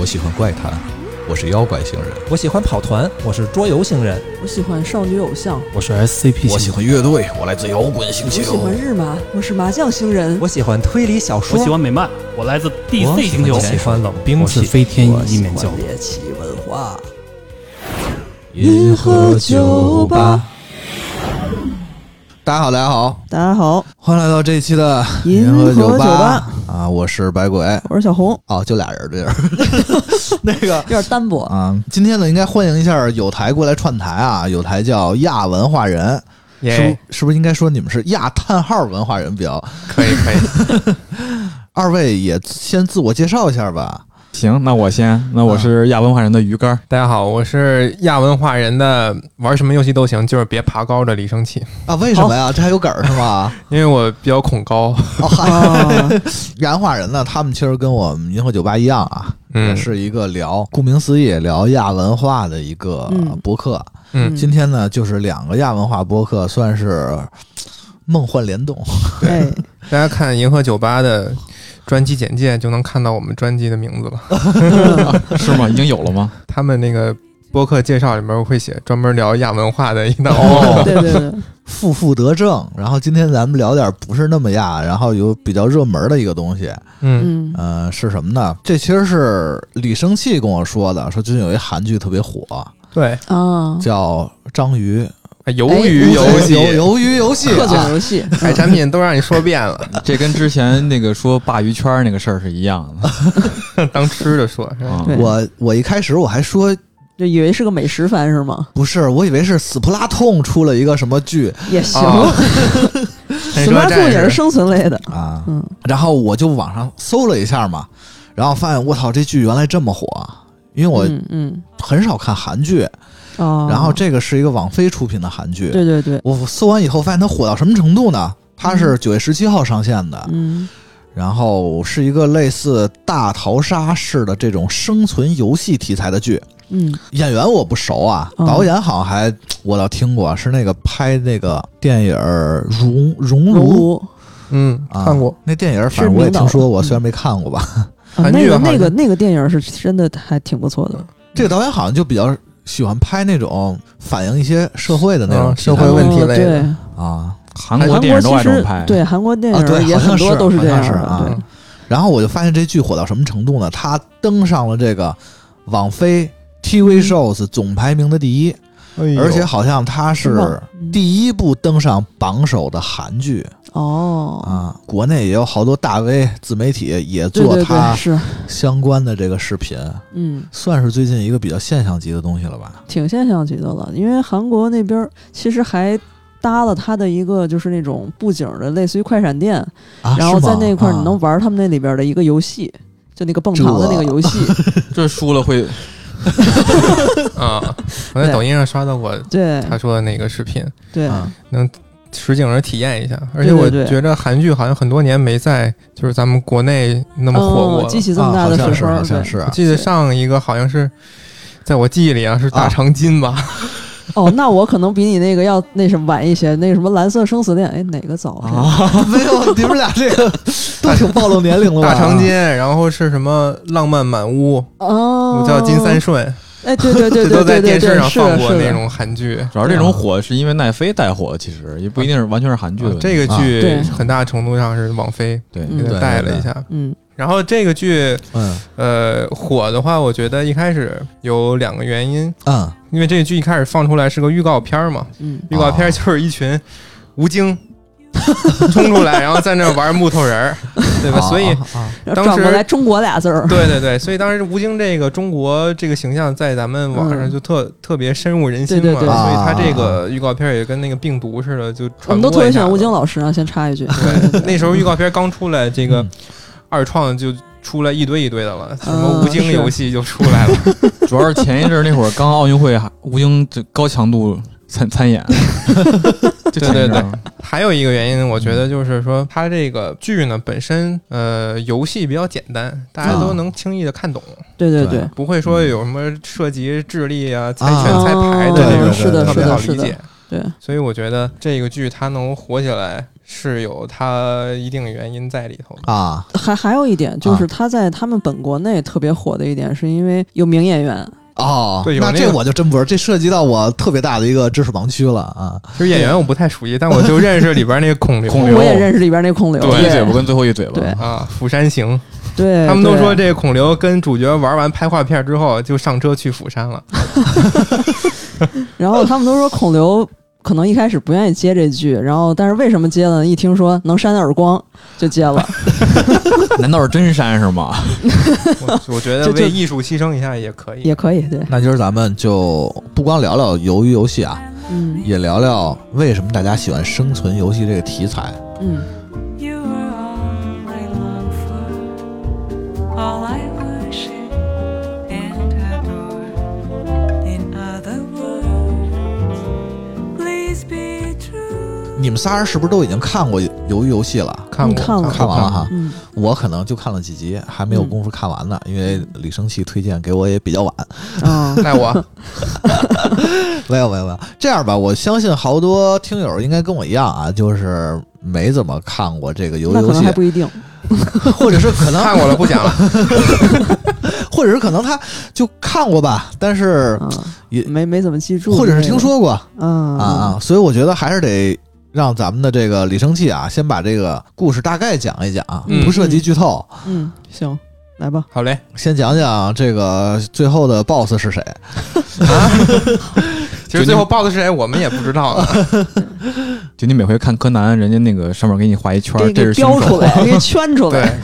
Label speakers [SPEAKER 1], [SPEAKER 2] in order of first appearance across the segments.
[SPEAKER 1] 我喜欢怪谈，我是妖怪星人，
[SPEAKER 2] 我喜欢跑团，我是桌游星人，
[SPEAKER 3] 我喜欢少女偶像，
[SPEAKER 4] 我是 SCP
[SPEAKER 1] 我喜
[SPEAKER 4] 型，
[SPEAKER 1] 欢乐队，我来自摇滚星
[SPEAKER 3] 我喜
[SPEAKER 1] 球。
[SPEAKER 3] 欢日麻，我是麻将星人，
[SPEAKER 2] 我喜欢推理小说，
[SPEAKER 5] 我喜欢美漫，我来自 DC 星球
[SPEAKER 2] 我。喜欢冷兵
[SPEAKER 4] 我是
[SPEAKER 2] 器。
[SPEAKER 4] 飞天
[SPEAKER 3] 我
[SPEAKER 4] 一
[SPEAKER 3] 喜
[SPEAKER 4] 面教
[SPEAKER 3] 欢。猎奇文化。
[SPEAKER 1] 银
[SPEAKER 3] 河酒吧，
[SPEAKER 1] 大家好，大家好，
[SPEAKER 3] 大家好，
[SPEAKER 1] 欢迎来到这一期的
[SPEAKER 3] 银河
[SPEAKER 1] 酒
[SPEAKER 3] 酒吧
[SPEAKER 1] 啊！我是白鬼，
[SPEAKER 3] 我是小红，
[SPEAKER 1] 哦，就俩人这样。那个
[SPEAKER 3] 有点单薄。
[SPEAKER 1] 啊，今天呢，应该欢迎一下有台过来串台啊，有台叫亚文化人，
[SPEAKER 6] 哎
[SPEAKER 4] 耶
[SPEAKER 1] 是不是不是应该说你们是亚叹号文化人比较？
[SPEAKER 4] 可以可以，
[SPEAKER 1] 二位也先自我介绍一下吧。
[SPEAKER 7] 行，那我先，那我是亚文化人的鱼竿儿。
[SPEAKER 6] 大家好，我是亚文化人的，玩什么游戏都行，就是别爬高的李生气，
[SPEAKER 1] 啊，为什么呀？这还有梗儿是吗？
[SPEAKER 6] 因为我比较恐高。
[SPEAKER 1] 哦，嗨
[SPEAKER 3] 啊，
[SPEAKER 1] 燃化人呢，他们其实跟我们银河酒吧一样啊，也
[SPEAKER 6] 嗯
[SPEAKER 1] 是一个聊，顾名思义聊亚文化的一个
[SPEAKER 3] 嗯
[SPEAKER 1] 博客。
[SPEAKER 6] 嗯
[SPEAKER 1] 今天呢，就是两个亚文化博客，算是呃梦幻联动。
[SPEAKER 3] 哎，
[SPEAKER 6] 大家看银河酒吧的专辑简介就能看到我们专辑的名字了。
[SPEAKER 7] 是吗？已经有了 吗？
[SPEAKER 6] 他们那个播客介绍里面会写专门聊亚文化的一档。
[SPEAKER 1] 哦
[SPEAKER 3] 对对对，
[SPEAKER 1] 负负得正，然后今天咱们聊点不是那么亚，然后有比较热门的一个东西，
[SPEAKER 6] 嗯
[SPEAKER 3] 嗯
[SPEAKER 1] 呃，是什么呢？这其实是李生气跟我说的，说最近有一韩剧特别火，
[SPEAKER 3] 嗯
[SPEAKER 6] 对，
[SPEAKER 3] 啊，
[SPEAKER 1] 叫《章鱼
[SPEAKER 6] 哎鱿鱼游戏、
[SPEAKER 1] 鱿鱼游戏》
[SPEAKER 3] 各种
[SPEAKER 1] 啊，
[SPEAKER 3] 游戏，
[SPEAKER 6] 海产品都让你说遍 了，
[SPEAKER 7] 这跟之前那个说鲅鱼圈儿那个事儿是一样的。
[SPEAKER 6] 当吃的说。是吧
[SPEAKER 7] 啊
[SPEAKER 3] 对
[SPEAKER 1] 我我一开始我还说
[SPEAKER 3] 就以为是个美食番是吗？
[SPEAKER 1] 不是，我以为是斯普拉通出了一个什么剧
[SPEAKER 3] 也 行，
[SPEAKER 6] 啊
[SPEAKER 3] 《熊大兔》也是生存类的。
[SPEAKER 1] 啊，
[SPEAKER 3] 嗯，
[SPEAKER 1] 然后我就网上搜了一下嘛，然后发现我操，这剧原来这么火，因为我
[SPEAKER 3] 嗯嗯
[SPEAKER 1] 很少看韩剧，
[SPEAKER 3] 哦，
[SPEAKER 1] 然后这个啊是一个网飞出品的韩剧，
[SPEAKER 3] 对对对，
[SPEAKER 1] 我搜完以后发现它火到什么程度呢？它是九月十七号上线的，
[SPEAKER 3] 嗯
[SPEAKER 1] 然后是一个类似大逃杀式的这种生存游戏题材的剧。
[SPEAKER 3] 嗯
[SPEAKER 1] 演员我不熟啊，
[SPEAKER 3] 嗯
[SPEAKER 1] 导演好像还我倒听过，是那个拍那个电影儿《熔熔
[SPEAKER 3] 熔
[SPEAKER 1] 炉》
[SPEAKER 3] 炉
[SPEAKER 6] 嗯，
[SPEAKER 1] 啊，
[SPEAKER 6] 看过。
[SPEAKER 1] 那电影儿，反正我也听说过，虽
[SPEAKER 3] 嗯
[SPEAKER 1] 然没看过吧。
[SPEAKER 3] 啊
[SPEAKER 6] 韩
[SPEAKER 3] 那
[SPEAKER 6] 剧
[SPEAKER 3] 个
[SPEAKER 6] 好像
[SPEAKER 3] 那个那个电影是真的还挺不错的，
[SPEAKER 1] 这个导演好像就比较喜欢拍那种反映一些社会的那种
[SPEAKER 6] 啊
[SPEAKER 1] 题材
[SPEAKER 6] 社会问题
[SPEAKER 3] 哦
[SPEAKER 6] 类
[SPEAKER 3] 对
[SPEAKER 6] 的，
[SPEAKER 1] 啊。
[SPEAKER 7] 韩
[SPEAKER 3] 韩
[SPEAKER 7] 国电影都
[SPEAKER 3] 其
[SPEAKER 7] 爱这
[SPEAKER 3] 实
[SPEAKER 7] 么拍。
[SPEAKER 3] 对韩国电
[SPEAKER 1] 啊对
[SPEAKER 3] 影嗯也
[SPEAKER 1] 好像
[SPEAKER 3] 很多
[SPEAKER 1] 是
[SPEAKER 3] 都
[SPEAKER 1] 好
[SPEAKER 3] 这
[SPEAKER 1] 像
[SPEAKER 3] 样
[SPEAKER 1] 是
[SPEAKER 3] 的，
[SPEAKER 1] 啊
[SPEAKER 3] 对
[SPEAKER 1] 然后我就发现这剧火到什么程度呢？它登上了这个网飞
[SPEAKER 3] 嗯
[SPEAKER 1] TV Shows 总排名的第一，
[SPEAKER 3] 哎
[SPEAKER 1] 而且好像它
[SPEAKER 3] 真棒
[SPEAKER 1] 是
[SPEAKER 3] 嗯
[SPEAKER 1] 第一部登上榜首的韩剧
[SPEAKER 3] 哦，
[SPEAKER 1] 啊。国内也有好多大 V 自媒体也
[SPEAKER 3] 对
[SPEAKER 1] 做
[SPEAKER 3] 对对，
[SPEAKER 1] 它
[SPEAKER 3] 是，
[SPEAKER 1] 相关的这个视频，
[SPEAKER 3] 嗯，
[SPEAKER 1] 算是最近一个比较现象级的东西了吧？
[SPEAKER 3] 挺现象级的了。因为韩国那边儿其实还搭了它的一个就是那种布景的，类似于快闪店，
[SPEAKER 1] 啊，
[SPEAKER 3] 然后在那块儿你
[SPEAKER 1] 你
[SPEAKER 3] 能玩他们那里边的一个游戏，就那个蹦床的那个游 戏，
[SPEAKER 7] 这输了会
[SPEAKER 6] 啊， 我在抖音上刷到过
[SPEAKER 3] 对
[SPEAKER 6] 他说的那个视频，
[SPEAKER 3] 对，
[SPEAKER 1] 啊
[SPEAKER 6] 能实景而体验一下。而且我
[SPEAKER 3] 对对
[SPEAKER 6] 觉得韩剧好像很多年没在就是咱们国内那么火
[SPEAKER 3] 嗯
[SPEAKER 6] 过了。
[SPEAKER 3] 激起这么
[SPEAKER 1] 啊
[SPEAKER 3] 大的
[SPEAKER 1] 好像
[SPEAKER 3] 水
[SPEAKER 1] 是
[SPEAKER 3] 花
[SPEAKER 1] 好
[SPEAKER 3] 儿，
[SPEAKER 1] 像
[SPEAKER 3] 对，
[SPEAKER 1] 是
[SPEAKER 6] 我记得上一个好像是在我记忆里啊是
[SPEAKER 1] 啊
[SPEAKER 6] 大长今吧？
[SPEAKER 3] 哦，那我可能比你那个要那什么晚一些，那个什么蓝色生死恋，哎，哪个早啊？
[SPEAKER 1] 没有，你们俩这 个都挺暴露年龄了吧？
[SPEAKER 6] 大长今，然后是什么浪漫满屋，
[SPEAKER 3] 哦
[SPEAKER 6] 我，叫金三，顺，
[SPEAKER 3] 哎，对对对
[SPEAKER 6] 这
[SPEAKER 3] 对
[SPEAKER 6] 都
[SPEAKER 3] 对对
[SPEAKER 6] 在电视
[SPEAKER 3] 对，
[SPEAKER 6] 上
[SPEAKER 3] 是
[SPEAKER 6] 放
[SPEAKER 3] 的
[SPEAKER 6] 过
[SPEAKER 3] 是
[SPEAKER 6] 那
[SPEAKER 3] 的，
[SPEAKER 6] 种韩剧。
[SPEAKER 7] 主要这
[SPEAKER 3] 啊
[SPEAKER 7] 种火是因为奈飞带火，其实也不一定是完全是韩剧的
[SPEAKER 6] 啊
[SPEAKER 7] 问题。
[SPEAKER 6] 这个
[SPEAKER 3] 啊
[SPEAKER 6] 剧
[SPEAKER 3] 对
[SPEAKER 6] 很大程度上是网飞
[SPEAKER 7] 对
[SPEAKER 3] 嗯
[SPEAKER 6] 给
[SPEAKER 1] 对
[SPEAKER 6] 它带了一下。
[SPEAKER 3] 嗯
[SPEAKER 6] 然后这个剧
[SPEAKER 1] 嗯
[SPEAKER 6] 呃火的话，我觉得一开始有两个原因，
[SPEAKER 1] 嗯，
[SPEAKER 6] 因为这个剧一开始放出来是个预告片儿嘛，
[SPEAKER 3] 嗯，
[SPEAKER 6] 预告片就是一群 吴京冲出来，然后在那玩木头人儿，对
[SPEAKER 3] 哦
[SPEAKER 6] 吧？
[SPEAKER 1] 啊
[SPEAKER 6] 所以，
[SPEAKER 1] 啊
[SPEAKER 3] 然后
[SPEAKER 6] 当
[SPEAKER 3] 转过
[SPEAKER 6] 时
[SPEAKER 3] 来中国俩字儿，
[SPEAKER 6] 对对对，所以当时吴京这个中国这个形象在咱们网上
[SPEAKER 3] 嗯
[SPEAKER 6] 就特特别深入人心
[SPEAKER 3] 对对
[SPEAKER 6] 嘛，所
[SPEAKER 3] 对
[SPEAKER 6] 以他这
[SPEAKER 1] 啊
[SPEAKER 6] 个预告片也跟那个病毒似的，就
[SPEAKER 3] 我
[SPEAKER 6] 传
[SPEAKER 3] 们
[SPEAKER 6] 播
[SPEAKER 3] 都特别
[SPEAKER 6] 一
[SPEAKER 3] 喜
[SPEAKER 6] 下
[SPEAKER 3] 欢吴
[SPEAKER 6] 子
[SPEAKER 3] 京老师啊，先插一句，
[SPEAKER 6] 对，那时候预告片刚出来，这个
[SPEAKER 1] 嗯
[SPEAKER 6] 二创就出来一堆一堆的了，什么
[SPEAKER 3] 嗯
[SPEAKER 6] 吴京
[SPEAKER 3] 是
[SPEAKER 6] 游戏就出来了，
[SPEAKER 7] 主要是前一阵儿那会儿刚奥运会，还吴京这高强度参 参演。就前一阵儿
[SPEAKER 6] 对对还有一个原因，我觉得
[SPEAKER 3] 嗯
[SPEAKER 6] 就是说，它这个剧呢本身，呃，游戏比较简单，大家都能轻易的看懂，
[SPEAKER 3] 对对
[SPEAKER 1] 对
[SPEAKER 3] 对，
[SPEAKER 6] 不会说有什么涉及智力啊、猜拳、
[SPEAKER 1] 啊
[SPEAKER 6] 猜牌
[SPEAKER 3] 哦
[SPEAKER 1] 对
[SPEAKER 6] 的这
[SPEAKER 1] 对
[SPEAKER 6] 种，
[SPEAKER 1] 对
[SPEAKER 3] 是的，
[SPEAKER 6] 特
[SPEAKER 3] 是
[SPEAKER 6] 别好
[SPEAKER 3] 的，
[SPEAKER 6] 理
[SPEAKER 3] 是
[SPEAKER 6] 解
[SPEAKER 3] 的。，对，
[SPEAKER 6] 所以我觉得这个剧它能火起来，是有它一定原因在里头的。
[SPEAKER 1] 啊，
[SPEAKER 3] 还还有一点就
[SPEAKER 1] 啊
[SPEAKER 3] 是他在他们本国内特别火的一点，是因为有名演员，
[SPEAKER 1] 哦，
[SPEAKER 6] 对有
[SPEAKER 1] 那
[SPEAKER 6] 那
[SPEAKER 1] 这
[SPEAKER 6] 个
[SPEAKER 1] 我就真不是，这涉及到我特别大的一个知识盲区了啊。
[SPEAKER 6] 其实演员我不太熟悉，但我就认识里边那个 孔刘，
[SPEAKER 7] 孔刘
[SPEAKER 3] 我也认识里边那孔刘，
[SPEAKER 7] 第一嘴巴
[SPEAKER 3] 对
[SPEAKER 7] 跟最后一嘴巴，
[SPEAKER 3] 对
[SPEAKER 6] 啊，《釜山行》，
[SPEAKER 3] 对，
[SPEAKER 6] 他们都
[SPEAKER 3] 对
[SPEAKER 6] 说这个孔刘跟主角玩完拍画片之后就上车去 釜山了。
[SPEAKER 3] 然后他们都说孔刘可能一开始不愿意接这剧，然后但是为什么接呢？一听说能扇耳光就接了，
[SPEAKER 7] 难道是真山是吗？
[SPEAKER 6] 我我觉得
[SPEAKER 3] 就就
[SPEAKER 6] 为艺术牺牲一下也可以
[SPEAKER 3] 也。可以对，
[SPEAKER 1] 那今儿咱们就不光聊聊鱿鱼游戏啊，
[SPEAKER 3] 嗯
[SPEAKER 1] 也聊聊为什么大家喜欢生存游戏这个题材。
[SPEAKER 3] 嗯，
[SPEAKER 4] You were all I long for, all I worship and adore. In other words, please be true.
[SPEAKER 1] 你们仨人是不是都已经看过鱿鱼游戏了？
[SPEAKER 6] 看过，
[SPEAKER 3] 看了
[SPEAKER 1] 看完了哈，
[SPEAKER 3] 嗯，
[SPEAKER 1] 我可能就看了几集，还没有功夫看完呢，因为李生气推荐给我也比较晚。
[SPEAKER 3] 啊、
[SPEAKER 6] 带我
[SPEAKER 1] 没有没有没有，这样吧，我相信好多听友应该跟我一样啊，就是没怎么看过这个鱿鱼
[SPEAKER 3] 那可
[SPEAKER 1] 游
[SPEAKER 3] 能还
[SPEAKER 1] 戏，
[SPEAKER 3] 不一定，
[SPEAKER 1] 或者是可 能
[SPEAKER 6] 看过了，不讲了。
[SPEAKER 1] 或者是可能他就看过吧，但是
[SPEAKER 3] 嗯，
[SPEAKER 1] 也
[SPEAKER 3] 没没怎么记住，
[SPEAKER 1] 或者是听，说过
[SPEAKER 3] 嗯
[SPEAKER 1] 啊啊，所以我觉得还是得让咱们的这个李生气啊，先把这个故事大概讲一讲，啊
[SPEAKER 6] 嗯
[SPEAKER 1] 不涉及剧透，
[SPEAKER 3] 嗯，行，来吧，
[SPEAKER 6] 好嘞，
[SPEAKER 1] 先讲讲这个最后的 BOSS 是谁。啊
[SPEAKER 6] 其实最后报的是谁，哎我们也不知道呢。
[SPEAKER 7] 就你每回看柯南，人家那个上面给你画一圈
[SPEAKER 3] 给，你
[SPEAKER 7] 这
[SPEAKER 3] 给
[SPEAKER 7] 是
[SPEAKER 3] 标
[SPEAKER 7] 凶
[SPEAKER 3] 出
[SPEAKER 7] 手。
[SPEAKER 3] 来，给圈出
[SPEAKER 6] 对
[SPEAKER 3] 来，，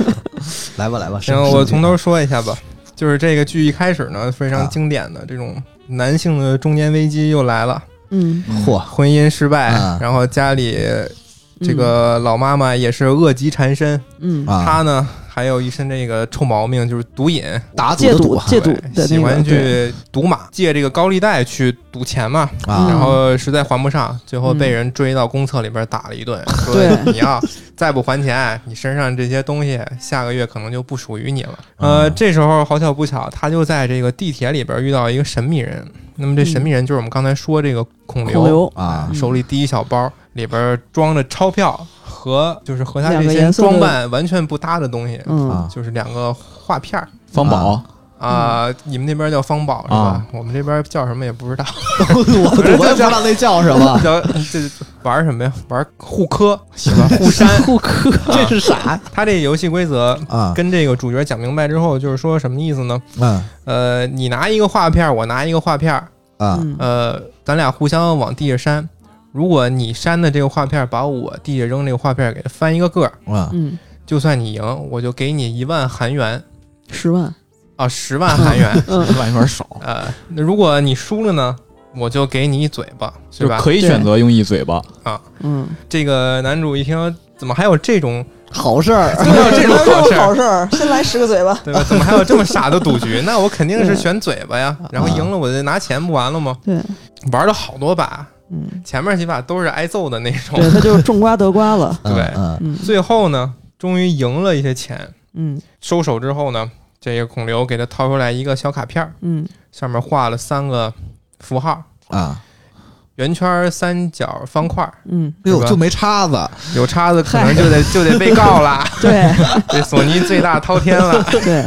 [SPEAKER 1] 来吧来吧，
[SPEAKER 6] 行，
[SPEAKER 1] 生气
[SPEAKER 6] 我从头说一下吧。就是这个剧一开始呢，非
[SPEAKER 1] 啊
[SPEAKER 6] 常经典的这种男性的中年危机又来了，
[SPEAKER 3] 嗯，
[SPEAKER 1] 嚯，
[SPEAKER 6] 婚姻失败
[SPEAKER 1] 啊，
[SPEAKER 6] 然后家里
[SPEAKER 3] 嗯
[SPEAKER 6] 这，个老妈妈也是恶疾缠身，
[SPEAKER 3] 嗯，
[SPEAKER 1] 啊，
[SPEAKER 6] 她呢还有一身这个臭毛病，就是毒瘾，
[SPEAKER 1] 打赌
[SPEAKER 3] 戒
[SPEAKER 1] 的
[SPEAKER 3] 赌
[SPEAKER 1] 赌啊
[SPEAKER 3] 戒赌
[SPEAKER 6] 对
[SPEAKER 3] 的
[SPEAKER 6] 哎喜
[SPEAKER 3] 那
[SPEAKER 6] 欢
[SPEAKER 3] 个，对，
[SPEAKER 6] 去赌马，借这个高利贷去赌钱嘛，
[SPEAKER 1] 啊，
[SPEAKER 6] 然后实在还不上，最后被
[SPEAKER 3] 嗯
[SPEAKER 6] 人追到公厕里边打 了一顿，说
[SPEAKER 3] 对
[SPEAKER 6] 你要再不还钱，你身上这些东西下个月可能就不属于你了。呃，
[SPEAKER 1] 嗯
[SPEAKER 6] 这时候好巧不巧，他就在这个地铁里边遇到一个神秘人。那么这神秘人就是我们刚才说这个孔
[SPEAKER 3] 孔
[SPEAKER 6] 刘，
[SPEAKER 3] 刘，嗯
[SPEAKER 1] 啊
[SPEAKER 6] 手里提一小包，里边装着钞票和就是和他
[SPEAKER 3] 两
[SPEAKER 6] 这
[SPEAKER 3] 个
[SPEAKER 6] 些
[SPEAKER 3] 颜色的
[SPEAKER 6] 装扮完全不搭的东西，
[SPEAKER 3] 嗯
[SPEAKER 1] 啊，
[SPEAKER 6] 就是两个画片儿。
[SPEAKER 7] 方宝，
[SPEAKER 6] 啊、
[SPEAKER 3] 嗯。
[SPEAKER 6] 你们那边叫方宝是吧？
[SPEAKER 7] 啊
[SPEAKER 6] 我们这边叫什么也不知道，，
[SPEAKER 1] 我我也不知道那叫什么
[SPEAKER 7] 啊
[SPEAKER 6] 叫这玩什么呀？玩互磕，喜欢互 删
[SPEAKER 3] 互磕，
[SPEAKER 1] 这是啥
[SPEAKER 6] 他这游戏规则
[SPEAKER 1] 啊？
[SPEAKER 6] 跟这个主角讲明白之后，就是说什么意思呢？
[SPEAKER 1] 嗯
[SPEAKER 6] 呃，你拿一个画片，我拿一个画片，
[SPEAKER 1] 啊
[SPEAKER 3] 嗯
[SPEAKER 6] 呃，咱俩互相往地下扇。如果你扇的这个画片把我地下扔这个画片给它翻一个个儿，
[SPEAKER 1] 嗯
[SPEAKER 3] 嗯，
[SPEAKER 6] 就算你赢，我就给你一万韩元
[SPEAKER 3] 十万，
[SPEAKER 6] 啊，十万韩元。
[SPEAKER 3] 嗯
[SPEAKER 7] 一万有点少，
[SPEAKER 6] 呃，那如果你输了呢，我就给你一嘴巴，
[SPEAKER 7] 就
[SPEAKER 6] 对吧？
[SPEAKER 7] 可以选择用一嘴巴。
[SPEAKER 3] 嗯，
[SPEAKER 6] 这个男主一听，怎么还有这 种，
[SPEAKER 1] 好事儿
[SPEAKER 6] 怎么还有这种 好事儿，
[SPEAKER 3] 事儿，先来十个嘴巴，
[SPEAKER 6] 对吧？怎么还有这么傻的赌 局？那我肯定是选嘴巴呀，然后赢了我就拿钱，不完了吗？
[SPEAKER 3] 对，
[SPEAKER 6] 玩了好多把，
[SPEAKER 3] 嗯。
[SPEAKER 6] 前面几把都是挨揍的那种，
[SPEAKER 3] 对，他就是种瓜得 瓜了。
[SPEAKER 1] 嗯
[SPEAKER 6] 对
[SPEAKER 1] 嗯
[SPEAKER 3] 嗯
[SPEAKER 6] 最后呢，终于赢了一些钱，
[SPEAKER 3] 嗯
[SPEAKER 6] 收手之后呢，这个孔刘给他掏出来一个小卡片儿，
[SPEAKER 3] 嗯
[SPEAKER 6] 上面画了三个符号。
[SPEAKER 1] 啊，
[SPEAKER 6] 圆圈、三角、方块，
[SPEAKER 3] 嗯，
[SPEAKER 1] 哎呦
[SPEAKER 6] 是吧
[SPEAKER 1] 就没叉子，
[SPEAKER 6] 有叉子可能就得就得被告了，
[SPEAKER 3] 对
[SPEAKER 6] 这索尼最大滔天了。
[SPEAKER 3] 对，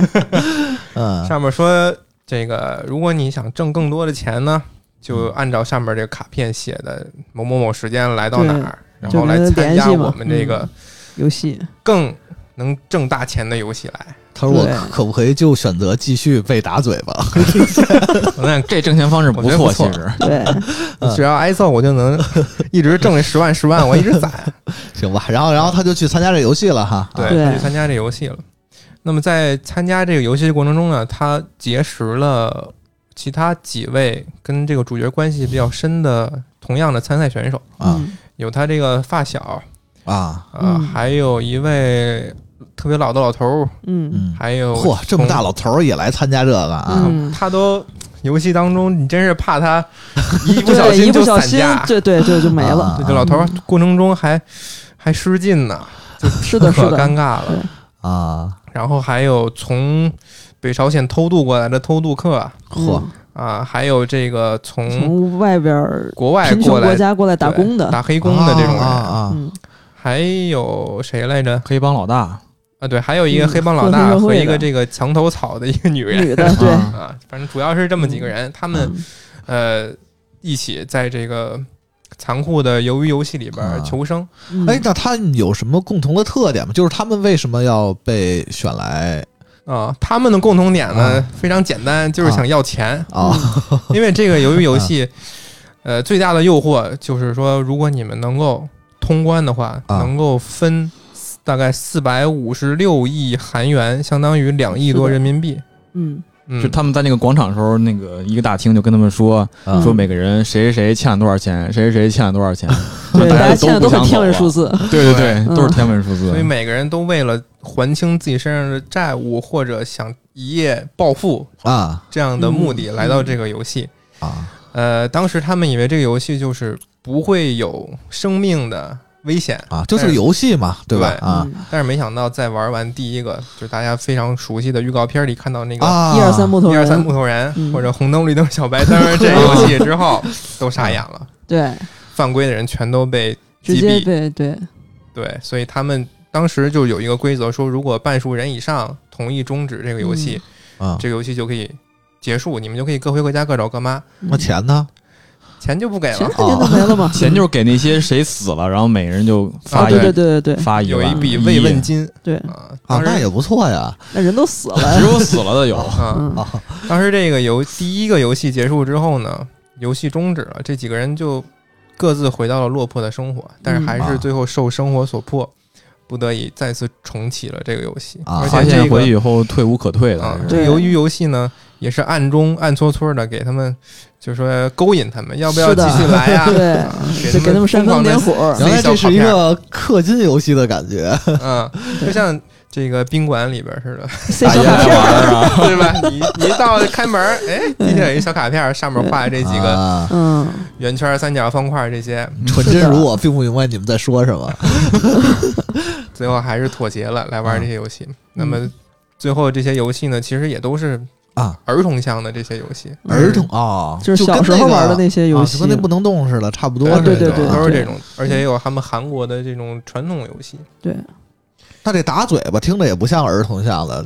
[SPEAKER 1] 嗯
[SPEAKER 6] 上面说这个，如果你想挣更多的钱呢，就按照上面这个卡片写的某某某时间来到哪儿，然后来参加我们这个
[SPEAKER 3] 游戏
[SPEAKER 6] 更能挣大钱的游戏来。
[SPEAKER 1] 他说我
[SPEAKER 3] 对
[SPEAKER 1] 可不可以就选择继续被打嘴巴？
[SPEAKER 6] 我那
[SPEAKER 7] 这挣钱方式不
[SPEAKER 6] 我觉得
[SPEAKER 7] 错，
[SPEAKER 6] 不
[SPEAKER 7] 其
[SPEAKER 6] 错
[SPEAKER 7] 实
[SPEAKER 3] 对，
[SPEAKER 6] 只要挨揍，我就能一直挣这十万十万，我一直攒。
[SPEAKER 1] 行吧，然后然后他就去参加这游戏了哈，啊
[SPEAKER 6] 对，
[SPEAKER 3] 对
[SPEAKER 6] 他就参加这游戏了。那么在参加这个游戏的过程中呢，他结识了其他几位跟这个主角关系比较深的同样的参赛选手，
[SPEAKER 1] 啊
[SPEAKER 3] 嗯
[SPEAKER 6] 有他这个发小，
[SPEAKER 1] 啊，
[SPEAKER 6] 啊、
[SPEAKER 3] 嗯
[SPEAKER 6] 还有一位特别老的老头儿，
[SPEAKER 3] 嗯
[SPEAKER 1] 嗯，
[SPEAKER 6] 还有
[SPEAKER 1] 嚯，这么大老头儿也来参加这个啊，
[SPEAKER 6] 从，
[SPEAKER 3] 嗯，
[SPEAKER 6] 他都游戏当中，你真是怕 他一不小
[SPEAKER 3] 对，一
[SPEAKER 6] 心
[SPEAKER 3] 不
[SPEAKER 6] 就
[SPEAKER 3] 小
[SPEAKER 6] 散
[SPEAKER 3] 心
[SPEAKER 6] 架，。
[SPEAKER 3] 对对对，就没嗯
[SPEAKER 1] 啊
[SPEAKER 3] 了。
[SPEAKER 6] 这个老头儿过程中还还失禁呢，
[SPEAKER 3] 是的，是
[SPEAKER 6] 可尴
[SPEAKER 3] 的，
[SPEAKER 6] 尬了
[SPEAKER 3] 对。
[SPEAKER 1] 啊，
[SPEAKER 6] 然后还有从北朝鲜偷渡过来的偷渡客
[SPEAKER 1] 嚯
[SPEAKER 3] 嗯
[SPEAKER 6] 啊，还有这个从
[SPEAKER 3] 从外边儿
[SPEAKER 6] 国外
[SPEAKER 3] 贫
[SPEAKER 6] 嗯过
[SPEAKER 3] 穷
[SPEAKER 6] 来
[SPEAKER 3] 国家过来打
[SPEAKER 6] 对
[SPEAKER 3] 工的，
[SPEAKER 6] 打黑工的这种人，
[SPEAKER 1] 啊啊啊，
[SPEAKER 3] 嗯，
[SPEAKER 6] 还有谁来着？
[SPEAKER 7] 黑帮老大，
[SPEAKER 6] 啊，对，还有一个
[SPEAKER 3] 嗯
[SPEAKER 6] 黑帮老
[SPEAKER 3] 混黑
[SPEAKER 6] 大
[SPEAKER 3] 社
[SPEAKER 6] 和
[SPEAKER 3] 会
[SPEAKER 6] 一个
[SPEAKER 3] 的
[SPEAKER 6] 这个墙头草的一个女人
[SPEAKER 3] 女的，对，
[SPEAKER 7] 啊
[SPEAKER 6] 啊，反正主要是这么几个人，他们
[SPEAKER 3] 嗯
[SPEAKER 6] 呃一起在这个残酷的鱿鱼游戏里边儿
[SPEAKER 1] 啊
[SPEAKER 6] 求生。
[SPEAKER 3] 嗯
[SPEAKER 1] 哎，那他有什么共同的特点吗？就是他们为什么要被选来
[SPEAKER 6] 啊、他们的共同点呢、
[SPEAKER 1] 啊
[SPEAKER 6] 非常简单，就是想要钱，
[SPEAKER 3] 嗯
[SPEAKER 1] 啊？
[SPEAKER 6] 因为这个鱿鱼游戏，呃，最大的诱惑就是说，如果你们能够通关的话，
[SPEAKER 1] 啊
[SPEAKER 6] 能够分大概四百五十六亿韩元，相当于两亿
[SPEAKER 3] 是的
[SPEAKER 6] 多人民币。
[SPEAKER 3] 嗯，
[SPEAKER 6] 嗯，
[SPEAKER 7] 就他们在那个广场的时候，那个一个大厅就跟他们说，
[SPEAKER 6] 嗯
[SPEAKER 3] 嗯
[SPEAKER 1] 啊
[SPEAKER 7] 说每个人谁谁谁欠了多少钱，谁谁谁欠了多 少钱，
[SPEAKER 3] 对，
[SPEAKER 7] 大
[SPEAKER 3] 大家
[SPEAKER 7] 家都
[SPEAKER 3] 现在
[SPEAKER 7] 不
[SPEAKER 3] 都很
[SPEAKER 7] 想
[SPEAKER 3] 天文
[SPEAKER 7] 走
[SPEAKER 3] 数字，
[SPEAKER 7] 对对对，
[SPEAKER 3] 对
[SPEAKER 7] 都是天文数字
[SPEAKER 6] 嗯所以。每个人都为了还清自己身上的债务，或者想一夜暴富
[SPEAKER 1] 啊
[SPEAKER 6] 这样的目
[SPEAKER 3] 嗯
[SPEAKER 6] 的来到这个游戏。
[SPEAKER 1] 啊
[SPEAKER 6] 呃，当时他们以为这个游戏就是不会有生命的危险，
[SPEAKER 1] 啊！就是游戏嘛，对吧？
[SPEAKER 6] 对
[SPEAKER 1] 啊
[SPEAKER 3] 嗯，
[SPEAKER 6] 但是没想到在玩完第一个，就是大家非常熟悉的预告片里看到那个
[SPEAKER 1] 啊，
[SPEAKER 3] 一二三木头
[SPEAKER 6] 一
[SPEAKER 3] 人，
[SPEAKER 6] 二三木头人
[SPEAKER 3] 嗯
[SPEAKER 6] 或者红灯绿灯小白灯这游戏之 后，都傻眼了，
[SPEAKER 3] 对，
[SPEAKER 6] 犯规的人全都被
[SPEAKER 3] 直
[SPEAKER 6] 击
[SPEAKER 3] 接
[SPEAKER 6] 毙。
[SPEAKER 3] 被对，嗯
[SPEAKER 6] 对，所以他们当时就有一个规则说，如果半数人以上同意终止这个游戏，
[SPEAKER 3] 嗯
[SPEAKER 1] 啊，
[SPEAKER 6] 这个游戏就可以结束，你们就可以各回各家各找各妈，
[SPEAKER 1] 那
[SPEAKER 3] 嗯
[SPEAKER 1] 钱呢？
[SPEAKER 6] 钱就不给
[SPEAKER 3] 钱
[SPEAKER 6] 了。
[SPEAKER 3] 肯定都没了嘛，
[SPEAKER 7] 钱就是给那些谁死了，然后每人就
[SPEAKER 6] 啊
[SPEAKER 7] 发
[SPEAKER 3] 对
[SPEAKER 7] 一
[SPEAKER 3] 对对对对
[SPEAKER 7] 发一
[SPEAKER 6] 有
[SPEAKER 7] 万
[SPEAKER 6] 一笔
[SPEAKER 3] 哎
[SPEAKER 7] 一
[SPEAKER 6] 慰问金
[SPEAKER 3] 对，
[SPEAKER 6] 啊，
[SPEAKER 1] 啊，
[SPEAKER 6] 当
[SPEAKER 1] 那
[SPEAKER 6] 时
[SPEAKER 1] 也不错呀。
[SPEAKER 3] 那人都死
[SPEAKER 7] 只
[SPEAKER 3] 了，
[SPEAKER 7] 有死了的有。
[SPEAKER 6] 啊，
[SPEAKER 3] 嗯，
[SPEAKER 6] 当时这个游第一个游戏结束之后呢，游戏终止了，这几个人就各自回到了落魄的生活，但
[SPEAKER 3] 嗯
[SPEAKER 6] 是还是最后受生活所迫，不得已再次重启了这个游戏。
[SPEAKER 1] 啊
[SPEAKER 6] 而
[SPEAKER 7] 发
[SPEAKER 6] 且这
[SPEAKER 7] 现
[SPEAKER 6] 个
[SPEAKER 7] 回去以后退无可退
[SPEAKER 6] 啊
[SPEAKER 7] 了，，
[SPEAKER 6] 这
[SPEAKER 3] 对
[SPEAKER 6] 个鱿鱼游戏呢，也是暗中暗搓搓的给他们，就是说勾引他们，要不要
[SPEAKER 3] 是
[SPEAKER 6] 继
[SPEAKER 3] 的
[SPEAKER 6] 续来呀、
[SPEAKER 3] 对
[SPEAKER 6] 啊
[SPEAKER 3] 就给他们
[SPEAKER 6] 疯
[SPEAKER 3] 煽风
[SPEAKER 6] 狂的
[SPEAKER 3] 点， 火，
[SPEAKER 1] 原来这是一个氪金游戏的感觉，
[SPEAKER 6] 嗯，就像这个宾馆里边似的，
[SPEAKER 3] 塞
[SPEAKER 7] 大
[SPEAKER 3] 小
[SPEAKER 7] 家
[SPEAKER 3] 卡
[SPEAKER 7] 在
[SPEAKER 3] 片儿，
[SPEAKER 7] 玩儿啊，
[SPEAKER 6] 对吧？你你一到开门儿，哎，地下有一小卡片儿，上面画这几个
[SPEAKER 1] 啊嗯
[SPEAKER 3] 嗯，
[SPEAKER 6] 圆圈儿、三角、方块儿这些，
[SPEAKER 1] 纯真如我，并不明白你们在说什么。
[SPEAKER 6] 最后还是妥协了，来玩这些游戏。那么最后这些游戏呢，其实也都是
[SPEAKER 1] 啊
[SPEAKER 6] 儿童向的这些游戏，
[SPEAKER 3] 嗯
[SPEAKER 1] 儿童啊，
[SPEAKER 3] 就是
[SPEAKER 1] 跟
[SPEAKER 3] 小时候
[SPEAKER 1] 那个
[SPEAKER 3] 玩的那些游
[SPEAKER 1] 啊
[SPEAKER 3] 戏
[SPEAKER 1] 就，跟那不能动似的，差不多
[SPEAKER 3] 啊
[SPEAKER 1] 似的。
[SPEAKER 3] 对对
[SPEAKER 1] 吧
[SPEAKER 6] 都是这
[SPEAKER 3] 对
[SPEAKER 6] 种，而且也有他们韩国的这种传统游戏，
[SPEAKER 3] 对，
[SPEAKER 1] 那这打嘴巴听着也不像儿童像的，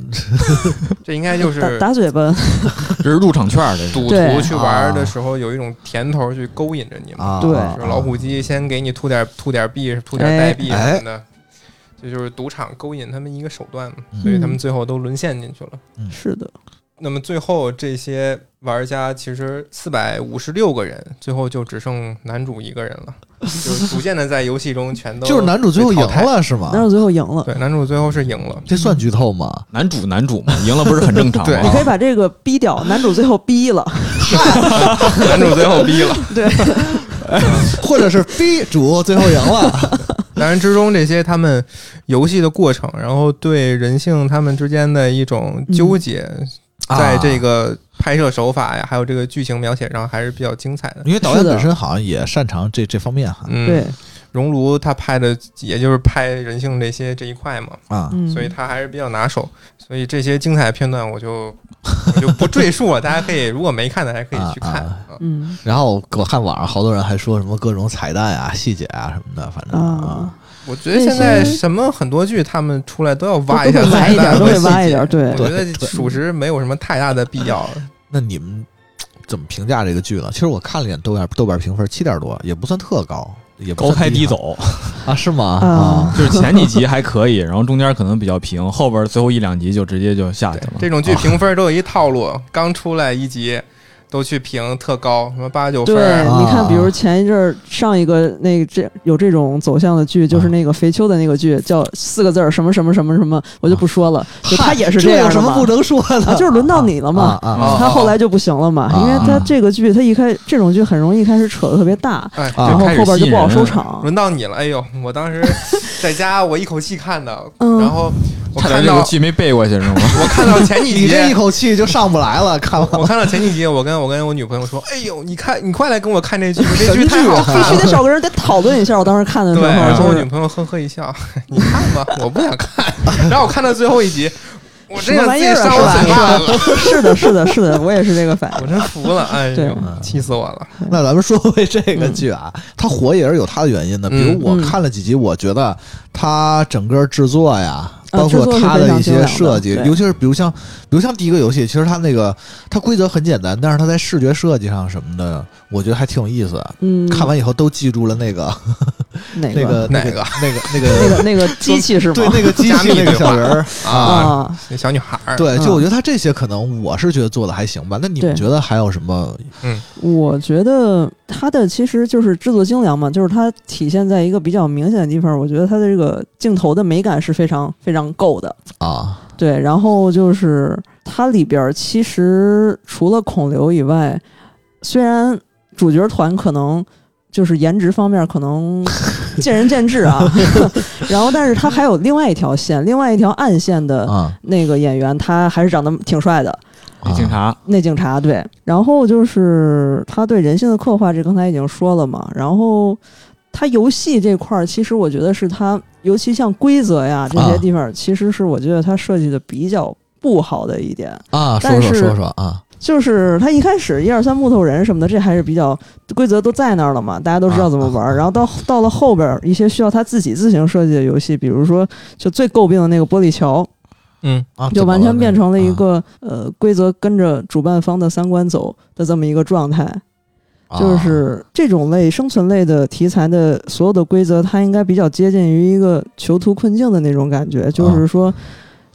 [SPEAKER 6] 这应该就 是
[SPEAKER 3] 打打嘴巴，
[SPEAKER 7] 这是入场券儿，这是
[SPEAKER 6] 赌徒
[SPEAKER 3] 对
[SPEAKER 6] 去玩的时候有一种甜头去勾引着你们，
[SPEAKER 1] 啊，
[SPEAKER 3] 对
[SPEAKER 6] 就是老虎机先给你吐点吐点币，吐点代币
[SPEAKER 1] 哎
[SPEAKER 6] 什么的。这就是赌场勾引他们一个手段嘛，
[SPEAKER 1] 嗯
[SPEAKER 6] 所以他们最后都沦陷进去了。
[SPEAKER 3] 是的，
[SPEAKER 6] 那么最后这些玩家其实四百五十六个人，最后就只剩男主一个人了，就是逐渐的在游戏中全都
[SPEAKER 1] 就是男主最后赢
[SPEAKER 6] 被淘汰。
[SPEAKER 1] 了是吗
[SPEAKER 3] 但？是最后赢了。
[SPEAKER 6] 对，男主最后是赢了。
[SPEAKER 1] 这算剧透吗？
[SPEAKER 7] 男主男主嘛，赢了不是很正常啊
[SPEAKER 6] 对
[SPEAKER 3] 你可
[SPEAKER 7] 吗
[SPEAKER 3] 以？把这个逼掉，男主最后逼了，
[SPEAKER 6] 男主最后逼了。
[SPEAKER 3] 对，
[SPEAKER 1] 或者是 B 主最后赢 了
[SPEAKER 6] 当然之中这些他们游戏的过程，然后对人性他们之间的一种
[SPEAKER 3] 嗯
[SPEAKER 6] 纠结，
[SPEAKER 1] 啊
[SPEAKER 6] 在这
[SPEAKER 1] 个。
[SPEAKER 6] 个拍摄手法呀，还有这个剧情描写上还是比较精彩的。
[SPEAKER 1] 因为导演
[SPEAKER 3] 是的
[SPEAKER 1] 本身好像也擅长这这方面哈
[SPEAKER 6] 嗯，
[SPEAKER 3] 对，，
[SPEAKER 6] 熔炉他拍的也就是拍人性这些这一块嘛，
[SPEAKER 1] 啊，
[SPEAKER 3] 嗯，
[SPEAKER 6] 所以他还是比较拿手。所以这些精彩片段我就我就不赘述了，大家可以如果没看的还可以去看
[SPEAKER 1] 啊
[SPEAKER 6] 啊。
[SPEAKER 3] 嗯
[SPEAKER 1] 然后我看网上好多人还说什么各种彩蛋啊、细节啊什么的，反正
[SPEAKER 3] 啊，
[SPEAKER 6] 我觉得现在什么很多剧他们出来都要挖一
[SPEAKER 3] 都都会挖
[SPEAKER 6] 下彩
[SPEAKER 3] 一点
[SPEAKER 6] 蛋
[SPEAKER 3] 都
[SPEAKER 6] 和
[SPEAKER 3] 会
[SPEAKER 6] 细
[SPEAKER 3] 挖一
[SPEAKER 6] 节
[SPEAKER 3] 点对
[SPEAKER 6] 我觉得
[SPEAKER 1] 对对
[SPEAKER 6] 属实没有什么太大的必要。
[SPEAKER 1] 那你们怎么评价这个剧呢？其实我看了一眼豆瓣豆瓣评分七点多，也不算特高，也不
[SPEAKER 7] 高
[SPEAKER 1] 算
[SPEAKER 7] 开低
[SPEAKER 1] 哈
[SPEAKER 7] 走，
[SPEAKER 1] 啊？是吗？
[SPEAKER 3] 啊
[SPEAKER 1] 啊，
[SPEAKER 7] 就是前几集还可以，然后中间可能比较平，后边最后一两集就直接就下去
[SPEAKER 6] 对
[SPEAKER 7] 了，。
[SPEAKER 6] 这
[SPEAKER 1] 哦
[SPEAKER 6] 种剧评分都有一套路，刚出来一集都去评特高，什么八九分
[SPEAKER 3] 对，
[SPEAKER 6] 儿啊。
[SPEAKER 3] 你看，比如前一阵儿上一个那个这有这种走向的剧，
[SPEAKER 1] 啊
[SPEAKER 3] 就是那个肥秋的那个剧，叫四个字儿什么什么什么什么，我就不说了，就他也是
[SPEAKER 1] 啊这
[SPEAKER 3] 样
[SPEAKER 1] 有
[SPEAKER 3] 的
[SPEAKER 1] 什么
[SPEAKER 3] 嘛
[SPEAKER 1] 不能说的？
[SPEAKER 3] 啊，就是轮到你了嘛。
[SPEAKER 1] 啊啊
[SPEAKER 6] 啊
[SPEAKER 3] 他后来就不行了嘛，
[SPEAKER 1] 啊
[SPEAKER 3] 因为他这个剧，他一开这种剧很容易一开始扯的特别大，
[SPEAKER 6] 哎，
[SPEAKER 1] 啊
[SPEAKER 3] 然后
[SPEAKER 7] 开始
[SPEAKER 3] 后边就不好
[SPEAKER 7] 吸引
[SPEAKER 3] 收
[SPEAKER 7] 人
[SPEAKER 3] 场。
[SPEAKER 6] 轮到你了，哎呦，我 当时在家我一口气看的，
[SPEAKER 3] 嗯
[SPEAKER 6] 然后我
[SPEAKER 7] 差点
[SPEAKER 6] 看
[SPEAKER 7] 这个
[SPEAKER 6] 到
[SPEAKER 7] 剧没背过去是吗？
[SPEAKER 6] 我看到前几
[SPEAKER 1] 你这一
[SPEAKER 6] 集。
[SPEAKER 1] 口气就上不来了，看完
[SPEAKER 6] 我看到前几集，我跟我跟我女朋友说：“哎呦，你看，你快来跟我看 这剧，这
[SPEAKER 1] 神
[SPEAKER 6] 剧 太
[SPEAKER 1] 剧
[SPEAKER 6] 好
[SPEAKER 1] 啊
[SPEAKER 6] 看
[SPEAKER 3] 必须
[SPEAKER 6] 了。
[SPEAKER 3] 得找个人得讨论一下。我当时看”的时
[SPEAKER 6] 对，然
[SPEAKER 3] 候
[SPEAKER 6] 后我
[SPEAKER 3] 就
[SPEAKER 6] 女
[SPEAKER 3] 是，
[SPEAKER 6] 朋友呵呵一笑：“你看吧，我不想看。”然后我看到最后一集，我
[SPEAKER 3] 什么
[SPEAKER 6] 这样
[SPEAKER 3] 玩
[SPEAKER 6] 自
[SPEAKER 3] 意
[SPEAKER 6] 己
[SPEAKER 3] 儿啊？
[SPEAKER 6] 上我
[SPEAKER 3] 是
[SPEAKER 6] 嘴巴了，
[SPEAKER 3] 吧？ 是的，是的，是的，我也是这个反
[SPEAKER 6] 我
[SPEAKER 3] 应。
[SPEAKER 6] 真服了，哎
[SPEAKER 3] 对
[SPEAKER 6] 呦，气死我了！
[SPEAKER 1] 那咱们说回这个剧啊，它火也是有它的原因的。比如我
[SPEAKER 3] 嗯
[SPEAKER 1] 看了几集，我觉得它整个制作呀，
[SPEAKER 3] 啊
[SPEAKER 1] 包括
[SPEAKER 3] 制作是
[SPEAKER 1] 它
[SPEAKER 3] 非常
[SPEAKER 1] 一
[SPEAKER 3] 精
[SPEAKER 1] 些
[SPEAKER 3] 良的
[SPEAKER 1] 设计，
[SPEAKER 3] 对
[SPEAKER 1] 尤其是比如像，比如像第一个游戏，其实它那个它规则很简单，但是它在视觉设计上什么的，我觉得还挺有意思的。
[SPEAKER 3] 嗯，
[SPEAKER 1] 看完以后都记住了那个
[SPEAKER 3] 哪
[SPEAKER 1] 那个那个
[SPEAKER 6] 哪个
[SPEAKER 1] 那个那
[SPEAKER 3] 那
[SPEAKER 1] 个
[SPEAKER 3] 个那个机器是吗？
[SPEAKER 1] 对那个机
[SPEAKER 6] 加密
[SPEAKER 1] 器那个
[SPEAKER 6] 对
[SPEAKER 1] 小
[SPEAKER 6] 话
[SPEAKER 1] 人儿啊。
[SPEAKER 3] 啊，
[SPEAKER 6] 那小女孩儿，
[SPEAKER 1] 对，
[SPEAKER 3] 嗯
[SPEAKER 1] 就我觉得他这些可能我是觉得做的还行吧。那你们
[SPEAKER 3] 对
[SPEAKER 1] 觉得还有什么？
[SPEAKER 3] 我觉得它的其实就是制作精良嘛，就是它体现在一个比较明显的地方。我觉得它的这个镜头的美感是非常非常够的。
[SPEAKER 1] 啊，
[SPEAKER 3] 对，然后就是它里边儿其实除了孔刘以外，虽然主角团可能就是颜值方面可能见仁见智啊，然后但是他还有另外一条线，另外一条暗线的
[SPEAKER 1] 啊，
[SPEAKER 3] 那个演员，他还是长得挺帅的，
[SPEAKER 6] 啊
[SPEAKER 7] 那 警察
[SPEAKER 3] 那警察对，然后就是他对人性的刻画，这刚才已经说了嘛。然后他游戏这块儿，其实我觉得是他，尤其像规则呀这些地方，其实是我觉得他设计的比较不好的一点。
[SPEAKER 1] 啊，说
[SPEAKER 3] 但
[SPEAKER 1] 说
[SPEAKER 3] 是
[SPEAKER 1] 说说啊，
[SPEAKER 3] 就是他一开始一二三木头人什么的，这还是比较规则都在那儿了嘛，大家都知道怎么玩儿。然后到到了后边儿一些需要他自己自行设计的游戏，比如说就最诟病的那个玻璃桥，
[SPEAKER 6] 嗯，
[SPEAKER 1] 啊，
[SPEAKER 3] 就
[SPEAKER 1] 怎么啊
[SPEAKER 3] 完全变成了一
[SPEAKER 1] 那
[SPEAKER 3] 个、呃规则跟着主办方的三观走的这么一个状态。
[SPEAKER 1] 啊
[SPEAKER 3] 就是这种类生存类的题材的所有的规则，它应该比较接近于一个囚徒困境的那种感
[SPEAKER 1] 啊
[SPEAKER 3] 觉，就是说，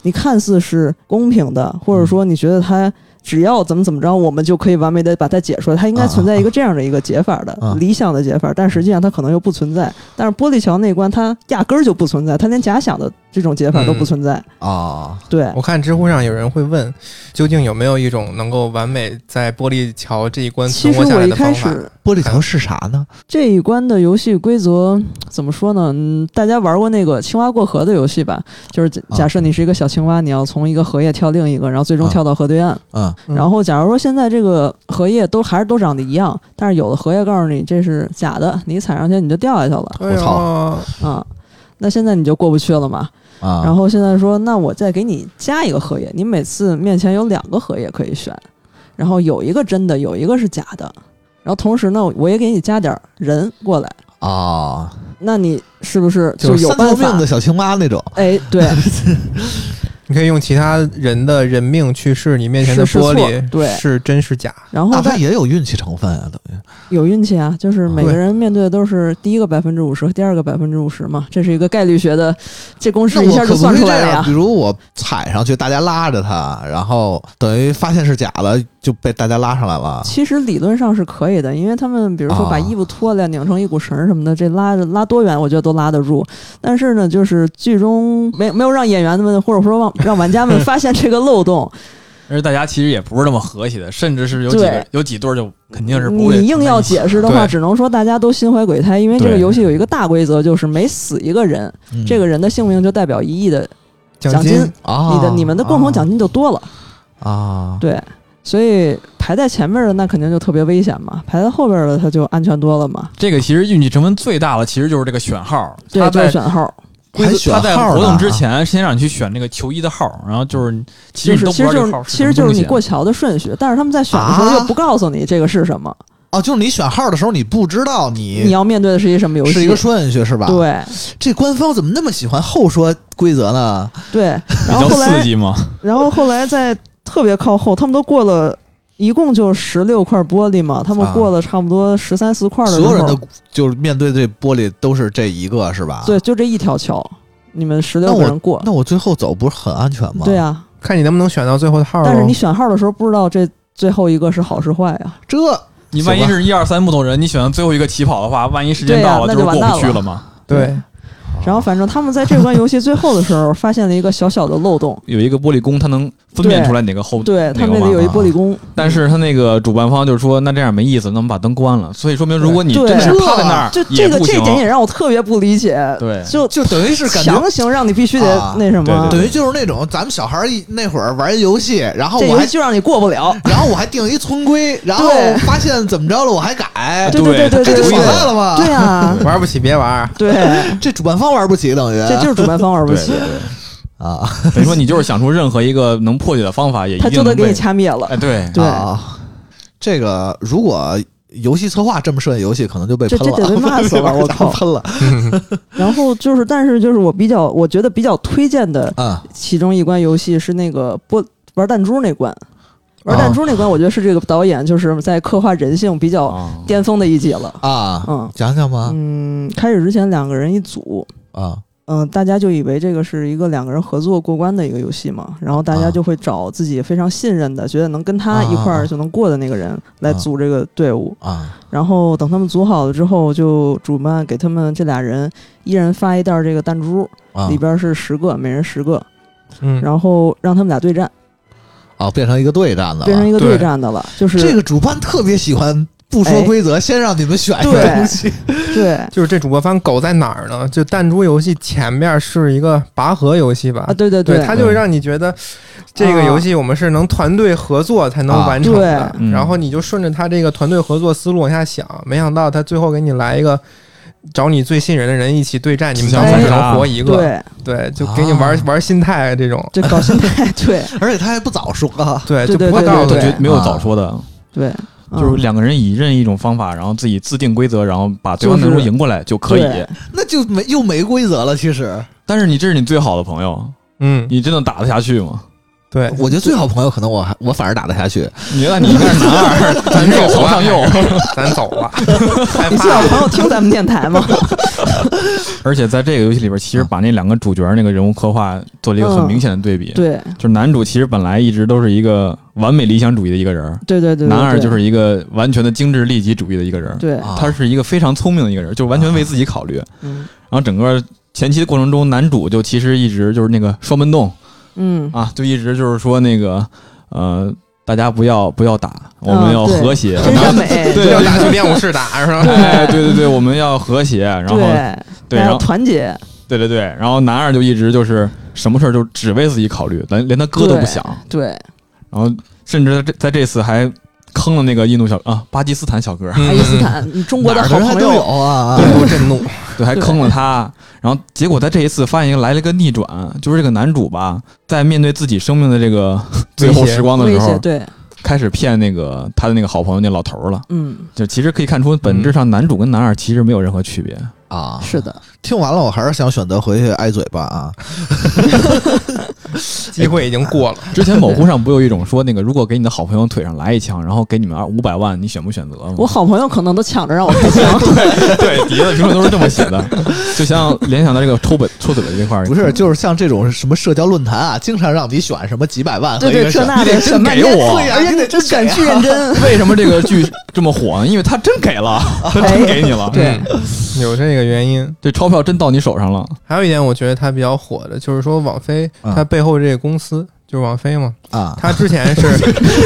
[SPEAKER 3] 你看似是公平的，或者说你觉得它只要怎么怎么着，我们就可以完美的把它解出来，它应该存在一个这样的一个解法的、
[SPEAKER 1] 啊啊啊
[SPEAKER 3] 理想的解法，但实际上它可能又不存在。但是玻璃桥那关它压根儿就不存在，它连假想的这种解法都不存在。
[SPEAKER 1] 啊，
[SPEAKER 3] 对，
[SPEAKER 6] 我看知乎上有人会问，究竟有没有一种能够完美在玻璃桥这一关
[SPEAKER 3] 其
[SPEAKER 6] 存
[SPEAKER 3] 实
[SPEAKER 6] 活下
[SPEAKER 3] 我
[SPEAKER 6] 来
[SPEAKER 3] 一
[SPEAKER 6] 的
[SPEAKER 3] 开
[SPEAKER 6] 方法？
[SPEAKER 3] 始
[SPEAKER 1] 玻璃桥是啥呢？
[SPEAKER 3] 这一关的游戏规则怎么说呢？嗯，大家玩过那个青蛙过河的游戏吧？就是假
[SPEAKER 1] 啊
[SPEAKER 3] 假设你是一个小青蛙，你要从一个荷叶跳另一个，然后最终
[SPEAKER 1] 啊
[SPEAKER 3] 跳到河对岸。
[SPEAKER 1] 嗯，
[SPEAKER 6] 嗯
[SPEAKER 3] 然后假如说现在这个荷叶都还是都长得一样，但是有的荷叶告诉你这是假的，你一踩上去你就掉下去了
[SPEAKER 6] 哎呀
[SPEAKER 1] 我操
[SPEAKER 3] 啊。那现在你就过不去了嘛？
[SPEAKER 1] 啊，
[SPEAKER 3] 然后现在说，那我再给你加一个荷叶，你每次面前有两个荷叶可以选，然后有一个真的，有一个是假的。然后同时呢，我也给你加点儿人过来。
[SPEAKER 1] 啊，
[SPEAKER 3] 那你是不是
[SPEAKER 1] 就是
[SPEAKER 3] 有
[SPEAKER 1] 三条
[SPEAKER 3] 办
[SPEAKER 1] 命
[SPEAKER 3] 法
[SPEAKER 1] 的？小青蛙那种
[SPEAKER 3] 哎，对，
[SPEAKER 6] 你可以用其他人的人命去试你面前的
[SPEAKER 3] 是是
[SPEAKER 6] 玻
[SPEAKER 3] 错
[SPEAKER 6] 璃，
[SPEAKER 3] 对
[SPEAKER 6] 是真是假？
[SPEAKER 3] 然后
[SPEAKER 1] 那它
[SPEAKER 3] 他
[SPEAKER 1] 也有运气成分啊，等于
[SPEAKER 3] 有运气啊，就是每个
[SPEAKER 6] 对
[SPEAKER 3] 人面对的都是第一个百分之五十和第二个百分之五十嘛，这是一个概率学的，这公式一
[SPEAKER 1] 那
[SPEAKER 3] 下
[SPEAKER 1] 我
[SPEAKER 3] 就
[SPEAKER 1] 可
[SPEAKER 3] 算
[SPEAKER 1] 不是
[SPEAKER 3] 出
[SPEAKER 1] 这
[SPEAKER 3] 来了
[SPEAKER 1] 样，
[SPEAKER 3] 呀
[SPEAKER 1] 比。如我踩上去，大家拉着它，然后等于发现是假的，就被大家拉上来了
[SPEAKER 3] 其实理论上是可以的，因为他们比如说
[SPEAKER 1] 啊
[SPEAKER 3] 把衣服脱了，拧成一股绳儿什么的，这拉着拉多远，我觉得都拉得住。但是呢，就是剧中没没有让演员们或者说让让玩家们 发现这个漏洞，
[SPEAKER 7] 而且大家其实也不是那么和谐的，甚至是有几个
[SPEAKER 3] 对
[SPEAKER 7] 有几对儿就肯定是不会
[SPEAKER 3] 你硬要解释的话，
[SPEAKER 6] 对
[SPEAKER 3] 只能说大家都心怀鬼胎，因为这个
[SPEAKER 2] 对
[SPEAKER 3] 游戏有一个大规则，就是每死一个人，
[SPEAKER 1] 嗯
[SPEAKER 3] 这个人的性命就代表一亿的
[SPEAKER 6] 奖
[SPEAKER 3] 金，
[SPEAKER 1] 啊，
[SPEAKER 3] 你的你们的共同奖金就多了。
[SPEAKER 1] 啊，
[SPEAKER 3] 对，所以排在前面的那肯定就特别危险嘛，排在后边的他就安全多了嘛。
[SPEAKER 7] 这个其实运气成分最大的，其实就是这个选号。
[SPEAKER 3] 对，
[SPEAKER 7] 他
[SPEAKER 3] 就是
[SPEAKER 7] 在
[SPEAKER 3] 选号，
[SPEAKER 1] 还选
[SPEAKER 7] 他在
[SPEAKER 1] 号
[SPEAKER 7] 活
[SPEAKER 1] 呢
[SPEAKER 7] 动之前先让你去选那个球衣的号，然后就是其
[SPEAKER 3] 就
[SPEAKER 7] 实你
[SPEAKER 3] 是
[SPEAKER 7] 都不
[SPEAKER 3] 其实
[SPEAKER 7] 知道这
[SPEAKER 3] 就
[SPEAKER 7] 个号
[SPEAKER 3] 是其
[SPEAKER 7] 是
[SPEAKER 3] 实
[SPEAKER 7] 什么
[SPEAKER 3] 就是
[SPEAKER 7] 东西啊
[SPEAKER 3] 你过桥的顺序，但是他们在选的时候
[SPEAKER 1] 啊
[SPEAKER 3] 又不告诉你这个是什么，
[SPEAKER 1] 哦，就是你选号的时候，你不知道你
[SPEAKER 3] 你要面对的是一什么游戏。
[SPEAKER 1] 是一个顺序是吧？，
[SPEAKER 3] 对
[SPEAKER 1] 这官方怎么那么喜欢后说规则呢？
[SPEAKER 3] 对，
[SPEAKER 7] 比
[SPEAKER 3] 然后
[SPEAKER 7] 较
[SPEAKER 3] 后来
[SPEAKER 7] 刺激嘛。
[SPEAKER 3] 然后后来在特别靠后，他们都过了。一共就十六块玻璃嘛，他们
[SPEAKER 1] 啊
[SPEAKER 3] 过了差不多十三四块的时
[SPEAKER 1] 所
[SPEAKER 3] 候，
[SPEAKER 1] 有人的就是面对这玻璃都是这一个是吧？
[SPEAKER 3] 对，，就这一条桥，你们十
[SPEAKER 1] 那
[SPEAKER 3] 六
[SPEAKER 1] 我
[SPEAKER 3] 个人过，
[SPEAKER 1] 那我最后走不是很安全吗？
[SPEAKER 3] 对，啊。
[SPEAKER 6] 看你能不能选到最后的号
[SPEAKER 3] 但是
[SPEAKER 6] 喽
[SPEAKER 3] 你。选号的时候不知道这最后一个是好是坏啊，
[SPEAKER 1] 这
[SPEAKER 7] 你万一
[SPEAKER 1] 行吧
[SPEAKER 7] 是一二三木头人，你选择最后一个起跑的话，万一时间到
[SPEAKER 3] 对啊那
[SPEAKER 7] 了是
[SPEAKER 3] 就
[SPEAKER 7] 过
[SPEAKER 3] 完蛋
[SPEAKER 7] 不去
[SPEAKER 3] 了
[SPEAKER 7] 了嘛。
[SPEAKER 6] 对，
[SPEAKER 1] 啊
[SPEAKER 3] 然后反正他们在这关游戏最后的时候发现了一个小小的漏洞，
[SPEAKER 7] 有一个玻璃工，它能分辨出来哪个后
[SPEAKER 3] 对
[SPEAKER 7] 哪个
[SPEAKER 3] 他们那里有一
[SPEAKER 7] 嘛
[SPEAKER 1] 啊
[SPEAKER 3] 玻璃工，
[SPEAKER 7] 但是他那个主办方就是说，那这样没意思，那我们把灯关了。所以说明，如果你真
[SPEAKER 3] 对
[SPEAKER 7] 的是趴在那儿
[SPEAKER 3] 就，
[SPEAKER 7] 也
[SPEAKER 3] 这个
[SPEAKER 7] 不
[SPEAKER 3] 这
[SPEAKER 7] 行
[SPEAKER 3] 一。点也让我特别不理解，
[SPEAKER 7] 对
[SPEAKER 3] 就
[SPEAKER 1] 就等于是感觉
[SPEAKER 3] 强行让你必须
[SPEAKER 1] 啊
[SPEAKER 3] 得那什么，
[SPEAKER 1] 等于就是那种咱们小孩儿一那会儿玩游戏，然后
[SPEAKER 3] 这
[SPEAKER 1] 我
[SPEAKER 3] 游
[SPEAKER 1] 还
[SPEAKER 3] 戏就让你过不了，
[SPEAKER 1] 然后我还定一村规，然后
[SPEAKER 3] 对
[SPEAKER 1] 发现怎么着了我还改，
[SPEAKER 3] 对哎对对
[SPEAKER 1] 这
[SPEAKER 3] 对
[SPEAKER 1] 就
[SPEAKER 3] 对
[SPEAKER 1] 耍赖
[SPEAKER 3] 对，
[SPEAKER 1] 了吗？
[SPEAKER 3] 对啊，
[SPEAKER 6] 玩不起别玩儿。
[SPEAKER 3] 对，
[SPEAKER 1] 这主办方玩不起，等于
[SPEAKER 3] 这就是主办方玩不起，
[SPEAKER 1] 啊
[SPEAKER 7] 等于说你就是想出任何一个能破解的方法，也一
[SPEAKER 3] 他
[SPEAKER 7] 定
[SPEAKER 3] 就
[SPEAKER 7] 能
[SPEAKER 3] 得给
[SPEAKER 7] 被
[SPEAKER 3] 你掐灭了。
[SPEAKER 7] 哎，对，
[SPEAKER 3] 对，
[SPEAKER 1] 啊，这个如果游戏策划这么设计游戏，可能就被
[SPEAKER 3] 这
[SPEAKER 1] 喷了，
[SPEAKER 3] 这得被骂死
[SPEAKER 1] 被
[SPEAKER 3] 了
[SPEAKER 1] 玩家
[SPEAKER 3] 我靠
[SPEAKER 1] 喷了
[SPEAKER 3] 然后就是，但是就是我比较，我觉得比较推荐的
[SPEAKER 1] 啊！
[SPEAKER 3] 其中一关游戏是那个波玩弹珠那关，玩
[SPEAKER 1] 啊
[SPEAKER 3] 弹珠那
[SPEAKER 7] 哦
[SPEAKER 3] 关，我觉得是这个导演就是在刻画人性比较
[SPEAKER 7] 啊，
[SPEAKER 6] 哦
[SPEAKER 3] 巅峰的一集了。
[SPEAKER 1] 啊，
[SPEAKER 3] 嗯
[SPEAKER 1] 讲讲吧
[SPEAKER 3] 嗯，开始之前两个人一组，
[SPEAKER 1] 啊
[SPEAKER 3] 嗯、大家就以为这个是一个两个人合作过关的一个游戏嘛，然后大
[SPEAKER 1] 啊
[SPEAKER 3] 家就会找自己非常信任的，觉得能跟他一块
[SPEAKER 1] 啊啊啊
[SPEAKER 3] 儿就能过的那个人来组这个队伍。
[SPEAKER 1] 啊
[SPEAKER 3] 然后等他们组好了之后，就主办给他们这俩人一人发一袋儿这个弹珠，
[SPEAKER 1] 啊
[SPEAKER 3] 里边儿是十个，每人十个，
[SPEAKER 6] 嗯，
[SPEAKER 3] 然后让他们俩对战，
[SPEAKER 1] 啊，变成一个对战的
[SPEAKER 3] 变成
[SPEAKER 1] 了。
[SPEAKER 3] 一个
[SPEAKER 6] 对
[SPEAKER 3] 对战的了，就是
[SPEAKER 1] 这个主办特别喜欢不说
[SPEAKER 3] 哎
[SPEAKER 1] 规则，先让你们选一个
[SPEAKER 3] 对
[SPEAKER 1] 东西
[SPEAKER 3] 对
[SPEAKER 6] 就是这主播番狗在哪儿呢？就弹珠游戏前面是一个拔河游戏吧
[SPEAKER 3] 啊，？对对
[SPEAKER 6] 对，它就让你觉得这个游戏我们是能团队合作才能完成的。
[SPEAKER 3] 啊
[SPEAKER 7] 对嗯
[SPEAKER 6] 然后你就顺着他这个团队合作思路往下想，没想到他最后给你来一个找你最信任的人一起对战，你们
[SPEAKER 7] 想
[SPEAKER 6] 才
[SPEAKER 3] 法
[SPEAKER 6] 只
[SPEAKER 7] 啊
[SPEAKER 6] 能活一个。
[SPEAKER 3] 对，
[SPEAKER 6] 对，就给你玩、
[SPEAKER 1] 啊
[SPEAKER 6] 玩心态这种。
[SPEAKER 3] 这搞心态， 对
[SPEAKER 1] 而且他还不早说啊
[SPEAKER 6] 对，
[SPEAKER 3] 对
[SPEAKER 6] 就
[SPEAKER 3] 对
[SPEAKER 6] 不会
[SPEAKER 3] 对
[SPEAKER 6] 告诉
[SPEAKER 7] 我
[SPEAKER 3] 对
[SPEAKER 7] 觉
[SPEAKER 6] 你
[SPEAKER 7] 得没有早说的，
[SPEAKER 3] 对，嗯
[SPEAKER 7] 就是两个人以任意一种方法，然后自己自定规则，然后把对方
[SPEAKER 3] 就是
[SPEAKER 7] 能够赢过来就可以。
[SPEAKER 3] 对
[SPEAKER 1] 那就没又没规则了。其实，
[SPEAKER 7] 但是你这是你最好的朋友，
[SPEAKER 6] 嗯，
[SPEAKER 7] 你真的打得下去吗？
[SPEAKER 6] 哎对，
[SPEAKER 1] 我觉得最好朋友可能我还我反而打得下去。
[SPEAKER 7] 你那你应该是男二，
[SPEAKER 6] 咱
[SPEAKER 7] 你是
[SPEAKER 6] 走
[SPEAKER 7] 头
[SPEAKER 6] 吧
[SPEAKER 7] 上，右，
[SPEAKER 6] 咱走吧。 害
[SPEAKER 3] 你最
[SPEAKER 6] 怕
[SPEAKER 3] 好
[SPEAKER 6] 了
[SPEAKER 3] 朋友听咱们电台吗？
[SPEAKER 7] 而且在这个游戏里边，
[SPEAKER 6] 嗯
[SPEAKER 7] 其实把那两个主角那个人物刻画做了一个很
[SPEAKER 3] 嗯
[SPEAKER 7] 明显的对比。
[SPEAKER 3] 对
[SPEAKER 7] 就是男主其实本来一直都是一个完美理想主义的一个人儿，
[SPEAKER 3] 对对对对，
[SPEAKER 7] 男二
[SPEAKER 3] 对
[SPEAKER 7] 就是一个完全的精致利己主义的一个人儿。
[SPEAKER 3] 对，
[SPEAKER 1] 啊
[SPEAKER 7] 他是一个非常聪明的一个人儿，就完全为自己考虑。然
[SPEAKER 3] 嗯
[SPEAKER 7] 后整个前期的过程中，男主就其实一直就是那个双 门洞
[SPEAKER 3] 嗯，
[SPEAKER 7] 啊，就一直就是说那个呃，大家不要不要打，我们
[SPEAKER 3] 嗯
[SPEAKER 7] 要
[SPEAKER 3] 对
[SPEAKER 7] 和谐。
[SPEAKER 3] 真善美，
[SPEAKER 7] 对
[SPEAKER 6] 要打去练武室打是吧？
[SPEAKER 7] 哎，对对对，我们要和谐。然后
[SPEAKER 3] 对，
[SPEAKER 7] 对，
[SPEAKER 3] 大家
[SPEAKER 7] 然后
[SPEAKER 3] 团结，
[SPEAKER 7] 对对对，然后男二就一直就是什么事儿就只为自己考虑，连连他哥都不想，
[SPEAKER 3] 对，
[SPEAKER 7] 然后甚至在这在这次还坑了那个印度小啊巴基斯坦小哥，
[SPEAKER 6] 嗯
[SPEAKER 3] 爱因斯坦，你中国的
[SPEAKER 1] 哪儿
[SPEAKER 3] 好
[SPEAKER 1] 人还
[SPEAKER 3] 朋
[SPEAKER 1] 都有
[SPEAKER 3] 友，
[SPEAKER 1] 啊啊
[SPEAKER 6] 印度震怒，
[SPEAKER 7] 对，还
[SPEAKER 3] 对
[SPEAKER 7] 坑了他。然后结果在这一次发现一个来了一个逆转，就是这个男主吧，在面对自己生命的这 个最后时光的时
[SPEAKER 3] 威胁，
[SPEAKER 7] 候，
[SPEAKER 3] 对，
[SPEAKER 7] 开始骗那个他的那个好朋友那老头儿了。
[SPEAKER 3] 嗯，
[SPEAKER 7] 就其实可以看出，本质上男主跟男二其实没有任何区别。
[SPEAKER 1] 啊！
[SPEAKER 3] 是的，
[SPEAKER 1] 听完了，我还是想选择回去挨嘴巴啊！
[SPEAKER 6] 哎机会已经过了。
[SPEAKER 7] 之前某乎上不有一种说那个，如果给你的好朋友腿上来一枪，然后给你们二五百万，你选不选择吗？
[SPEAKER 3] 我好朋友可能都抢着让我开枪，
[SPEAKER 7] 对，底下的评论都是这么写的，就像联想到这个抽本抽嘴的这块儿，
[SPEAKER 1] 不是，就是像这种什么社交论坛啊，经常让你选什么几百万和
[SPEAKER 3] 对
[SPEAKER 1] 一个
[SPEAKER 3] 对，这
[SPEAKER 1] 什么
[SPEAKER 3] 那的什么
[SPEAKER 7] 给我
[SPEAKER 3] 对呀而且你真敢去
[SPEAKER 7] 啊
[SPEAKER 3] 认真，
[SPEAKER 7] 为什么这个剧这么火呢？因为他真给了，他真给你了，
[SPEAKER 3] 对
[SPEAKER 6] 嗯有这个原因。
[SPEAKER 7] 这钞票真到你手上了。
[SPEAKER 6] 还有一点，我觉得它比较火的就是说，网飞
[SPEAKER 1] 嗯
[SPEAKER 6] 它背后这个公司就是网飞嘛，
[SPEAKER 1] 啊，
[SPEAKER 6] 它之前是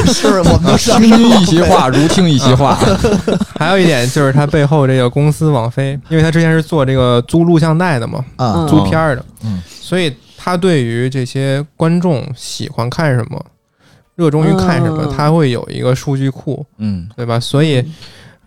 [SPEAKER 1] 是我 们都上
[SPEAKER 7] 听啊一席 话，如听一席话。
[SPEAKER 6] 还有一点就是它背后这个公司网飞，因为它之前是做这个租录像带的嘛，
[SPEAKER 1] 啊
[SPEAKER 3] 嗯
[SPEAKER 6] 租片儿的，
[SPEAKER 1] 嗯
[SPEAKER 6] 所以它对于这些观众喜欢看什么、热衷于看什么，
[SPEAKER 3] 嗯
[SPEAKER 6] 它会有一个数据库，
[SPEAKER 7] 嗯，
[SPEAKER 6] 对吧？所以，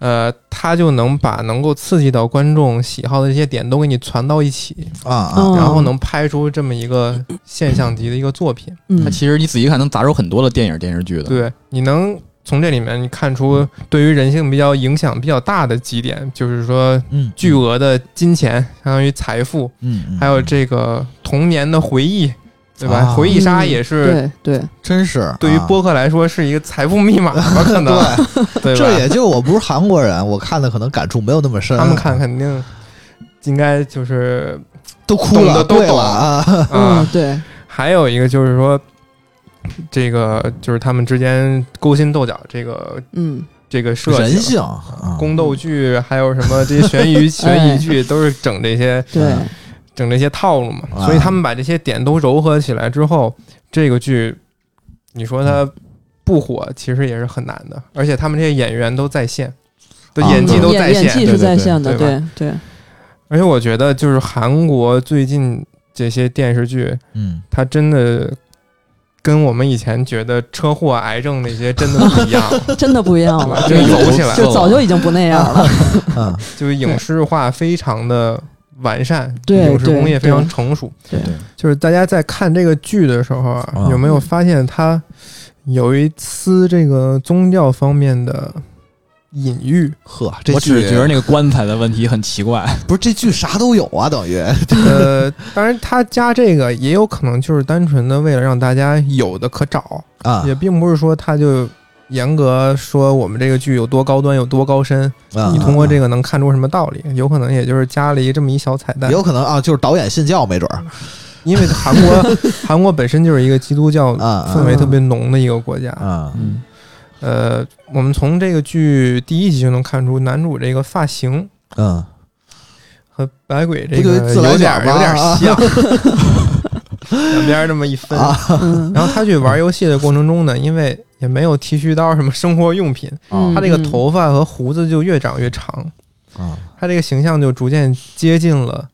[SPEAKER 6] 呃，它就能把能够刺激到观众喜好的这些点都给你传到一起，
[SPEAKER 1] 啊啊
[SPEAKER 3] 嗯
[SPEAKER 6] 然后能拍出这么一个现象级的一个作品。
[SPEAKER 7] 他
[SPEAKER 3] 嗯，
[SPEAKER 7] 其实你仔细看，能砸出很多的电影电视剧的。
[SPEAKER 6] 对，你能从这里面你看
[SPEAKER 1] 嗯
[SPEAKER 6] 出对于人性比较影响比较大的几点，就是说
[SPEAKER 1] 嗯，
[SPEAKER 6] 巨额的金钱，相当于财富，
[SPEAKER 1] 嗯，嗯
[SPEAKER 6] 还有这个童年的回忆，对吧？
[SPEAKER 1] 啊
[SPEAKER 6] 回忆杀也是
[SPEAKER 3] 对嗯对，
[SPEAKER 1] 真是
[SPEAKER 6] 对于
[SPEAKER 1] 啊
[SPEAKER 6] 播客来说是一个财富密 码吧，可能
[SPEAKER 1] 对，
[SPEAKER 6] 对
[SPEAKER 1] 这
[SPEAKER 6] 吧？
[SPEAKER 1] 也就我不是韩国人，我看的可能感触没有那么深。
[SPEAKER 6] 他们看肯定应该就是
[SPEAKER 1] 都哭
[SPEAKER 6] 懂
[SPEAKER 1] 了，
[SPEAKER 6] 得都
[SPEAKER 1] 对
[SPEAKER 6] 懂
[SPEAKER 1] 了啊，
[SPEAKER 6] 啊
[SPEAKER 3] 嗯，对，
[SPEAKER 6] 还有一个就是说，这个就是他们之间勾心斗角这个
[SPEAKER 3] 嗯，
[SPEAKER 6] 这个设计了
[SPEAKER 1] 人性啊，
[SPEAKER 6] 宫斗剧，还有什么这些 悬疑悬疑剧，都是整这些
[SPEAKER 3] 对，
[SPEAKER 6] 整这些套路嘛。
[SPEAKER 1] 啊
[SPEAKER 6] 所以他们把这些点都糅合起来之后，这个剧，你说
[SPEAKER 1] 嗯
[SPEAKER 6] 它不火，其实也是很难的。而且他们这些演员都在线，的
[SPEAKER 1] 啊
[SPEAKER 6] 演技都在
[SPEAKER 3] 演演技
[SPEAKER 6] 线。
[SPEAKER 3] 是
[SPEAKER 7] 对对
[SPEAKER 3] 在
[SPEAKER 7] 对
[SPEAKER 3] 线的，
[SPEAKER 6] 对
[SPEAKER 3] 对对，
[SPEAKER 6] 而且我觉得，就是韩国最近这些电视剧，
[SPEAKER 1] 嗯，
[SPEAKER 6] 它真的。跟我们以前觉得车祸、癌症那些真的不一样，
[SPEAKER 3] 真的不一样 了，
[SPEAKER 6] 就
[SPEAKER 7] 有
[SPEAKER 6] 走起来
[SPEAKER 3] 就
[SPEAKER 6] 了，
[SPEAKER 3] 早就已经不那样了，
[SPEAKER 1] 嗯
[SPEAKER 6] 就是影视化非常的完善，
[SPEAKER 3] 对
[SPEAKER 6] 影视
[SPEAKER 3] 对
[SPEAKER 6] 工业非常
[SPEAKER 3] 对
[SPEAKER 6] 成熟。
[SPEAKER 3] 对
[SPEAKER 1] 对
[SPEAKER 6] 就是大家在看这个剧的时候啊
[SPEAKER 2] 啊，
[SPEAKER 6] 有没有发现它有一丝这个宗教方面的隐喻？
[SPEAKER 1] 呵，这
[SPEAKER 7] 我只
[SPEAKER 1] 剧
[SPEAKER 7] 是觉得那个棺材的问题很奇怪，
[SPEAKER 1] 不是这剧啥都有啊， 等于
[SPEAKER 6] 呃，当然，他加这个也有可能就是单纯的为了让大家有的可找，
[SPEAKER 1] 啊
[SPEAKER 6] 也并不是说他就严格说我们这个剧有多高端有多高深，
[SPEAKER 1] 啊，
[SPEAKER 6] 你通过这
[SPEAKER 1] 个
[SPEAKER 6] 个能看出什么道理？有可能也就是加了一这么一小彩蛋
[SPEAKER 1] 有，可能啊，就是导演信教没准儿
[SPEAKER 6] 因为韩 国韩国本身就是一个基督教
[SPEAKER 1] 啊
[SPEAKER 6] 嗯氛围特别浓的一个国家。
[SPEAKER 1] 啊
[SPEAKER 7] 嗯，
[SPEAKER 6] 呃，我们从这个剧第一集就能看出男主这个发型
[SPEAKER 1] 嗯，
[SPEAKER 6] 和白鬼这
[SPEAKER 1] 不就
[SPEAKER 6] 个
[SPEAKER 1] 一自来
[SPEAKER 6] 有点儿
[SPEAKER 1] 卷吗
[SPEAKER 6] 有点儿
[SPEAKER 1] 啊
[SPEAKER 6] 像， 两边儿这么一分。
[SPEAKER 3] 嗯，
[SPEAKER 6] 然后他去玩游戏的过程中呢，因为也没有剃须刀什么生活用品，
[SPEAKER 1] 嗯
[SPEAKER 6] 他这个头发和胡子就越长越长，
[SPEAKER 1] 啊
[SPEAKER 6] 他这个形象就逐渐接近了，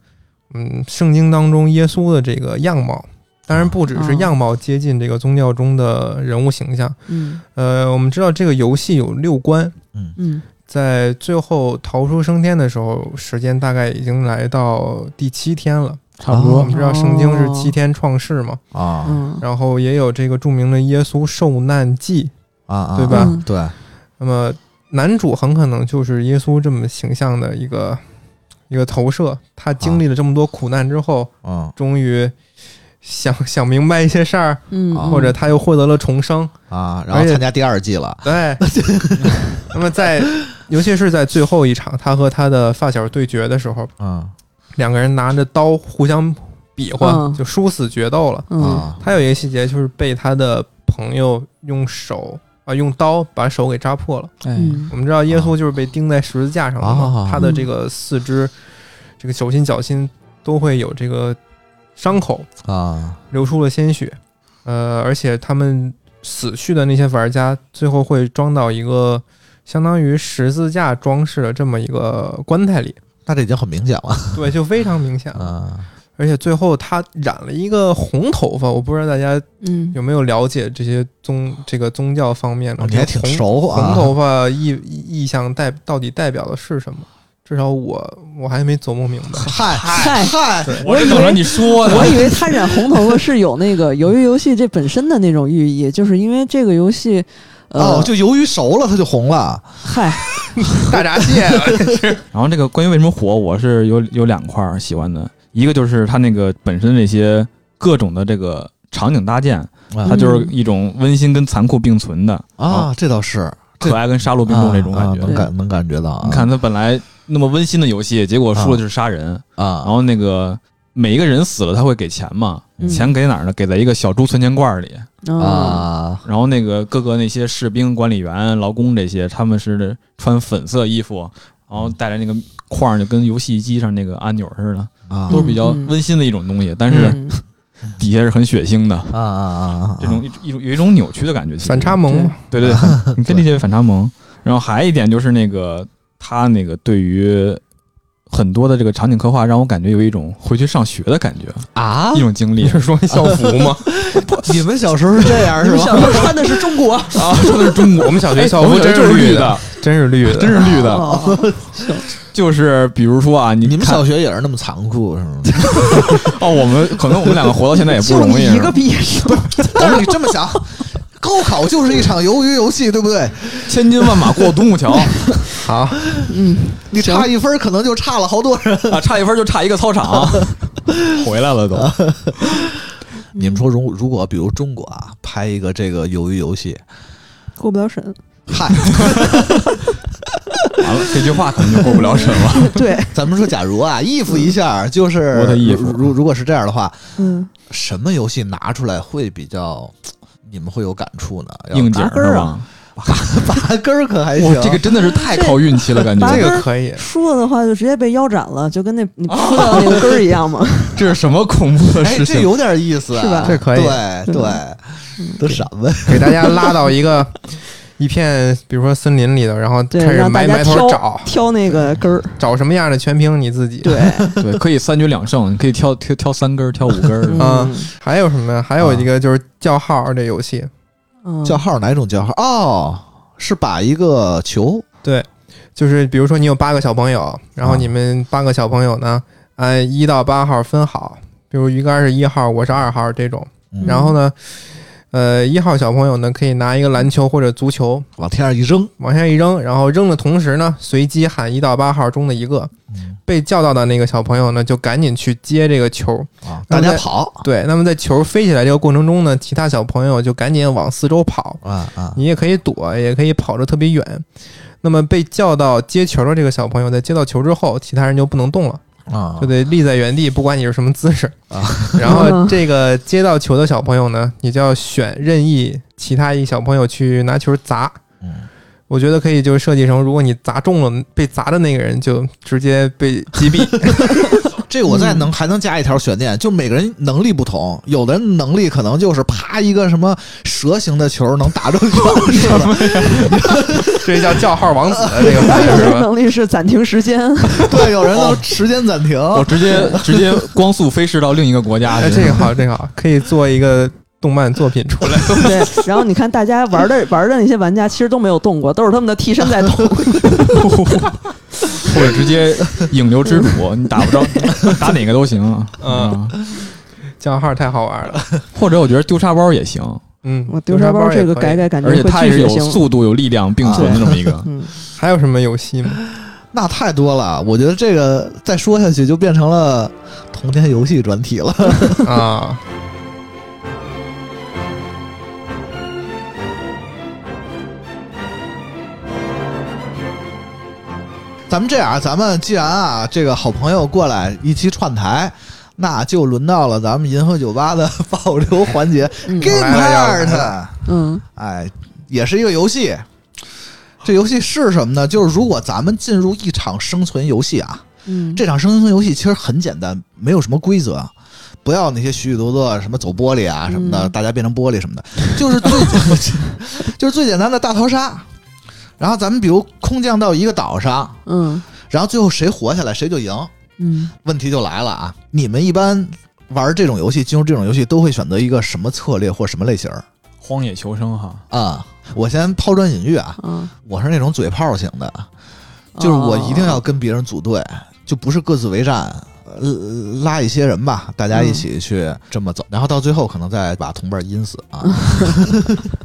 [SPEAKER 6] 嗯，圣经当中耶稣的这个样貌。当然，不只是
[SPEAKER 3] 哦
[SPEAKER 7] 啊
[SPEAKER 6] 样貌接近这个宗教中的人物形象。
[SPEAKER 3] 嗯
[SPEAKER 6] 呃，我们知道这个游戏有六关，
[SPEAKER 3] 嗯
[SPEAKER 6] 在最后逃出升天的时候，时间大概已经来到第七天了。
[SPEAKER 7] 差不多哦
[SPEAKER 6] 我们知道圣经是七天创世嘛，
[SPEAKER 1] 啊
[SPEAKER 3] 嗯，
[SPEAKER 6] 然后也有这个著名的耶稣受难记，
[SPEAKER 1] 啊啊，
[SPEAKER 6] 对吧
[SPEAKER 1] 对，
[SPEAKER 6] 那么男主很可能就是耶稣这么形象的一个一个投射。他经历了这么多苦难之后，
[SPEAKER 1] 嗯
[SPEAKER 6] 终于想想明白一些事儿，
[SPEAKER 3] 嗯，
[SPEAKER 1] 啊
[SPEAKER 3] 嗯
[SPEAKER 6] 或者他又获得了重生。
[SPEAKER 1] 啊，然后
[SPEAKER 6] 而且
[SPEAKER 1] 参加第二季了
[SPEAKER 6] 对，那么在尤其是在最后一场，他和他的发小对决的时候，
[SPEAKER 1] 啊
[SPEAKER 6] 两个人拿着刀互相比划，
[SPEAKER 3] 嗯
[SPEAKER 6] 就殊死决斗了。
[SPEAKER 3] 嗯
[SPEAKER 1] 啊
[SPEAKER 6] 他有一个细节就是被他的朋友用手啊、用刀把手给扎破了。
[SPEAKER 7] 哎，
[SPEAKER 3] 嗯
[SPEAKER 6] 我们知道耶稣就是被钉在十字架上的嘛，
[SPEAKER 1] 啊
[SPEAKER 6] 他的这个四肢、这个手心、脚心都会有这个伤口，
[SPEAKER 1] 啊
[SPEAKER 6] 流出了鲜血。呃，而且他们死去的那些玩家，最后会装到一个相当于十字架装饰的这么一个棺材里，
[SPEAKER 1] 那这已经很明显了
[SPEAKER 6] 对，就非常明显了。
[SPEAKER 1] 啊
[SPEAKER 6] 而且最后他染了一个红头发，我不知道大家
[SPEAKER 3] 嗯
[SPEAKER 6] 有没有了解这些宗这个宗教方面的，
[SPEAKER 1] 你还挺
[SPEAKER 6] 嗯红
[SPEAKER 1] 熟啊，
[SPEAKER 6] 红头发意意意象代到底代表的是什么？至少我我还没琢磨明 白。
[SPEAKER 1] 嗨
[SPEAKER 3] 嗨
[SPEAKER 1] 嗨
[SPEAKER 6] 对
[SPEAKER 7] 我
[SPEAKER 3] 以
[SPEAKER 7] 正
[SPEAKER 3] 为
[SPEAKER 7] 等着你说 呢
[SPEAKER 3] 我。以为他染红头发是有那个 由于游戏这本身的那种寓意，就是因为这个游戏，呃，
[SPEAKER 1] 哦，就由于熟了它就红了
[SPEAKER 3] 嗨，
[SPEAKER 6] 大闸蟹，
[SPEAKER 3] 啊
[SPEAKER 7] 然后这个关于为什么火，我是有有两块儿喜欢的，一个就是它那个本身这些各种的这个场景搭建，它
[SPEAKER 6] 嗯
[SPEAKER 7] 就是一种温馨跟残酷并存的
[SPEAKER 1] 啊，，这倒是
[SPEAKER 7] 可爱跟杀戮并重这种感
[SPEAKER 1] 啊啊。
[SPEAKER 7] 觉
[SPEAKER 1] 能感能感觉到啊，
[SPEAKER 7] 你看它本来那么温馨的游戏，结果输了就是杀人，
[SPEAKER 1] 啊
[SPEAKER 7] 然，后那个每一个人死了他会给钱嘛，
[SPEAKER 3] 嗯
[SPEAKER 7] 钱给哪儿呢？给在一个小猪存钱罐儿里。
[SPEAKER 3] 啊，
[SPEAKER 1] 啊
[SPEAKER 7] 然后那个各个那些士兵、管理员、劳工这些，他们是穿粉色衣服，然后带着那个框儿，就跟游戏机上那个按钮似的，
[SPEAKER 1] 啊
[SPEAKER 7] 都是比较温馨的一种东西，但是
[SPEAKER 3] 嗯
[SPEAKER 7] 底下是很血腥的，
[SPEAKER 1] 啊啊啊
[SPEAKER 7] 这种一种有一种扭曲的感觉，其 实
[SPEAKER 6] 反差萌嘛，
[SPEAKER 7] 对对 对，你可以理解为反差萌。然后还一点就是那个他那个对于很多的这个场景刻画，让我感觉有一种回去上学的感觉，
[SPEAKER 1] 啊
[SPEAKER 7] 一！种经历
[SPEAKER 6] 你。是说校服吗？
[SPEAKER 1] 你们小时候是这样
[SPEAKER 3] 你
[SPEAKER 1] 是
[SPEAKER 3] 们
[SPEAKER 1] 吧？
[SPEAKER 3] 小时候穿的是中国，
[SPEAKER 7] 啊，说的是中国，
[SPEAKER 6] 我们小学校
[SPEAKER 7] 哎我
[SPEAKER 6] 服
[SPEAKER 7] 们小
[SPEAKER 6] 真
[SPEAKER 7] 学就是是
[SPEAKER 6] 绿
[SPEAKER 7] 绿
[SPEAKER 6] 的
[SPEAKER 7] 的，，
[SPEAKER 6] 真是绿的
[SPEAKER 7] 真。是绿的。
[SPEAKER 3] 哦
[SPEAKER 7] 就是比如说啊，你
[SPEAKER 1] 你们
[SPEAKER 7] 看
[SPEAKER 1] 小学也是那么残酷是吗？
[SPEAKER 7] 哦，我们可能我们两个活到现在也不
[SPEAKER 3] 就
[SPEAKER 7] 容
[SPEAKER 3] 你
[SPEAKER 7] 易。
[SPEAKER 3] 一
[SPEAKER 7] 是
[SPEAKER 3] 个
[SPEAKER 7] 吧
[SPEAKER 3] 毕业生，
[SPEAKER 1] 但是你这么想，高考就是一场鱿鱼游戏，对不对？
[SPEAKER 7] 千军万马过独木桥
[SPEAKER 6] 好，
[SPEAKER 3] 嗯，
[SPEAKER 1] 你差一分，可能就差了好多人。
[SPEAKER 7] 啊，差一分就差一个操场， 回来了都。
[SPEAKER 1] 你们说，如如果比如中国啊，拍一个这个鱿鱼游戏，
[SPEAKER 3] 过不了审，
[SPEAKER 1] 嗨，
[SPEAKER 7] 完了，这句话可能就过不了审 了。
[SPEAKER 3] 对，
[SPEAKER 1] 咱们说，假如啊，if 一下，就是
[SPEAKER 7] 我的 if
[SPEAKER 1] 如如如果是这样的话，
[SPEAKER 3] 嗯，
[SPEAKER 1] 什么游戏拿出来会比较你们会有感触呢？要
[SPEAKER 7] 应景
[SPEAKER 3] 拔根儿
[SPEAKER 7] 是吧
[SPEAKER 3] 啊？
[SPEAKER 1] 拔根儿可还行
[SPEAKER 7] 哇，，这个真的是太靠运气了，感
[SPEAKER 3] 拔
[SPEAKER 6] 这
[SPEAKER 7] 觉
[SPEAKER 3] 根
[SPEAKER 6] 个
[SPEAKER 3] 儿
[SPEAKER 6] 可以。
[SPEAKER 3] 输了的话就直接被腰斩了，就跟那 你扑到那个根儿一样嘛。
[SPEAKER 7] 这是什么恐怖的
[SPEAKER 1] 哎，
[SPEAKER 7] 事
[SPEAKER 1] 这
[SPEAKER 7] 情？
[SPEAKER 1] 有点意思啊，
[SPEAKER 3] 是吧
[SPEAKER 6] 这可以
[SPEAKER 1] 对对，
[SPEAKER 6] 嗯
[SPEAKER 1] 都什么呀？
[SPEAKER 6] 给大家拉到一个 一片，比如说森林里头，然后
[SPEAKER 3] 对，
[SPEAKER 6] 开始
[SPEAKER 3] 让大
[SPEAKER 6] 埋埋
[SPEAKER 3] 家挑
[SPEAKER 6] 头找，
[SPEAKER 3] 挑那个根儿，
[SPEAKER 6] 找什么样的全凭你自己。，
[SPEAKER 3] 对，
[SPEAKER 7] 对，可以三局两胜，你可以挑挑挑三根儿，挑五根儿。
[SPEAKER 6] 啊
[SPEAKER 3] 嗯
[SPEAKER 6] 还有什么呀？还有一个就是叫号这游戏，
[SPEAKER 3] 嗯，
[SPEAKER 1] 叫号哪种叫号？哦，是把一个球
[SPEAKER 6] 就是比如说你有八个小朋友，然后
[SPEAKER 1] 啊
[SPEAKER 6] 你们八个小朋友呢，按一到八号分好，比如鱼竿是一号，我是二号这种。
[SPEAKER 1] 嗯
[SPEAKER 6] 然后呢，呃，一号小朋友呢可以拿一个篮球或者足球
[SPEAKER 1] 往天上一扔，
[SPEAKER 6] 往下一扔，然后扔的同时呢，随机喊一到八号中的一个
[SPEAKER 1] 嗯
[SPEAKER 6] 被叫到的那个小朋友呢，就赶紧去接这个球。
[SPEAKER 1] 啊，
[SPEAKER 6] 然
[SPEAKER 1] 大
[SPEAKER 6] 后
[SPEAKER 1] 家
[SPEAKER 6] 再
[SPEAKER 1] 跑
[SPEAKER 6] 对，那么在球飞起来这个过程中呢，其他小朋友就赶紧往四周跑，
[SPEAKER 1] 啊啊，
[SPEAKER 6] 你也可以躲，也可以跑得特别远。那么被叫到接球的这个小朋友，在接到球之后，其他人就不能动了，
[SPEAKER 1] 啊
[SPEAKER 6] 就得立在原地，不管你是什么姿势
[SPEAKER 1] 啊。
[SPEAKER 6] 然
[SPEAKER 3] 嗯
[SPEAKER 6] 后这个接到球的小朋友呢，你就要选任意其他一小朋友去拿球砸。
[SPEAKER 1] 嗯
[SPEAKER 6] 我觉得可以，就设计成，如果你砸中了，被砸的那个人就直接被 击毙。
[SPEAKER 1] 这个我
[SPEAKER 6] 嗯
[SPEAKER 1] 再能还能加一条悬念，就每个人能力不同，有的人能力可能就是啪一个什么蛇形的球能打中 球似的，
[SPEAKER 6] 这叫叫号王子的这个玩意儿 是吧？
[SPEAKER 3] 能力是暂停时间，
[SPEAKER 1] 对，有人能时间暂停，
[SPEAKER 7] 我直接直接光速飞逝到另一个国家
[SPEAKER 6] 哎，
[SPEAKER 7] 去。
[SPEAKER 6] 这个好，这个好，可以做一个动漫作品 出来。
[SPEAKER 3] 对。然后你看大家玩的玩的那些玩家，其实都没有动过，都是他们的替身在动。
[SPEAKER 7] 或者直接引流 之主，你打不着，打哪个都行。
[SPEAKER 6] 嗯
[SPEAKER 7] 嗯，
[SPEAKER 6] 叫号太好玩了，
[SPEAKER 7] 或者我觉得丢沙包也行，
[SPEAKER 6] 嗯，
[SPEAKER 3] 我丢沙包
[SPEAKER 6] 也
[SPEAKER 3] 这个
[SPEAKER 6] 可以
[SPEAKER 3] 改改感觉
[SPEAKER 7] 而且
[SPEAKER 3] 会
[SPEAKER 7] 它也
[SPEAKER 3] 巨
[SPEAKER 7] 是有
[SPEAKER 3] 血腥。
[SPEAKER 7] 速度、有力量并存的这么一个。
[SPEAKER 3] 嗯，
[SPEAKER 6] 还有什么游戏 吗？
[SPEAKER 1] 那太多了。我觉得这个再说下去就变成了童年游戏专题了。
[SPEAKER 6] 啊，
[SPEAKER 1] 咱们这样啊，咱们既然啊这个好朋友过来一起串台，那就轮到了咱们银河酒 吧的 保留环节
[SPEAKER 3] 嗯
[SPEAKER 1] ，Game
[SPEAKER 6] 来了来
[SPEAKER 1] Part。
[SPEAKER 3] 嗯
[SPEAKER 1] 哎，也是一个游戏。这游戏是什么呢？就是如果咱们进入一场生存游戏啊，
[SPEAKER 3] 嗯，
[SPEAKER 1] 这场生存游戏其实很简单，没有什么规则，不要那些许许多多的什么走玻璃啊什么的，
[SPEAKER 3] 嗯
[SPEAKER 1] 大家变成玻璃什么 的，就是最就是最简 单的大逃杀。然后咱们比如空降到一个岛上，
[SPEAKER 3] 嗯
[SPEAKER 1] 然后最后谁活下来谁就赢。
[SPEAKER 3] 嗯
[SPEAKER 1] 问题就来了啊，你们一般玩这种游戏，进入这种游戏都会选择一个什么策略或什么类型儿
[SPEAKER 7] 荒野求生哈，
[SPEAKER 1] 啊、我先抛砖引玉啊，
[SPEAKER 3] 啊，
[SPEAKER 1] 我是那种嘴炮型的，就是我一定要跟别人组队，就不是各自为战，呃拉一些人吧，大家一起去这么走，然后到最后可能再把同伴阴死啊。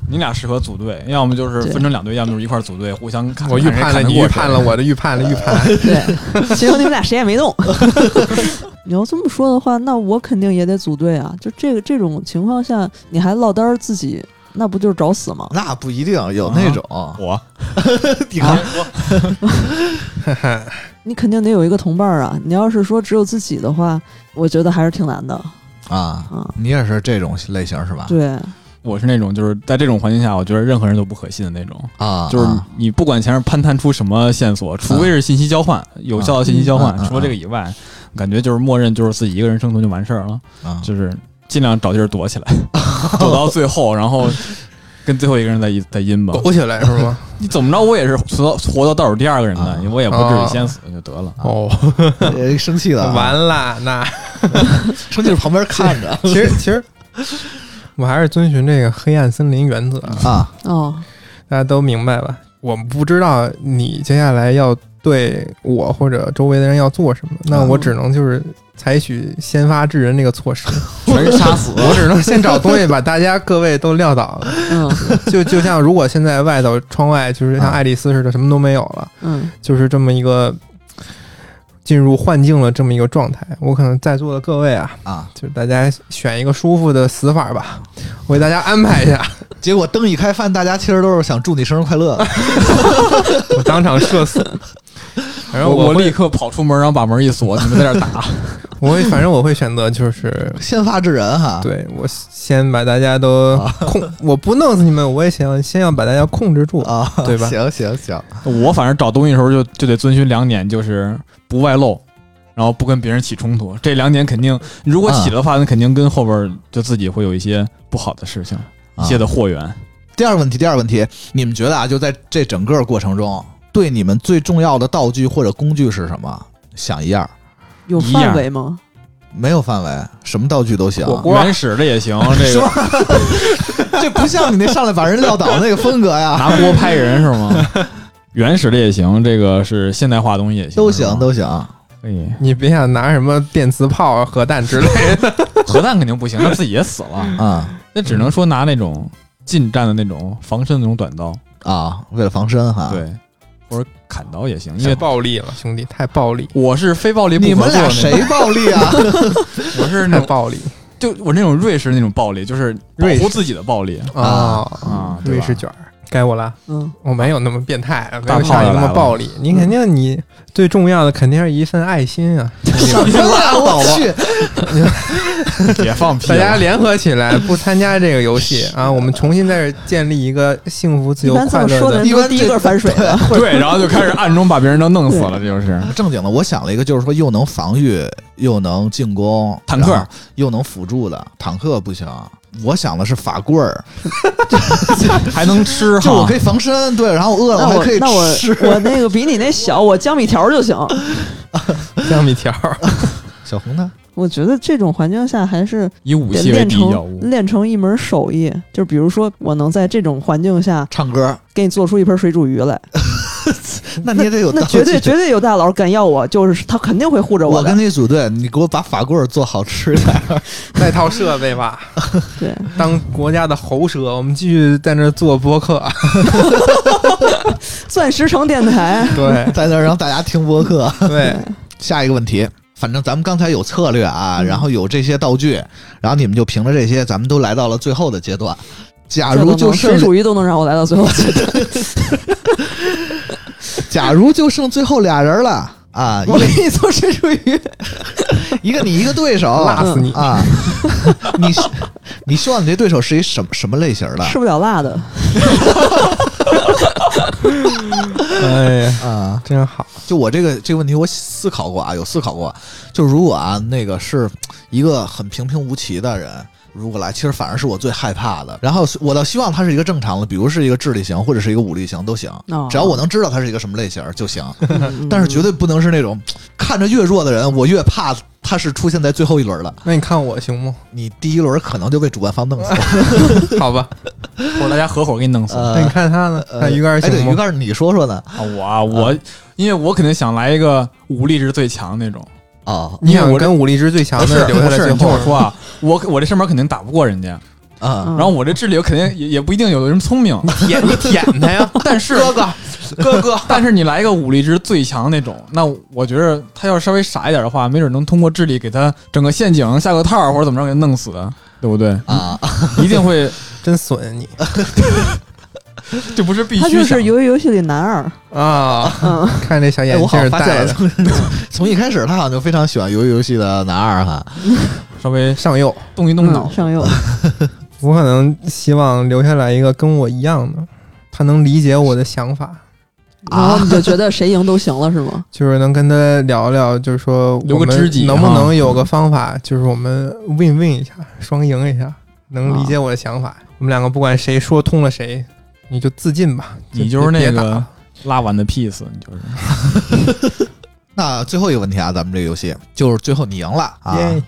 [SPEAKER 7] 你俩适合组队，要么就是
[SPEAKER 3] 对
[SPEAKER 7] 分成两队，要么就是一块儿组队互相 砍。
[SPEAKER 6] 我预判了，
[SPEAKER 7] 看谁
[SPEAKER 6] 你
[SPEAKER 7] 过
[SPEAKER 6] 预
[SPEAKER 7] 谁
[SPEAKER 6] 判了，我的预判了，预 判。
[SPEAKER 3] 对，结果你们俩谁也没动。 你要这么说的话，那我肯定也得组队啊。就这个这种情况下，你还落单儿自己，那不就是找死吗？
[SPEAKER 1] 那不一定有那种，
[SPEAKER 7] 我啊
[SPEAKER 1] 你看，
[SPEAKER 3] 你肯定得有一个同伴儿啊。你要是说只有自己的话，我觉得还是挺难的
[SPEAKER 1] 啊，
[SPEAKER 3] 啊。
[SPEAKER 1] 你也是这种类型是吧？
[SPEAKER 3] 对，
[SPEAKER 7] 我是那种就是在这种环境下，我觉得任何人都不可信的那种。
[SPEAKER 1] 啊，
[SPEAKER 7] 就是
[SPEAKER 1] 啊
[SPEAKER 7] 你不管前面攀谈出什么线索，除
[SPEAKER 3] 啊
[SPEAKER 7] 非是信息交换，有效的信息交换
[SPEAKER 1] 嗯嗯嗯，
[SPEAKER 7] 除了这个以外，感觉就是默认就是自己一个人生存就完事儿了，
[SPEAKER 1] 啊
[SPEAKER 7] 就是尽量找地儿躲起来， 躲到最后，然后跟最后一个人再一再阴吧。
[SPEAKER 6] 苟起来是吗？
[SPEAKER 7] 你怎么着，我也是活到活到倒数第二个人的
[SPEAKER 1] 啊，
[SPEAKER 7] 我也不至于先死就得了。
[SPEAKER 6] 哦，
[SPEAKER 1] 呃 生气了啊，
[SPEAKER 6] 完了，那
[SPEAKER 1] 生气是旁边看 着
[SPEAKER 6] 其实其实我还是遵循这个黑暗森林原则啊，
[SPEAKER 1] 啊，
[SPEAKER 3] 哦，
[SPEAKER 6] 大家都明白吧？我们不知道你接下来要对我或者周围的人要做什么，那我只能就是采取先发制人这个措施，
[SPEAKER 1] 全是杀死
[SPEAKER 6] 我只能先找东西把大家各位都撂倒了。
[SPEAKER 3] 嗯
[SPEAKER 6] 就就像如果现在外头窗外就是像爱丽丝似的，什么都没有了，
[SPEAKER 3] 嗯
[SPEAKER 6] 就是这么一个进入幻境了这么一个状态。我可能在座的各位啊，
[SPEAKER 1] 啊，
[SPEAKER 6] 就是大家选一个舒服的死法吧，我给大家安排一下，
[SPEAKER 1] 结果灯一开，发现大家其实都是想祝你生日快乐，
[SPEAKER 6] 我当场射死。反正
[SPEAKER 7] 我
[SPEAKER 6] 我
[SPEAKER 7] 我
[SPEAKER 6] 会
[SPEAKER 7] 立刻跑出门，然后把门一锁，你们在这儿打。
[SPEAKER 6] 我会反正我会选择就是。
[SPEAKER 1] 先发制人哈，
[SPEAKER 6] 对，我先把大家都控，我不弄死你们，我也想先要把大家控制住。
[SPEAKER 1] 啊，
[SPEAKER 6] 对吧
[SPEAKER 1] 行行行，
[SPEAKER 7] 我反正找东西的时候就就得遵循两点，就是不外露，然后不跟别人起冲突。这两点肯定，如果起了的话，那肯定跟后边儿就自己会有一些不好的事情，一
[SPEAKER 1] 啊
[SPEAKER 7] 些的祸源。
[SPEAKER 1] 第二个问题，第二个问题，你们觉得啊，就在这整个过程中，对你们最重要的道具或者工具是什么？想一样，
[SPEAKER 3] 有
[SPEAKER 7] 一样
[SPEAKER 3] 范围吗？
[SPEAKER 1] 没有范围，什么道具都行。
[SPEAKER 7] 火锅原始的也行，这
[SPEAKER 1] 是
[SPEAKER 7] 个
[SPEAKER 1] 吧？这不像你那上来把人撂倒那个风格 呀，
[SPEAKER 7] 拿锅拍 人是吗？原始的也行，这个是现代化的东西也行，
[SPEAKER 1] 都
[SPEAKER 7] 是吧
[SPEAKER 1] 行都行。
[SPEAKER 7] 可以。
[SPEAKER 6] 你别想拿什么电磁炮啊、核弹之类的。
[SPEAKER 7] 哎核弹肯定不行，他自己也死 了。
[SPEAKER 1] 啊
[SPEAKER 7] 那只能说拿那种近战的那种防身的那种短刀，
[SPEAKER 1] 啊，为了防身哈。，
[SPEAKER 7] 对，或者砍刀也行。因
[SPEAKER 6] 太
[SPEAKER 7] 为
[SPEAKER 6] 暴力了，兄弟，太暴力，
[SPEAKER 7] 我是非暴力不
[SPEAKER 1] 你
[SPEAKER 7] 合作
[SPEAKER 1] 们
[SPEAKER 7] 的那
[SPEAKER 1] 俩
[SPEAKER 7] 种，
[SPEAKER 1] 谁暴力啊？
[SPEAKER 7] 我是
[SPEAKER 6] 太
[SPEAKER 7] 那种
[SPEAKER 6] 暴力
[SPEAKER 7] 就我那种瑞士那种暴力，就是保
[SPEAKER 6] 瑞
[SPEAKER 7] 护
[SPEAKER 6] 士
[SPEAKER 7] 自己的暴力
[SPEAKER 6] 啊！
[SPEAKER 1] 嗯
[SPEAKER 7] 啊，对
[SPEAKER 6] 瑞
[SPEAKER 7] 吧
[SPEAKER 6] 士卷儿，该我了。
[SPEAKER 3] 嗯，
[SPEAKER 6] 我没有那么变态，啊没
[SPEAKER 7] 大
[SPEAKER 6] 有
[SPEAKER 7] 炮
[SPEAKER 6] 像你
[SPEAKER 7] 也
[SPEAKER 6] 那
[SPEAKER 7] 来
[SPEAKER 6] 么
[SPEAKER 7] 了
[SPEAKER 6] 暴力。你肯定，你最重要的肯定是一份爱心啊！
[SPEAKER 1] 什么呀？我去，
[SPEAKER 7] 别放屁
[SPEAKER 6] 大
[SPEAKER 7] 啊了，
[SPEAKER 6] 家联合起来，不参加这个游戏啊！我们重新在这儿建立一个幸福、自
[SPEAKER 3] 一
[SPEAKER 6] 由、
[SPEAKER 3] 般这
[SPEAKER 6] 快
[SPEAKER 3] 么说的
[SPEAKER 6] 乐的。
[SPEAKER 3] 人都是第一个反水的，
[SPEAKER 7] 对， 然后就开始暗中把别人都弄死了，这就是
[SPEAKER 1] 正经的，我想了一个，就是说又能防御，又能进攻，
[SPEAKER 7] 坦克
[SPEAKER 1] 然后又能辅助的，坦克不行。我想的是法棍儿，
[SPEAKER 7] 还能吃
[SPEAKER 1] 就我
[SPEAKER 7] 哈
[SPEAKER 1] 可。以防身，对，然后饿了
[SPEAKER 3] 那
[SPEAKER 1] 还
[SPEAKER 3] 我
[SPEAKER 1] 可以
[SPEAKER 3] 那我
[SPEAKER 1] 吃。
[SPEAKER 3] 我那个比你那小，我江米条就行。
[SPEAKER 6] 江米条儿，
[SPEAKER 1] 小红呢？
[SPEAKER 3] 我觉得这种环境下还是
[SPEAKER 7] 以武
[SPEAKER 3] 得
[SPEAKER 7] 器为
[SPEAKER 3] 练
[SPEAKER 7] 敌药物
[SPEAKER 3] 成，练成一门手艺，就比如说我能在这种环境下
[SPEAKER 1] 唱歌，
[SPEAKER 3] 给你做出一盆水煮鱼来，
[SPEAKER 1] 那你也得有
[SPEAKER 3] 那
[SPEAKER 1] 道
[SPEAKER 3] 绝对
[SPEAKER 1] 具
[SPEAKER 3] 绝对有大佬敢要我，就是他肯定会护着
[SPEAKER 1] 我
[SPEAKER 3] 的
[SPEAKER 1] 跟。你组队，你给我把法棍儿做好吃的。
[SPEAKER 6] 带套设备吧，
[SPEAKER 3] 对，
[SPEAKER 6] 当国家的喉舌，我们继续在那儿做播客。啊
[SPEAKER 3] 钻石城电台
[SPEAKER 6] 对
[SPEAKER 1] 在那儿让大家听播客。
[SPEAKER 6] 对，
[SPEAKER 1] 下一个问题，反正咱们刚才有策略啊，
[SPEAKER 3] 嗯
[SPEAKER 1] 然后有这些道具，然后你们就凭着这些，咱们都来到了最后的阶段。假
[SPEAKER 3] 这都
[SPEAKER 1] 如
[SPEAKER 3] 能
[SPEAKER 1] 就
[SPEAKER 3] 水
[SPEAKER 1] 剩，
[SPEAKER 3] 煮鱼都能让我来到 最后阶段，
[SPEAKER 1] 假如就剩最后俩人了 啊，
[SPEAKER 3] 我给
[SPEAKER 1] 一
[SPEAKER 3] 你做水 煮鱼，
[SPEAKER 1] 一个你一个对手，
[SPEAKER 6] 辣死你！
[SPEAKER 1] 啊！ 你你希望你这对手是一什么什么类型的
[SPEAKER 3] 吃不了辣的。
[SPEAKER 6] 哎呀，
[SPEAKER 1] 啊？
[SPEAKER 6] 真好，
[SPEAKER 1] 就我这个这个问题，我思考过啊，有思考过。就如果啊，那个是一个很平平无奇的人，如果来，其实反而是我最害怕的。然后我倒希望他是一个正常的，比如是一个智力型或者是一个武力型都行，
[SPEAKER 3] 哦
[SPEAKER 1] 只要我能知道他是一个什么类型就行。
[SPEAKER 3] 嗯
[SPEAKER 1] 但是绝对不能是那种看着越弱的人，我越怕他是出现在最后一轮的。
[SPEAKER 6] 那你看我行吗？
[SPEAKER 1] 你第一轮可能就被主办方弄死了。
[SPEAKER 6] 好吧，
[SPEAKER 7] 或者大家合伙给你弄死啊！
[SPEAKER 6] 那你看他呢？
[SPEAKER 1] 呃
[SPEAKER 6] 看鱼竿
[SPEAKER 1] 哎，对，
[SPEAKER 6] 行
[SPEAKER 1] 鱼
[SPEAKER 6] 吗？
[SPEAKER 1] 竿，你说说呢？
[SPEAKER 7] 我啊我，因为我肯定想来一个武力值最强那种。
[SPEAKER 1] 哦，
[SPEAKER 6] 你
[SPEAKER 7] 因为
[SPEAKER 6] 想
[SPEAKER 7] 我这
[SPEAKER 6] 跟武力值最强
[SPEAKER 7] 不
[SPEAKER 6] 的
[SPEAKER 7] 是
[SPEAKER 6] 留下
[SPEAKER 7] 不
[SPEAKER 6] 来
[SPEAKER 7] 是，
[SPEAKER 6] 最
[SPEAKER 7] 你听
[SPEAKER 6] 后
[SPEAKER 7] 我说啊，我 我这身板肯定打不过人家，
[SPEAKER 1] 啊，
[SPEAKER 3] 嗯
[SPEAKER 7] 然后我这智力我肯定也也不一定有人聪明，
[SPEAKER 6] 舔你舔他呀，
[SPEAKER 7] 但是
[SPEAKER 6] 哥哥哥哥，
[SPEAKER 7] 但是你来一个武力值最强那种，那我觉得他要稍微傻一点的话，没准能通过智力给他整个陷阱、下个套儿或者怎么着给他弄死，对不 对？
[SPEAKER 1] 啊，
[SPEAKER 7] 一定会，
[SPEAKER 6] 真损啊你
[SPEAKER 7] 这不是必须
[SPEAKER 3] 他
[SPEAKER 7] 想。
[SPEAKER 3] 就是游戏游戏里男二，
[SPEAKER 6] 啊！
[SPEAKER 3] 嗯，
[SPEAKER 6] 看这小
[SPEAKER 1] 哎，
[SPEAKER 6] 眼
[SPEAKER 1] 我好像
[SPEAKER 6] 镜
[SPEAKER 1] 发现
[SPEAKER 6] 戴
[SPEAKER 1] 了
[SPEAKER 6] 的，
[SPEAKER 1] 从一开始他好像就非常喜欢游游戏的男二哈。
[SPEAKER 7] 稍微
[SPEAKER 6] 上右，
[SPEAKER 7] 动一动脑
[SPEAKER 3] 嗯， 上右，
[SPEAKER 1] 啊
[SPEAKER 6] 我可能希望留下来一个跟我一样的，他能理解我的想法，
[SPEAKER 3] 然后你就觉得谁赢都行了是吗？
[SPEAKER 6] 就是能跟他聊聊，就是说
[SPEAKER 7] 留
[SPEAKER 6] 我
[SPEAKER 7] 个
[SPEAKER 6] 们
[SPEAKER 7] 知己
[SPEAKER 6] 能不
[SPEAKER 7] 哈
[SPEAKER 6] 能有个方法，就是我们 win win 一下，双赢一下，能理解我的想
[SPEAKER 7] 啊
[SPEAKER 6] 法。我们两个不管谁说通了谁，你就自尽吧。
[SPEAKER 7] 你就是那
[SPEAKER 6] 别打
[SPEAKER 7] 个
[SPEAKER 6] 了
[SPEAKER 7] 拉完的 piece，你就是
[SPEAKER 1] 那最后一个问题啊，咱们这个游戏就是最后你赢了啊，
[SPEAKER 6] 耶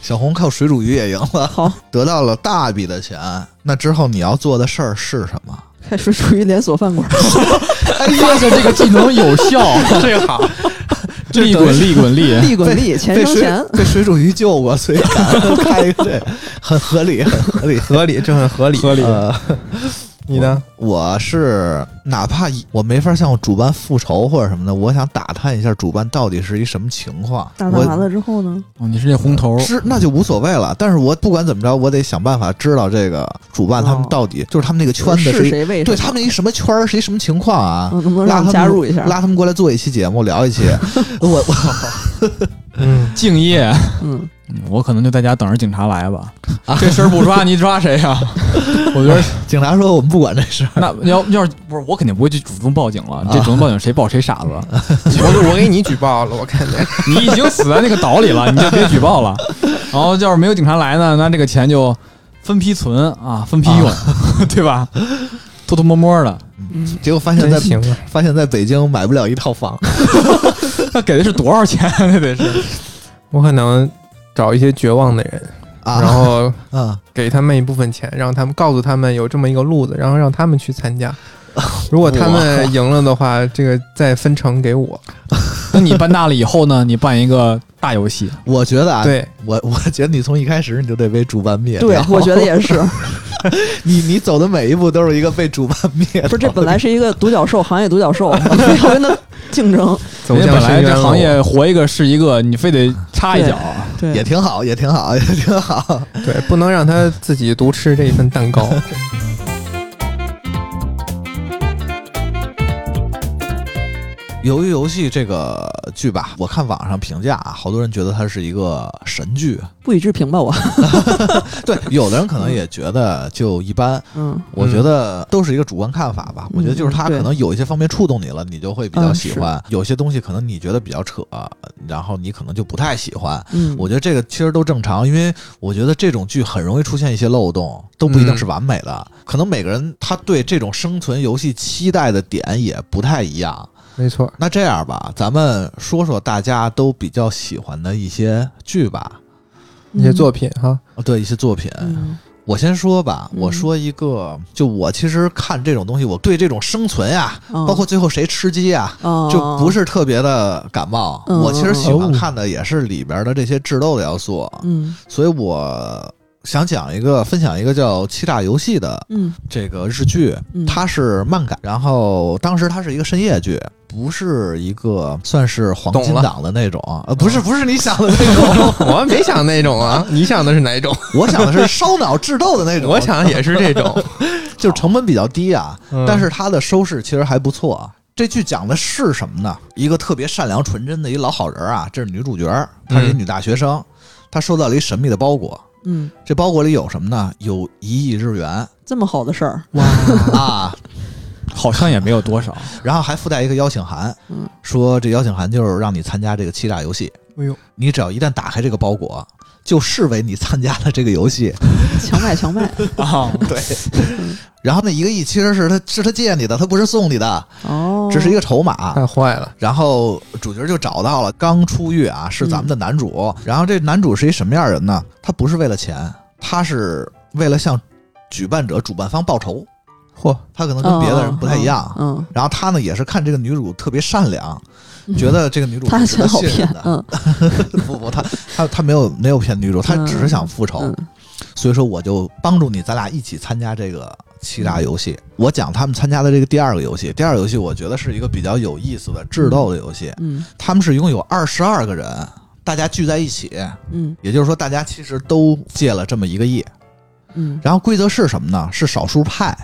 [SPEAKER 1] 小红靠水煮鱼也赢了，
[SPEAKER 3] 好，
[SPEAKER 1] 得到了大笔的钱。那之后你要做的事儿是什么？
[SPEAKER 3] 开始属于连锁饭馆，
[SPEAKER 7] 发现这个技能有 效，
[SPEAKER 6] 这个好，
[SPEAKER 7] 利滚利滚利，
[SPEAKER 3] 利滚利，钱
[SPEAKER 1] 被
[SPEAKER 3] 生
[SPEAKER 1] 水
[SPEAKER 3] 钱。
[SPEAKER 1] 被水煮鱼救过，所以敢开一个这个，很合理，很合 理。
[SPEAKER 6] 合理，这很合理。
[SPEAKER 7] 合理。
[SPEAKER 1] 呃，
[SPEAKER 6] 你呢？
[SPEAKER 1] 我是哪怕一我没法向主办复仇或者什么的，我想打探一下主办到底是一什么情况。
[SPEAKER 3] 打
[SPEAKER 1] 我
[SPEAKER 3] 探完了之后呢？
[SPEAKER 7] 哦，你是那红头，
[SPEAKER 1] 知那就无所谓了，但是我不管怎么着，我得想办法知道这个主办他们
[SPEAKER 3] 哦
[SPEAKER 1] 到底、就是他们那个圈子
[SPEAKER 3] 是
[SPEAKER 1] 是一
[SPEAKER 3] 谁为什
[SPEAKER 1] 对
[SPEAKER 3] 么？
[SPEAKER 1] 他们一什么圈儿，是一什么情况啊？
[SPEAKER 3] 嗯，能不能
[SPEAKER 1] 拉
[SPEAKER 3] 让
[SPEAKER 1] 他
[SPEAKER 3] 我
[SPEAKER 1] 们
[SPEAKER 3] 加入一下？
[SPEAKER 1] 拉他们过来做一期节目，聊一期。 我我
[SPEAKER 6] 嗯，
[SPEAKER 7] 敬业。
[SPEAKER 3] 嗯，
[SPEAKER 7] 嗯我可能就在家等着警察来吧。啊这事儿不抓你抓谁呀、 我觉得
[SPEAKER 1] 警察说我们不管这事儿，
[SPEAKER 7] 那要要是不是我肯定不会去主动报警了，这主动报警谁报谁傻子。
[SPEAKER 6] 我我给你举报了，我看见。
[SPEAKER 7] 你已经死在那个岛里了，你就别举报了。然后要是没有警察来呢，那这个钱就分批存啊，分批用， 对吧？偷偷摸摸的，
[SPEAKER 1] 结果发现在
[SPEAKER 6] 真行啊！
[SPEAKER 1] 发现在北京买不了一套房。
[SPEAKER 7] 那给的是多少钱？那得是
[SPEAKER 6] 我可能找一些绝望的人，
[SPEAKER 1] 啊，
[SPEAKER 6] 然后
[SPEAKER 1] 啊，
[SPEAKER 6] 给他们一部分钱，让他们告诉他们有这么一个路子，然后让他 们去参加。如果他们赢了的话，这个再分成给我。
[SPEAKER 7] 那你办大了以后呢？你办一个大游 戏，
[SPEAKER 1] 我觉得啊，
[SPEAKER 6] 对，
[SPEAKER 1] 我我觉得你从一开始你就得被主办灭掉。
[SPEAKER 3] 对，我 觉得也是。
[SPEAKER 1] 你你走的每一步都是一个被主办灭掉的。
[SPEAKER 3] 不是，这本来是一个独角兽，行业独 角兽，非要跟他竞争。
[SPEAKER 6] 走
[SPEAKER 7] 人家
[SPEAKER 6] 向
[SPEAKER 7] 本来
[SPEAKER 6] 深渊
[SPEAKER 7] 这行
[SPEAKER 6] 了
[SPEAKER 7] 业活一个是一个，你非得插一脚。
[SPEAKER 3] 对，
[SPEAKER 1] 也挺好，也挺好，也挺好。
[SPEAKER 6] 我对，不能让他自己独吃这一份蛋糕。
[SPEAKER 1] 由于游戏这个剧吧，我看网上评价啊，好多人觉得它是一个神剧，
[SPEAKER 3] 不予置 评吧，我。
[SPEAKER 1] 对，有的人可能也觉得就一般。
[SPEAKER 3] 嗯，
[SPEAKER 1] 我觉得都是一个主观看法吧。我觉得就是它
[SPEAKER 3] 嗯对
[SPEAKER 1] 可能有一些方面触动你了，你就会比较
[SPEAKER 3] 嗯
[SPEAKER 1] 喜
[SPEAKER 3] 是
[SPEAKER 1] 欢；有些东西可能你觉得比较扯，然后你可能就不太喜欢。
[SPEAKER 3] 嗯，
[SPEAKER 1] 我觉得这个其实都正常，因为我觉得这种剧很容易出现一些漏洞，都不一定
[SPEAKER 6] 嗯
[SPEAKER 1] 是完美的。可能每个人他对这种生存游戏期待的点也不太一样。
[SPEAKER 6] 没错，
[SPEAKER 1] 那这样吧，咱们说说大家都比较喜欢的一些剧吧，
[SPEAKER 6] 嗯一些作品 哈，
[SPEAKER 1] 呃对一些作品。
[SPEAKER 3] 嗯，
[SPEAKER 1] 我先说吧，
[SPEAKER 3] 嗯
[SPEAKER 1] 我说一个，就我其实看这种东西，我对这种生存呀，
[SPEAKER 3] 包
[SPEAKER 1] 包括最后谁吃鸡呀，
[SPEAKER 3] 哦
[SPEAKER 1] 就不，是特别的感冒。
[SPEAKER 3] 嗯
[SPEAKER 1] 我其实喜欢
[SPEAKER 7] 哦
[SPEAKER 1] 看的也是里边的这些智斗的要素。
[SPEAKER 3] 嗯
[SPEAKER 1] 所以我想讲一个，分享一个叫《欺诈游戏》的
[SPEAKER 3] 嗯
[SPEAKER 1] 这个日剧，
[SPEAKER 3] 嗯，
[SPEAKER 1] 它是漫改，然后当时它是一个深夜剧，不是一个算是黄金
[SPEAKER 6] 懂了
[SPEAKER 1] 档的那种，呃，不是不 是你想的那种，
[SPEAKER 6] 我没想那种啊，你想的是哪一 种？
[SPEAKER 1] 我想的是烧脑智斗的那种，
[SPEAKER 6] 我想的也是这种，
[SPEAKER 1] 就是成本比较低啊，
[SPEAKER 6] 嗯
[SPEAKER 1] 但是它的收视其实还不错啊。这剧讲的是什么呢？一个特别善良纯真的一老好人啊，这是女主角，她是一
[SPEAKER 6] 嗯
[SPEAKER 1] 女大学生，她收到了一神秘的包裹，
[SPEAKER 3] 嗯
[SPEAKER 1] 这包裹里有什么呢？有一亿日 元，
[SPEAKER 3] 这么好的事儿，
[SPEAKER 6] 哇，
[SPEAKER 1] 啊，
[SPEAKER 7] 好像也没有多少，
[SPEAKER 1] 然后还附带一个邀请函，
[SPEAKER 3] 嗯
[SPEAKER 1] 说这邀请函就是让你参加这个欺诈游戏。
[SPEAKER 6] 哎呦，
[SPEAKER 1] 你只要一旦打开这个包裹，就视为你参加了这个游戏。
[SPEAKER 3] 强买 强卖。
[SPEAKER 7] 啊，
[SPEAKER 1] 对，然后那一个亿其实是他是他借你的，他不是送你的，
[SPEAKER 3] 哦，
[SPEAKER 1] 只是一个筹码。
[SPEAKER 6] 太坏了，
[SPEAKER 1] 然后主角就找到了，刚出狱啊，是咱们的
[SPEAKER 3] 嗯
[SPEAKER 1] 男主。然后这男主是一什么样人呢？他不是为了钱，他是为了向举办者、主办方报仇。
[SPEAKER 6] 嚯，
[SPEAKER 1] 他可
[SPEAKER 3] 哦
[SPEAKER 1] 能跟别的人不太一样，啊
[SPEAKER 3] 嗯，
[SPEAKER 1] 然后他呢也是看这个女主特别善良，觉得这个女主
[SPEAKER 3] 他
[SPEAKER 1] 是值得
[SPEAKER 3] 钱嗯好
[SPEAKER 1] 信
[SPEAKER 3] 骗
[SPEAKER 1] 任，的。
[SPEAKER 3] 嗯
[SPEAKER 1] 不不，他他他没有没有骗女主，他
[SPEAKER 3] 嗯
[SPEAKER 1] 只是想复仇，
[SPEAKER 3] 嗯
[SPEAKER 1] 所以说我就帮助你，咱俩一起参加这个欺诈游戏。我讲他们参加的这个第二个游戏，第二个游戏我觉得是一个比较有意思的智斗的游戏。
[SPEAKER 3] 嗯
[SPEAKER 1] 他们是一共有二十二个人，大家聚在一起，
[SPEAKER 3] 嗯
[SPEAKER 1] 也就是说大家其实都借了这么一个亿。
[SPEAKER 3] 嗯
[SPEAKER 1] 然后规则是什么呢？是少数派，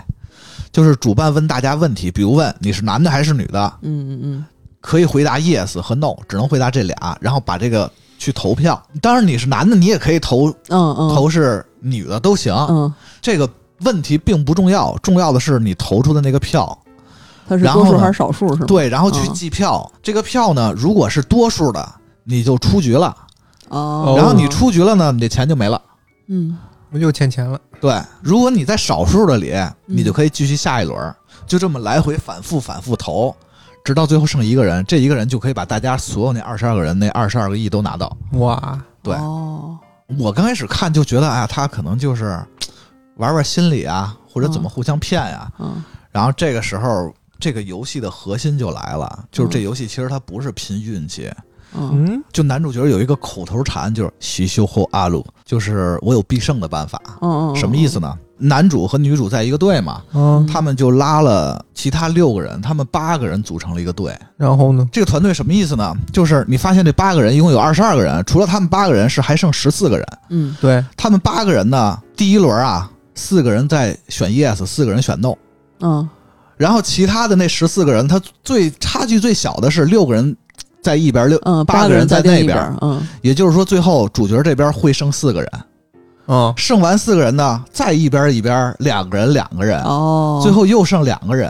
[SPEAKER 1] 就是主办问大家问题，比如问你是男的还是女的，
[SPEAKER 3] 嗯嗯
[SPEAKER 1] 可以回答 yes 和 no，只能回答这俩，然后把这个去投票。当然你是男的，你也可以投
[SPEAKER 3] 嗯嗯，
[SPEAKER 1] 投是女的都行。
[SPEAKER 3] 嗯，
[SPEAKER 1] 这个问题并不重要，重要的是你投出的那个票。
[SPEAKER 3] 他是多数还是少数是吗？
[SPEAKER 1] 对，然后去
[SPEAKER 3] 嗯
[SPEAKER 1] 计票。这个票呢，如果是多数的，你就出局了。
[SPEAKER 3] 哦，
[SPEAKER 1] 然后你出局了呢，你这钱就没了。
[SPEAKER 3] 嗯
[SPEAKER 6] 我又欠钱了，
[SPEAKER 1] 对，如果你在少数的里，
[SPEAKER 3] 嗯
[SPEAKER 1] 你就可以继续下一轮，就这么来回反复反复投，直到最后剩一个人，这一个人就可以把大家所有那二十二个人那二十二个亿都拿到。
[SPEAKER 6] 哇，
[SPEAKER 1] 对
[SPEAKER 3] 哦
[SPEAKER 1] 我刚开始看就觉得，哎呀，他可能就是嘖玩玩心理啊，或者怎么互相骗呀、
[SPEAKER 3] 嗯
[SPEAKER 1] 然后这个时候，这个游戏的核心就来了，就是这游戏其实它不是拼运气。
[SPEAKER 3] 嗯
[SPEAKER 6] 嗯，
[SPEAKER 1] 就男主角有一个口头禅，就是“喜修后阿鲁”，就是我有必胜的办法。
[SPEAKER 3] 嗯，
[SPEAKER 1] 什么意思？呢？男主和女主在一个队嘛，
[SPEAKER 6] 哦，
[SPEAKER 1] 他们就拉了其他六个人，他们八个人组成了一个队。
[SPEAKER 6] 然后呢？
[SPEAKER 1] 这个团队什么意思呢？就是你发现这八个人一共有二十二个人，除了他们八个人是还剩十四个人。
[SPEAKER 3] 嗯
[SPEAKER 6] 对，
[SPEAKER 1] 他们八个人呢，第一轮啊，四个人在选 yes，四个人选 no，
[SPEAKER 3] 嗯
[SPEAKER 1] 然后其他的那十四个人，他最差距最小的是六个人在一边，六
[SPEAKER 3] 嗯，
[SPEAKER 1] 八
[SPEAKER 3] 个
[SPEAKER 1] 人在
[SPEAKER 3] 在
[SPEAKER 1] 那
[SPEAKER 3] 一
[SPEAKER 1] 边，
[SPEAKER 3] 边，嗯
[SPEAKER 1] 也就是说最后主角这边会剩四个人，
[SPEAKER 6] 嗯，
[SPEAKER 1] 剩完四个人呢，再一边一边两个人两个人，
[SPEAKER 3] 哦，
[SPEAKER 1] 啊最后又剩两个人。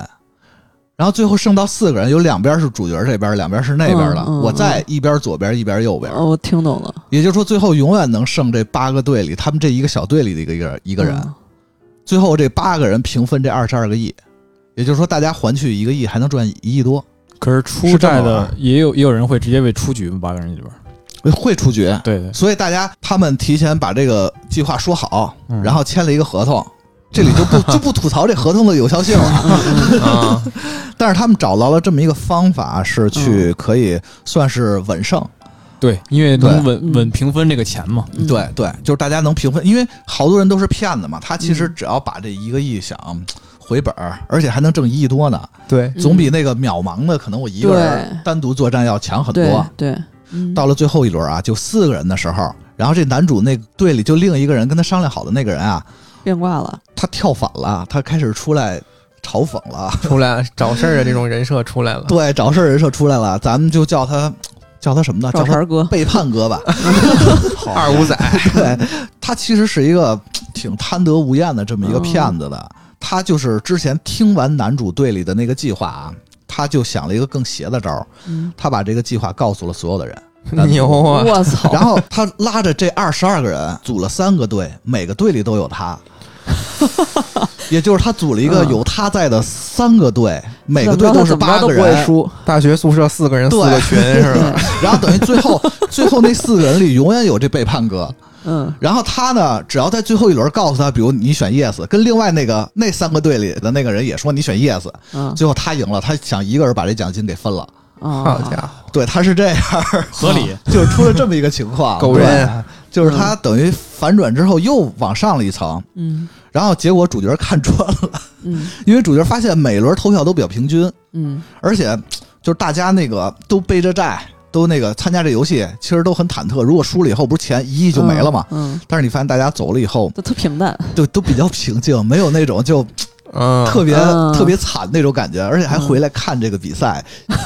[SPEAKER 1] 然后最后剩到四个人，有两边是主角这边，两边是那边的。
[SPEAKER 3] 嗯嗯
[SPEAKER 1] 我再一边左边一边右边，
[SPEAKER 3] 哦，我听懂了，
[SPEAKER 1] 也就是说，最后永远能剩这八个队里，他们这一个小队里的一个一个一
[SPEAKER 3] 一
[SPEAKER 1] 个人。最后这八个人平分这二十二个亿，也就是说大家还去一个亿还能赚一亿多，
[SPEAKER 7] 可是啊
[SPEAKER 1] 是
[SPEAKER 7] 出
[SPEAKER 1] 这么
[SPEAKER 7] 寨
[SPEAKER 1] 玩
[SPEAKER 7] 的
[SPEAKER 1] 儿
[SPEAKER 7] 也有也有人会直接被出局嘛，八个人里边儿。
[SPEAKER 1] 会出局。
[SPEAKER 7] 对对，
[SPEAKER 1] 所以大家他们提前把这个计划说好，
[SPEAKER 7] 嗯
[SPEAKER 1] 然后签了一个合同，这里就不就不吐槽这合同的有效性了。
[SPEAKER 6] 啊，
[SPEAKER 1] 但是他们找到了这么一个方法，是去可以算是稳胜。
[SPEAKER 7] 对，因为
[SPEAKER 1] 对
[SPEAKER 7] 能稳
[SPEAKER 3] 嗯
[SPEAKER 7] 稳平分这个钱嘛。
[SPEAKER 3] 嗯
[SPEAKER 1] 对对，就是大家能平分，因为好多人都是骗子嘛。他其实
[SPEAKER 3] 嗯
[SPEAKER 1] 只要把这一个亿想回本儿，而且还能挣一亿多呢，
[SPEAKER 6] 对，
[SPEAKER 1] 总比那个渺茫的可能我一个人
[SPEAKER 3] 嗯对
[SPEAKER 1] 单独作战要强很
[SPEAKER 3] 对
[SPEAKER 1] 多。
[SPEAKER 3] 对，嗯
[SPEAKER 1] 到了最后一轮啊，就四个人的时候，然后这男主那个队里就另一个人跟他商量好的那个人啊，
[SPEAKER 3] 变卦了，
[SPEAKER 1] 他跳反了，他开始出来嘲讽了，
[SPEAKER 6] 出来了找事儿的这种人设出来了，
[SPEAKER 1] 对，找事儿人设出来了，咱们就叫他叫他什么呢？
[SPEAKER 3] 找
[SPEAKER 1] 啊叫
[SPEAKER 3] 茬
[SPEAKER 1] 他
[SPEAKER 3] 儿哥，
[SPEAKER 1] 背叛 哥吧。
[SPEAKER 6] 二五仔，
[SPEAKER 1] 对 他其实是一个挺贪得无厌的这么
[SPEAKER 3] 嗯
[SPEAKER 1] 一个骗子的。他就是之前听完男主队里的那个计划啊，他就想了一个更邪的招儿，
[SPEAKER 3] 嗯
[SPEAKER 1] 他把这个计划告诉了所有的人。
[SPEAKER 6] 牛 啊！
[SPEAKER 3] 我操，
[SPEAKER 1] 然后他拉着这二十二个人组了三个队，每个队里都有 他。也就是他组了一个
[SPEAKER 3] 嗯
[SPEAKER 1] 有他在的三个队，每个
[SPEAKER 3] 怎
[SPEAKER 1] 队
[SPEAKER 3] 么着他
[SPEAKER 1] 是
[SPEAKER 3] 怎么
[SPEAKER 1] 八
[SPEAKER 3] 着都
[SPEAKER 1] 个
[SPEAKER 3] 不会
[SPEAKER 1] 人，
[SPEAKER 3] 输，
[SPEAKER 6] 大学宿舍四个人四个群是吧？
[SPEAKER 1] 然后等于最后最后那四个人里永远有这背叛哥。
[SPEAKER 3] 嗯
[SPEAKER 1] 然后他呢，只要在最后一轮告诉他，比如你选 yes，跟另外那个那三个队里的那个人也说你选 yes，
[SPEAKER 3] 嗯
[SPEAKER 1] 最后他赢了，他想一个人把这奖金给分了。
[SPEAKER 6] 好
[SPEAKER 3] 啊，
[SPEAKER 6] 家伙，
[SPEAKER 1] 对，他是这样，
[SPEAKER 7] 合理，
[SPEAKER 1] 就是出了这么一个情况。
[SPEAKER 6] 狗
[SPEAKER 1] 对
[SPEAKER 6] 人，嗯
[SPEAKER 1] 就是他等于反转之后又往上了一层，
[SPEAKER 3] 嗯
[SPEAKER 1] 然后结果主角看穿了，
[SPEAKER 3] 嗯
[SPEAKER 1] 因为主角发现每轮投票都比较平均，
[SPEAKER 3] 嗯
[SPEAKER 1] 而且就是大家那个都背着债，都那个参加这游戏，其实都很忐忑。如果输了以后，不是钱一亿就没了嘛？
[SPEAKER 3] 嗯，
[SPEAKER 1] 但是你发现大家走了以后，
[SPEAKER 3] 都特 平淡，
[SPEAKER 1] 都都比较平静，没有那种就
[SPEAKER 6] 嗯，
[SPEAKER 1] 特别、
[SPEAKER 3] 嗯
[SPEAKER 1] 特别惨那种感觉，而且还回来看这个比赛，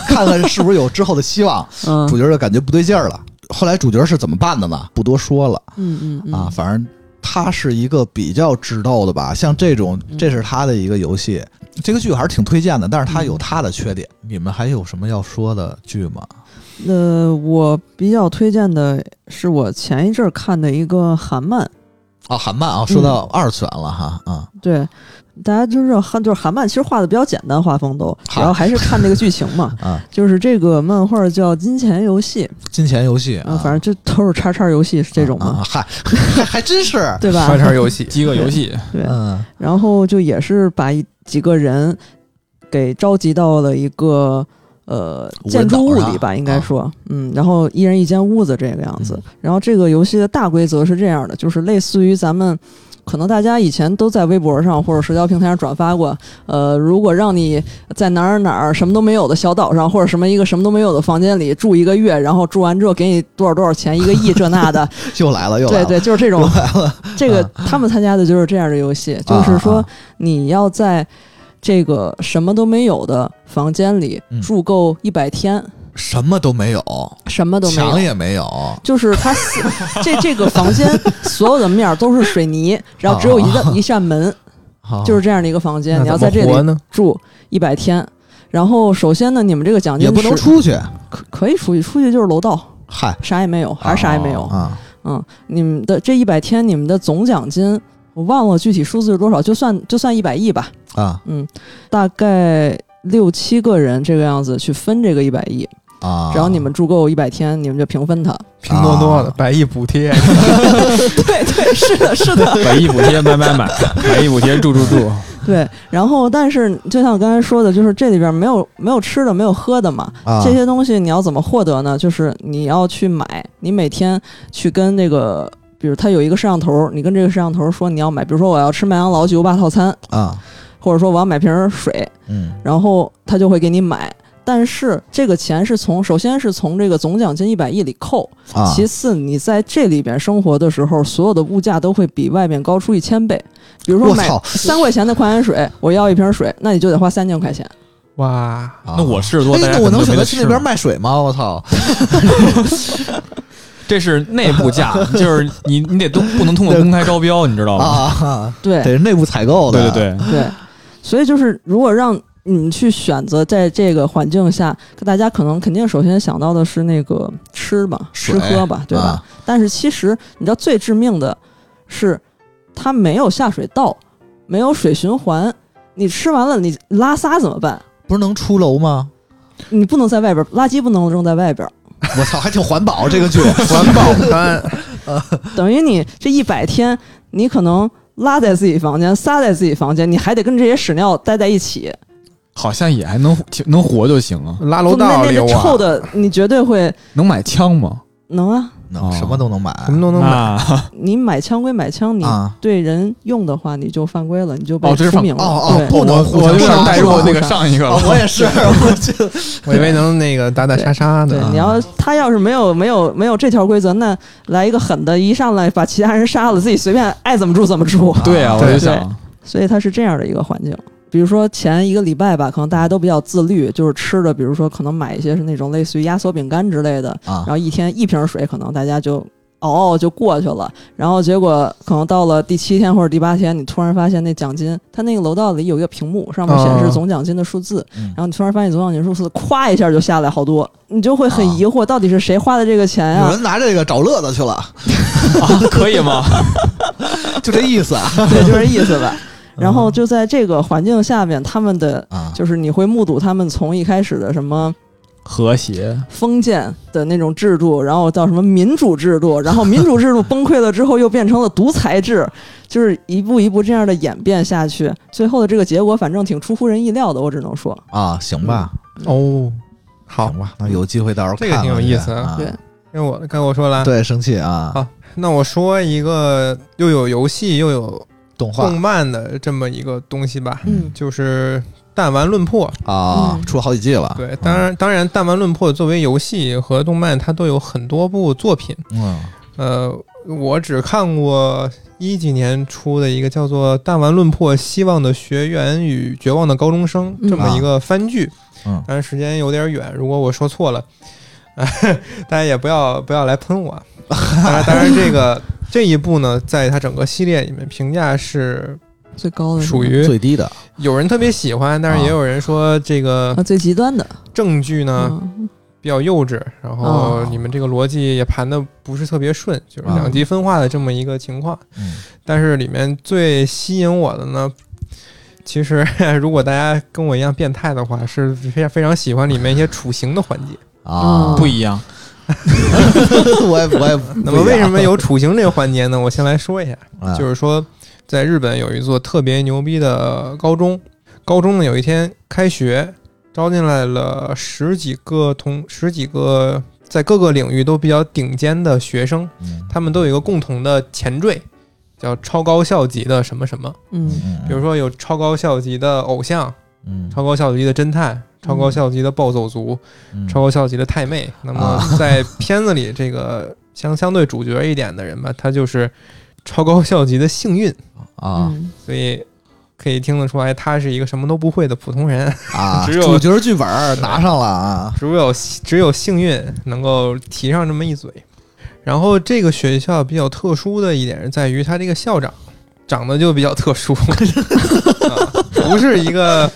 [SPEAKER 1] 看看是不是有之后的希望。
[SPEAKER 3] 嗯
[SPEAKER 1] 主角就感觉不对劲儿了。后来主角是怎么办的呢？不多说了
[SPEAKER 3] 嗯嗯嗯
[SPEAKER 1] 啊，反正他是一个比较知道的吧。像这种，
[SPEAKER 3] 嗯
[SPEAKER 1] 这是他的一个游戏，这个剧还是挺推荐的，但是它
[SPEAKER 3] 嗯
[SPEAKER 1] 有它的缺点。你们还有什么要说的剧吗？
[SPEAKER 3] 呃，我比较推荐的是我前一阵儿看的一个韩漫，
[SPEAKER 1] 啊，韩漫啊，
[SPEAKER 3] 嗯
[SPEAKER 1] 说到二次元了哈，啊，
[SPEAKER 3] 对，大家就知道韩就是韩漫，其实画的比较简单，画风都，
[SPEAKER 1] 好。
[SPEAKER 3] 然后还是看这个剧情嘛
[SPEAKER 1] 啊，
[SPEAKER 3] 就是这个漫画叫《金钱游戏》，
[SPEAKER 1] 金钱游戏
[SPEAKER 3] 啊，反正这都是叉叉游戏是这种
[SPEAKER 1] 啊
[SPEAKER 3] 嘛，
[SPEAKER 1] 啊嗨， 还还真是，
[SPEAKER 3] 对吧
[SPEAKER 6] 串？串游戏，
[SPEAKER 7] 饥饿游 戏，
[SPEAKER 3] 对，
[SPEAKER 1] 嗯
[SPEAKER 3] 然后就也是把一几个人给召集到了一个呃
[SPEAKER 1] 无人
[SPEAKER 3] 建筑物
[SPEAKER 1] 岛
[SPEAKER 3] 里
[SPEAKER 1] 上
[SPEAKER 3] 吧，应该
[SPEAKER 1] 啊
[SPEAKER 3] 说，嗯，然后一人一间屋子这个样子
[SPEAKER 1] 嗯。
[SPEAKER 3] 然后这个游戏的大规则是这样的，就是类似于咱们。可能大家以前都在微博上或者社交平台上转发过，呃，如果让你在哪儿哪儿什么都没有的小岛上，或者什么一个什么都没有的房间里住一个月，然后住完之后给你多少多少钱，一个亿这那的，
[SPEAKER 1] 又来了又来
[SPEAKER 3] 对
[SPEAKER 1] 了，
[SPEAKER 3] 对，就是这种
[SPEAKER 1] 又来了，
[SPEAKER 3] 这个他们参加的就是这样的游戏，就是
[SPEAKER 1] 啊
[SPEAKER 3] 说
[SPEAKER 1] 啊
[SPEAKER 3] 你要在这个什么都没有的房间里
[SPEAKER 1] 嗯
[SPEAKER 3] 住够一百天，
[SPEAKER 1] 什么都没有，
[SPEAKER 3] 什么都没
[SPEAKER 1] 墙
[SPEAKER 3] 有。
[SPEAKER 1] 也没有，
[SPEAKER 3] 就是它四这这个房间所有的面儿都是水泥，然后只有一个、
[SPEAKER 1] 啊
[SPEAKER 3] 一扇门，就是这样的一个房间，
[SPEAKER 6] 那
[SPEAKER 3] 你要
[SPEAKER 6] 怎么
[SPEAKER 3] 在这
[SPEAKER 6] 活
[SPEAKER 3] 里
[SPEAKER 6] 呢？
[SPEAKER 3] 住一百天。然后首先呢，你们这个奖金
[SPEAKER 1] 也不能
[SPEAKER 3] 是
[SPEAKER 1] 出去，
[SPEAKER 3] 可可以出去，出去就是楼道，
[SPEAKER 1] 嗨，
[SPEAKER 3] 啥也没有，还是啥也没有。
[SPEAKER 1] 啊，
[SPEAKER 3] 嗯，你们的这一百天，你们的总奖金我忘了具体数字是多少，就算就算一百亿吧，
[SPEAKER 1] 啊
[SPEAKER 3] 大概六七个人这个样子去分这个一百亿，
[SPEAKER 1] 啊！
[SPEAKER 3] 只要你们住够一百天，你们就平分它。
[SPEAKER 6] 拼多多的
[SPEAKER 1] 啊
[SPEAKER 6] 百亿补 贴，
[SPEAKER 3] 对对，是 的，是的，
[SPEAKER 7] 百亿补贴买买买，百亿补贴住住住，
[SPEAKER 3] 对。然后，但是就像我刚才说的，就是这里边没有没有吃的，没有喝的嘛，
[SPEAKER 1] 啊
[SPEAKER 3] 这些东西你要怎么获得呢？就是你要去买，你每天去跟那个。比如他有一个摄像头，你跟这个摄像头说你要买，比如说我要吃麦当劳巨无霸套餐，
[SPEAKER 1] 啊，
[SPEAKER 3] 或者说我要买瓶水，
[SPEAKER 1] 嗯
[SPEAKER 3] 然后他就会给你买。但是这个钱是从首先是从这个总奖金一百亿里扣，
[SPEAKER 1] 啊，
[SPEAKER 3] 其次你在这里边生活的时候，所有的物价都会比外面高出一千倍。比如说
[SPEAKER 1] 我
[SPEAKER 3] 买
[SPEAKER 1] 操
[SPEAKER 3] 三块钱的矿泉水，我要一瓶水，那你就得花三千块钱。
[SPEAKER 6] 哇，
[SPEAKER 1] 那
[SPEAKER 7] 那我是多，
[SPEAKER 1] 哎，
[SPEAKER 7] 大家
[SPEAKER 1] 那我
[SPEAKER 7] 可
[SPEAKER 1] 能
[SPEAKER 7] 就
[SPEAKER 1] 选
[SPEAKER 7] 没
[SPEAKER 1] 择
[SPEAKER 7] 得
[SPEAKER 1] 去
[SPEAKER 7] 吃
[SPEAKER 1] 那边
[SPEAKER 7] 了
[SPEAKER 1] 卖水吗？我操！
[SPEAKER 7] 这是内 部价，就是你你得都不能通过公开招标，你知道吗？
[SPEAKER 1] 啊，
[SPEAKER 3] 对
[SPEAKER 1] 得是内部采购
[SPEAKER 7] 对
[SPEAKER 1] 的，
[SPEAKER 7] 对对，
[SPEAKER 3] 对，所以就是如果让你们去选择在这个环境下，大家可能肯定首先想到的是那个吃吧、吃
[SPEAKER 1] 水
[SPEAKER 3] 喝吧，对吧？
[SPEAKER 1] 啊
[SPEAKER 3] 但是其实你知道最致命的是，它没有下水道，没有水循环。你吃完了，你拉撒怎么办？
[SPEAKER 1] 不是能出楼吗？
[SPEAKER 3] 你不能在外边，垃圾不能扔在外边，
[SPEAKER 1] 我操，还挺环 保这个剧
[SPEAKER 6] 环保餐，
[SPEAKER 3] 等于你这一百天，你可能拉在自己房间，撒在自己房间，你还得跟这些屎尿待在一起，
[SPEAKER 7] 好像也还能能活就行啊。
[SPEAKER 6] 拉
[SPEAKER 3] 就
[SPEAKER 6] 楼
[SPEAKER 3] 那
[SPEAKER 6] 道
[SPEAKER 3] 那
[SPEAKER 6] 里
[SPEAKER 3] 个
[SPEAKER 6] 我
[SPEAKER 3] 臭的，你绝对会
[SPEAKER 7] 能买枪吗？
[SPEAKER 3] 能啊！
[SPEAKER 1] 能
[SPEAKER 7] 哦
[SPEAKER 1] 什么都能买
[SPEAKER 6] 什么都能买。
[SPEAKER 7] 那
[SPEAKER 3] 你买枪归买枪，你
[SPEAKER 1] 啊。
[SPEAKER 3] 对人用的话，你就犯规了，你就被
[SPEAKER 7] 哦这是
[SPEAKER 3] 出
[SPEAKER 7] 犯
[SPEAKER 3] 名了。
[SPEAKER 1] 哦哦
[SPEAKER 3] 对
[SPEAKER 1] 不能互
[SPEAKER 7] 我
[SPEAKER 1] 相
[SPEAKER 7] 有点
[SPEAKER 1] 伤
[SPEAKER 7] 带
[SPEAKER 1] 害
[SPEAKER 7] 入
[SPEAKER 1] 吧
[SPEAKER 7] 那个上一个
[SPEAKER 1] 哦
[SPEAKER 7] 了。
[SPEAKER 1] 我也是， 我就
[SPEAKER 6] 我以为能那个打打杀杀
[SPEAKER 3] 对
[SPEAKER 6] 呢，
[SPEAKER 3] 你要他要是没有没有没有这条规则，那来一个狠的，一上来把其他人杀了，自己随便爱怎么住怎么住。
[SPEAKER 7] 对啊，我
[SPEAKER 6] 对
[SPEAKER 7] 就想，
[SPEAKER 3] 所以它是这样的一个环境。比如说前一个礼拜吧，可能大家都比较自律，就是吃的，比如说可能买一些是那种类似于压缩饼干之类的，
[SPEAKER 1] 啊
[SPEAKER 3] 然，后一天一瓶水，可能大家就熬熬就过去了。然后结果可能到了第七天或者第八天，你突然发现那奖金，它那个楼道里有一个屏幕，上面显示
[SPEAKER 6] 哦
[SPEAKER 3] 总奖金的数字，
[SPEAKER 1] 嗯
[SPEAKER 3] 然后你突然发现总奖金数字咵一下就下来好多，你就会很
[SPEAKER 1] 啊
[SPEAKER 3] 疑惑，到底是谁花的这个钱呀、啊
[SPEAKER 1] 有人拿这个找乐子去 了，
[SPEAKER 7] 啊可以吗？
[SPEAKER 1] 就这意思啊
[SPEAKER 3] 对，就这意思吧。 然后就在这个环境下面，他们的
[SPEAKER 1] 啊！
[SPEAKER 3] 就是你会目睹他们从一开始的什么
[SPEAKER 7] 和谐，
[SPEAKER 3] 封建的那种制度，然后到什么民主制度，然后民主制度崩溃了之后又变成了独裁制， 就是一步一步这样的演变下去，最后的这个结果反正挺出乎人意料的，我只能说，
[SPEAKER 1] 啊，行吧，
[SPEAKER 6] 哦，好
[SPEAKER 1] 行，吧，啊那有机会到时候
[SPEAKER 6] 这个
[SPEAKER 1] 看
[SPEAKER 6] 挺有
[SPEAKER 1] 看
[SPEAKER 6] 意
[SPEAKER 1] 去
[SPEAKER 6] 思
[SPEAKER 1] 啊
[SPEAKER 6] 啊
[SPEAKER 3] 对
[SPEAKER 6] 跟我跟我说了，
[SPEAKER 1] 对，生气啊
[SPEAKER 6] 好，那我说一个又有游戏又有
[SPEAKER 1] 动画
[SPEAKER 6] 动漫的这么一个东西吧，
[SPEAKER 3] 嗯
[SPEAKER 6] 就是《弹丸论破》。
[SPEAKER 1] 啊
[SPEAKER 3] 嗯，
[SPEAKER 1] 出好几季了，
[SPEAKER 6] 对，当然当然，《弹丸论破》作为游戏和动漫，它都有很多部作品。
[SPEAKER 1] 嗯，
[SPEAKER 6] 呃，我只看过一几年出的一个叫做《弹丸论破：希望的学员与绝望的高中生》
[SPEAKER 3] 嗯
[SPEAKER 6] 这么一个番剧。
[SPEAKER 1] 嗯
[SPEAKER 6] 当然时间有点远，如果我说错了，呃 大家也不要不要来喷我啊。当然，当然这个这一部呢，在它整个系列里面评价是
[SPEAKER 3] 最高的
[SPEAKER 6] 属于
[SPEAKER 1] 最低的
[SPEAKER 6] 有人特别喜欢，但是也有人说这个
[SPEAKER 3] 啊最极端的，
[SPEAKER 6] 证据呢
[SPEAKER 3] 嗯
[SPEAKER 6] 比较幼稚，然后
[SPEAKER 3] 哦
[SPEAKER 6] 你们这个逻辑也盘的不是特别顺，就是
[SPEAKER 1] 啊
[SPEAKER 6] 两极分化的这么一个情况。
[SPEAKER 1] 嗯
[SPEAKER 6] 但是里面最吸引我的呢，其实 如果大家跟我一样变态的话，是非常非常喜欢里面一些处刑的环节。
[SPEAKER 1] 啊，
[SPEAKER 3] 嗯
[SPEAKER 7] 不一样。
[SPEAKER 1] 我也我也
[SPEAKER 6] 那么为什么有处刑这个环节呢？我先来说一下，
[SPEAKER 1] 啊
[SPEAKER 6] 就是说，在日本有一座特别牛逼的高中，高中呢有一天开学，招进来了十几个同十几个在各个领域都比较顶尖的学生，
[SPEAKER 1] 嗯
[SPEAKER 6] 他们都有一个共同的前缀，叫超高校级的什么什么。
[SPEAKER 3] 嗯
[SPEAKER 1] 嗯
[SPEAKER 6] 比如说有超高校级的偶像，
[SPEAKER 1] 嗯
[SPEAKER 6] 超高校级的侦探，超高校级的暴走族，
[SPEAKER 1] 嗯
[SPEAKER 6] 超高校级的太妹。那么在片子里，这个相相对主角一点的人吧，他就是超高校级的幸运，
[SPEAKER 1] 啊
[SPEAKER 3] 嗯
[SPEAKER 6] 所以可以听得出来，他是一个什么都不会的普通人，
[SPEAKER 1] 啊，
[SPEAKER 6] 只有
[SPEAKER 1] 主角剧本儿拿上了啊，
[SPEAKER 6] 只有只有幸运能够提上这么一嘴。然后这个学校比较特殊的一点是在于，他这个校长长得就比较特殊， 啊不是一个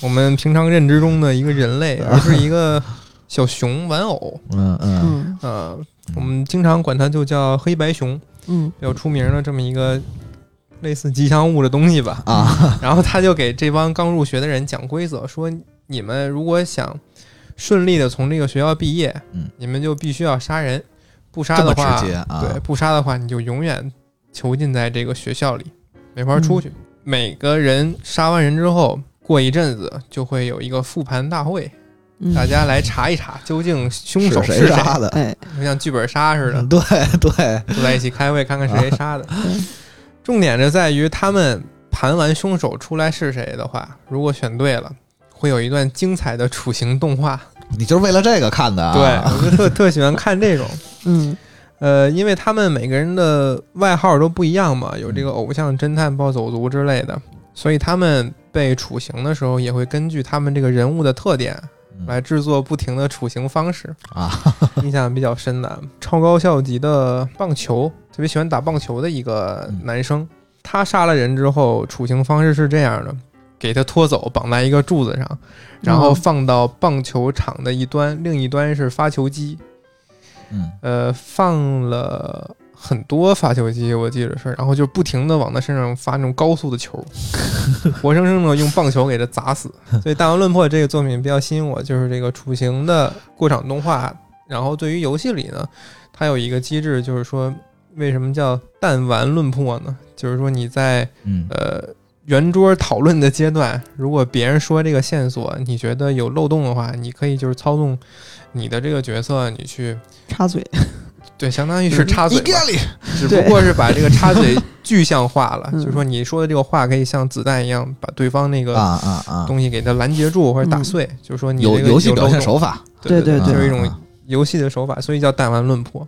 [SPEAKER 6] 我们平常认知中的一个人类，而是一个小熊玩偶。
[SPEAKER 1] 嗯嗯
[SPEAKER 3] 嗯
[SPEAKER 6] 呃，我们经常管它就叫黑白熊，
[SPEAKER 3] 嗯
[SPEAKER 6] 比较出名的这么一个类似吉祥物的东西吧。
[SPEAKER 1] 啊
[SPEAKER 6] 然后他就给这帮刚入学的人讲规则，说你们如果想顺利的从这个学校毕业，
[SPEAKER 1] 嗯
[SPEAKER 6] 你们就必须要杀人，不杀
[SPEAKER 1] 这
[SPEAKER 6] 的
[SPEAKER 1] 么直
[SPEAKER 6] 话，
[SPEAKER 1] 接啊，
[SPEAKER 6] 对，不杀的话你就永远囚禁在这个学校里，没法出
[SPEAKER 1] 嗯
[SPEAKER 6] 去。每个人杀完人之后，过一阵子就会有一个复盘大会，
[SPEAKER 3] 嗯，
[SPEAKER 6] 大家来查一查究竟凶手
[SPEAKER 1] 是
[SPEAKER 6] 是
[SPEAKER 1] 谁
[SPEAKER 6] 谁，
[SPEAKER 1] 杀的？
[SPEAKER 3] 哎，
[SPEAKER 6] 就像剧本杀似的
[SPEAKER 1] 嗯，对对，
[SPEAKER 6] 坐在一起开会，看看是谁杀的。重点是在于他们盘完凶手出来是谁的话，如果选对了，会有一段精彩的处刑动画。
[SPEAKER 1] 你就是为了这个看的
[SPEAKER 6] 对
[SPEAKER 1] 啊？
[SPEAKER 6] 我就特特喜欢看这种，
[SPEAKER 3] 嗯
[SPEAKER 6] 呃，因为他们每个人的外号都不一样嘛，
[SPEAKER 1] 嗯
[SPEAKER 6] 有这个偶像、侦探、暴走族之类的，所以他们被处刑的时候也会根据他们这个人物的特点
[SPEAKER 1] 嗯
[SPEAKER 6] 来制作不停的处刑方式。
[SPEAKER 1] 啊，
[SPEAKER 6] 印象比较深的超高校级的棒球，特别喜欢打棒球的一个
[SPEAKER 1] 嗯
[SPEAKER 6] 男生，他杀了人之后，处刑方式是这样的：给他拖走，绑在一个柱子上，然后
[SPEAKER 1] 嗯
[SPEAKER 3] 哦
[SPEAKER 6] 放到棒球场的一端，另一端是发球机，
[SPEAKER 1] 嗯
[SPEAKER 6] 呃，放了很多发球机，我记得是，然后就不停的往他身上发那种高速的 球，活生生的用棒球给他砸死。 所以《大王论破》这个作品比较吸引我，就是这个处刑的过场动画。然后对于游戏里呢，它有一个机制，就是说为什么叫弹丸论破呢？就是说你在
[SPEAKER 7] 嗯
[SPEAKER 6] 呃圆桌讨论的阶段，如果别人说这个线索你觉得有漏洞的话，你可以就是操纵你的这个角色，你去
[SPEAKER 3] 插嘴，
[SPEAKER 6] 对，相当于是插嘴
[SPEAKER 1] 你
[SPEAKER 6] 吧，
[SPEAKER 1] 店里
[SPEAKER 6] 只
[SPEAKER 3] 对
[SPEAKER 6] 不过是把这个插嘴具象化了，
[SPEAKER 3] 嗯
[SPEAKER 6] 就是说你说的这个话可以像子弹一样把对方那
[SPEAKER 1] 啊
[SPEAKER 6] 个
[SPEAKER 1] 啊啊，
[SPEAKER 6] 东西给它拦截住或者打碎，就是说你这
[SPEAKER 1] 有
[SPEAKER 6] 个
[SPEAKER 1] 游戏表现手
[SPEAKER 6] 法，
[SPEAKER 1] 法，
[SPEAKER 6] 对
[SPEAKER 3] 嗯对
[SPEAKER 6] 对，
[SPEAKER 3] 对
[SPEAKER 6] 就是
[SPEAKER 1] 啊
[SPEAKER 6] 一种
[SPEAKER 1] 啊
[SPEAKER 6] 游戏的手法，所以叫弹丸论破。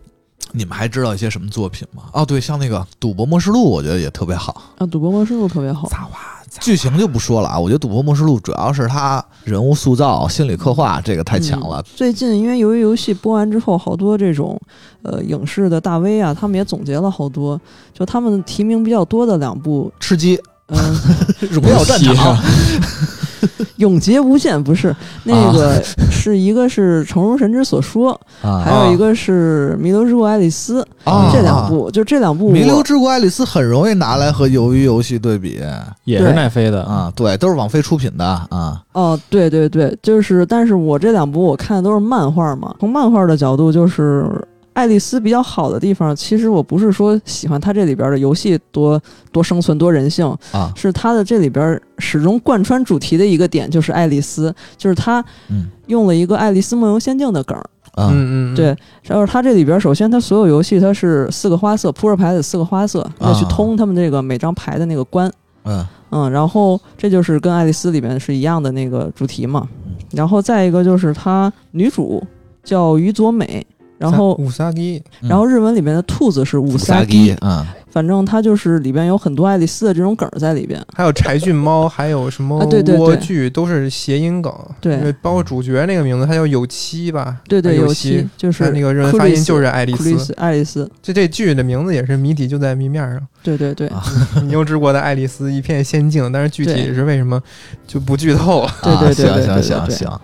[SPEAKER 1] 你们还知道一些什么作品吗？哦，对，像那个《赌博默示录》，我觉得也特别好。
[SPEAKER 3] 啊，赌博模式录特别好，
[SPEAKER 1] 剧情就不说了啊，我觉得《赌博默示录》主要是它人物塑造、心理刻画这个太强了
[SPEAKER 3] 嗯。最近因为由于游戏播完之后，好多这种呃影视的大 V 啊，他们也总结了好多，就他们提名比较多的两部，
[SPEAKER 1] 吃鸡、
[SPEAKER 3] 嗯、
[SPEAKER 1] 荣耀战场，
[SPEAKER 3] 永劫无限不
[SPEAKER 1] 啊
[SPEAKER 3] 是那个是一个是《城中神之所说》，还
[SPEAKER 1] 啊
[SPEAKER 3] 有一个是《弥留之国爱丽丝》
[SPEAKER 1] 啊
[SPEAKER 3] 这两部就这两部
[SPEAKER 1] 《
[SPEAKER 3] 我
[SPEAKER 1] 弥留之国爱丽丝》很容易拿来和《鱿鱼游戏》对比
[SPEAKER 7] 也是
[SPEAKER 3] 对
[SPEAKER 7] 奈飞的，
[SPEAKER 1] 啊，对，都是网飞出品的啊。
[SPEAKER 3] 哦，对对对，就是，但是我这两部我看的都是漫画嘛，从漫画的角度，就是爱丽丝比较好的地方，其实我不是说喜欢它这里边的游戏多多生存多人性
[SPEAKER 1] 啊
[SPEAKER 3] 是它的这里边始终贯穿主题的一个点就是爱丽丝，就是它
[SPEAKER 1] 嗯
[SPEAKER 3] 用了一个爱丽丝梦游仙境的梗儿，
[SPEAKER 1] 啊
[SPEAKER 6] 嗯嗯，嗯
[SPEAKER 3] 对然后它这里边首先它所有游戏它是四个花色，扑克牌的四个花色，要去
[SPEAKER 1] 啊
[SPEAKER 3] 通他们这个每张牌的那个关，
[SPEAKER 1] 嗯
[SPEAKER 3] 嗯，然后这就是跟《爱丽丝》里面是一样的那个主题嘛。
[SPEAKER 6] 嗯
[SPEAKER 3] 然后再一个就是她女主叫于佐美，然后
[SPEAKER 6] 五萨基
[SPEAKER 1] 嗯
[SPEAKER 3] 然后日文里面的兔子是五
[SPEAKER 1] 萨
[SPEAKER 3] 三
[SPEAKER 1] 基，嗯
[SPEAKER 3] 反正它就是里边有很多爱丽丝的这种梗儿在里边。
[SPEAKER 6] 还有柴郡猫，还有什么
[SPEAKER 3] 啊对对对
[SPEAKER 6] 莴苣，都是谐音梗。
[SPEAKER 3] 对
[SPEAKER 6] 因为包括主角那个名字，他叫有七吧？
[SPEAKER 3] 对对，
[SPEAKER 6] 还有
[SPEAKER 3] 有期就
[SPEAKER 6] 他
[SPEAKER 3] 是
[SPEAKER 6] 那个人发音就是爱丽
[SPEAKER 3] 库里
[SPEAKER 6] 丝
[SPEAKER 3] 斯。爱丽丝，
[SPEAKER 6] 这这剧的名字也是谜底就在谜面上。
[SPEAKER 3] 对对对、
[SPEAKER 1] 啊
[SPEAKER 6] 你又之国的爱丽丝一片仙境，但是具体
[SPEAKER 3] 对
[SPEAKER 6] 是为什么就不剧透了？
[SPEAKER 3] 对对对
[SPEAKER 1] 啊行
[SPEAKER 3] 对对
[SPEAKER 1] 行
[SPEAKER 3] 对
[SPEAKER 1] 行
[SPEAKER 3] 对
[SPEAKER 1] 行，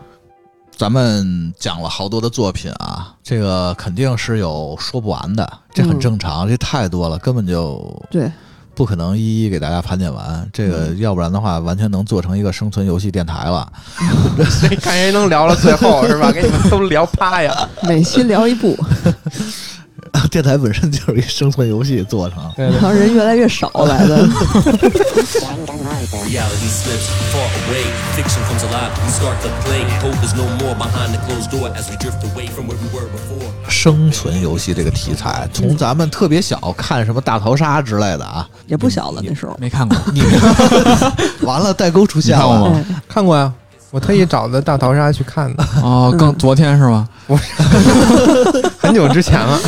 [SPEAKER 1] 咱们讲了好多的作品啊，这个肯定是有说不完的，这很
[SPEAKER 3] 嗯
[SPEAKER 1] 正常，这太多了，根本就
[SPEAKER 3] 对，
[SPEAKER 1] 不可能一一给大家盘点完。这个
[SPEAKER 3] 嗯
[SPEAKER 1] 要不然的话，完全能做成一个生存游戏电台了。
[SPEAKER 6] 谁 看谁能聊到最后是吧？给你们都聊趴呀！
[SPEAKER 3] 每期聊一部，
[SPEAKER 1] 电台本身就是一生存游戏做成。
[SPEAKER 6] 对
[SPEAKER 3] 然后人越来越少来的。
[SPEAKER 8] Reality slips far away. Fiction comes alive. We start the play. Hope is no more behind the closed door as we drift away from where we were before.
[SPEAKER 1] 生存游戏这个题材，
[SPEAKER 3] 嗯
[SPEAKER 1] 从咱们特别小看什么大逃杀之类的 啊，
[SPEAKER 3] 也不小了那时候。
[SPEAKER 7] 没 看过，
[SPEAKER 1] 你完了代沟出现
[SPEAKER 7] 你看过
[SPEAKER 1] 了
[SPEAKER 7] 吗。
[SPEAKER 3] 哎，
[SPEAKER 6] 看过呀，我特意找的《大逃杀》去看的，
[SPEAKER 7] 哦，刚昨天是吗？
[SPEAKER 6] 很久之前了。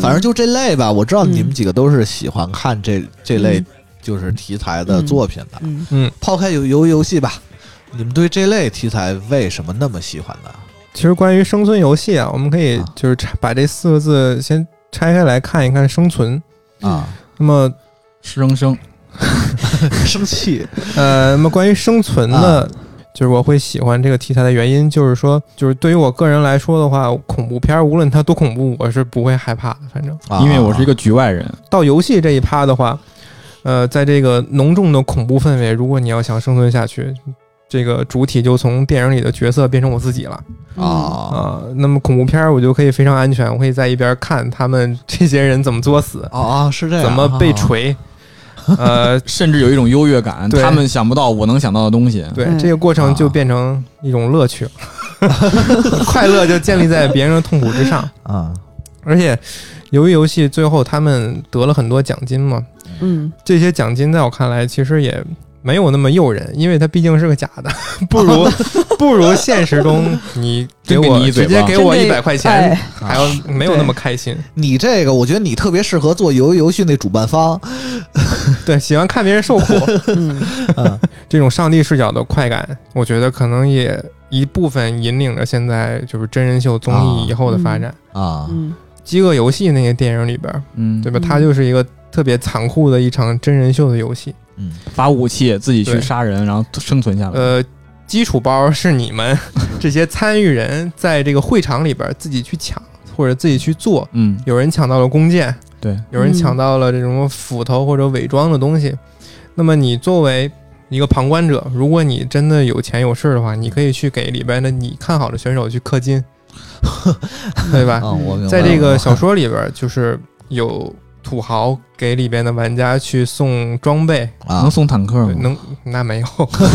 [SPEAKER 1] 反正就这类吧，我知道
[SPEAKER 3] 嗯
[SPEAKER 1] 你们几个都是喜欢看这这类就是题材的作品的。
[SPEAKER 3] 嗯，
[SPEAKER 1] 抛开游游游戏吧，你们对这类题材为什么那么喜欢呢？
[SPEAKER 6] 其实关于生存游戏啊，我们可以就是拆把这四个字先拆开来看一看生存。
[SPEAKER 1] 啊，
[SPEAKER 6] 那么
[SPEAKER 7] 生生
[SPEAKER 1] 生气
[SPEAKER 6] 呃，那么关于生存呢，就是我会喜欢这个题材的原因，就是说，就是对于我个人来说的话，恐怖片儿无论它多恐怖，我是不会害怕的。反正
[SPEAKER 1] 啊，
[SPEAKER 7] 因为我是一个局外人，
[SPEAKER 6] 到游戏这一趴的话，呃，在这个浓重的恐怖氛围，如果你要想生存下去，这个主体就从电影里的角色变成我自己了
[SPEAKER 1] 啊
[SPEAKER 6] 啊、那么恐怖片儿我就可以非常安全，我可以在一边看他们这些人怎么作死，
[SPEAKER 1] 啊啊，是这样，
[SPEAKER 6] 怎么被 锤。呃，
[SPEAKER 7] 甚至有一种优越感，
[SPEAKER 6] 对
[SPEAKER 7] 他们想不到我能想到的东西。
[SPEAKER 6] 对，
[SPEAKER 3] 嗯
[SPEAKER 6] 这个过程就变成一种 乐趣了，快乐就建立在别人的痛苦之上。
[SPEAKER 1] 啊
[SPEAKER 6] 而且，由于游戏最后他们得了很多奖金嘛，
[SPEAKER 3] 嗯，
[SPEAKER 6] 这些奖金在我看来其实也没有那么诱人，因为它毕竟是个假的， 不如 不如现实中你给
[SPEAKER 7] 真给
[SPEAKER 6] 我
[SPEAKER 7] 你一嘴
[SPEAKER 6] 直
[SPEAKER 7] 巴
[SPEAKER 6] 接给我
[SPEAKER 3] 真
[SPEAKER 6] 一
[SPEAKER 3] 这
[SPEAKER 6] 百块钱，
[SPEAKER 3] 哎，
[SPEAKER 6] 还要没有那么开心。
[SPEAKER 1] 你这个，我觉得你特别适合做游游戏那主办方，
[SPEAKER 6] 对，喜欢看别人受 苦，
[SPEAKER 3] 嗯，
[SPEAKER 6] 这种上帝视角的快感，我觉得可能也一部分引领着现在就是真人秀综艺以后的发展。
[SPEAKER 1] 啊
[SPEAKER 3] 嗯，
[SPEAKER 6] 饥饿游戏》那个电影里边，
[SPEAKER 7] 嗯，
[SPEAKER 6] 对吧？
[SPEAKER 3] 嗯
[SPEAKER 6] 它就是一个特别残酷的一场真人秀的游戏。
[SPEAKER 1] 嗯
[SPEAKER 7] 把武器自己去
[SPEAKER 6] 对
[SPEAKER 7] 杀人，然后生存下来。
[SPEAKER 6] 呃，基础包是你们这些参与人在这个会场里边自己去抢或者自己去做。
[SPEAKER 7] 嗯，
[SPEAKER 6] 有人抢到了弓箭，
[SPEAKER 7] 对，
[SPEAKER 6] 有人抢到了这种斧头或者伪装的东西。那么你作为一个旁观者，如果你真的有钱有势的话，你可以去给里边的你看好的选手去氪金，对吧？
[SPEAKER 1] 啊，我明白
[SPEAKER 6] 在这个小
[SPEAKER 1] 了
[SPEAKER 6] 说里边，就是有土豪给里边的玩家去送装备，
[SPEAKER 1] 啊
[SPEAKER 7] 能，送坦克
[SPEAKER 6] 对
[SPEAKER 7] 吗？
[SPEAKER 6] 能那没有，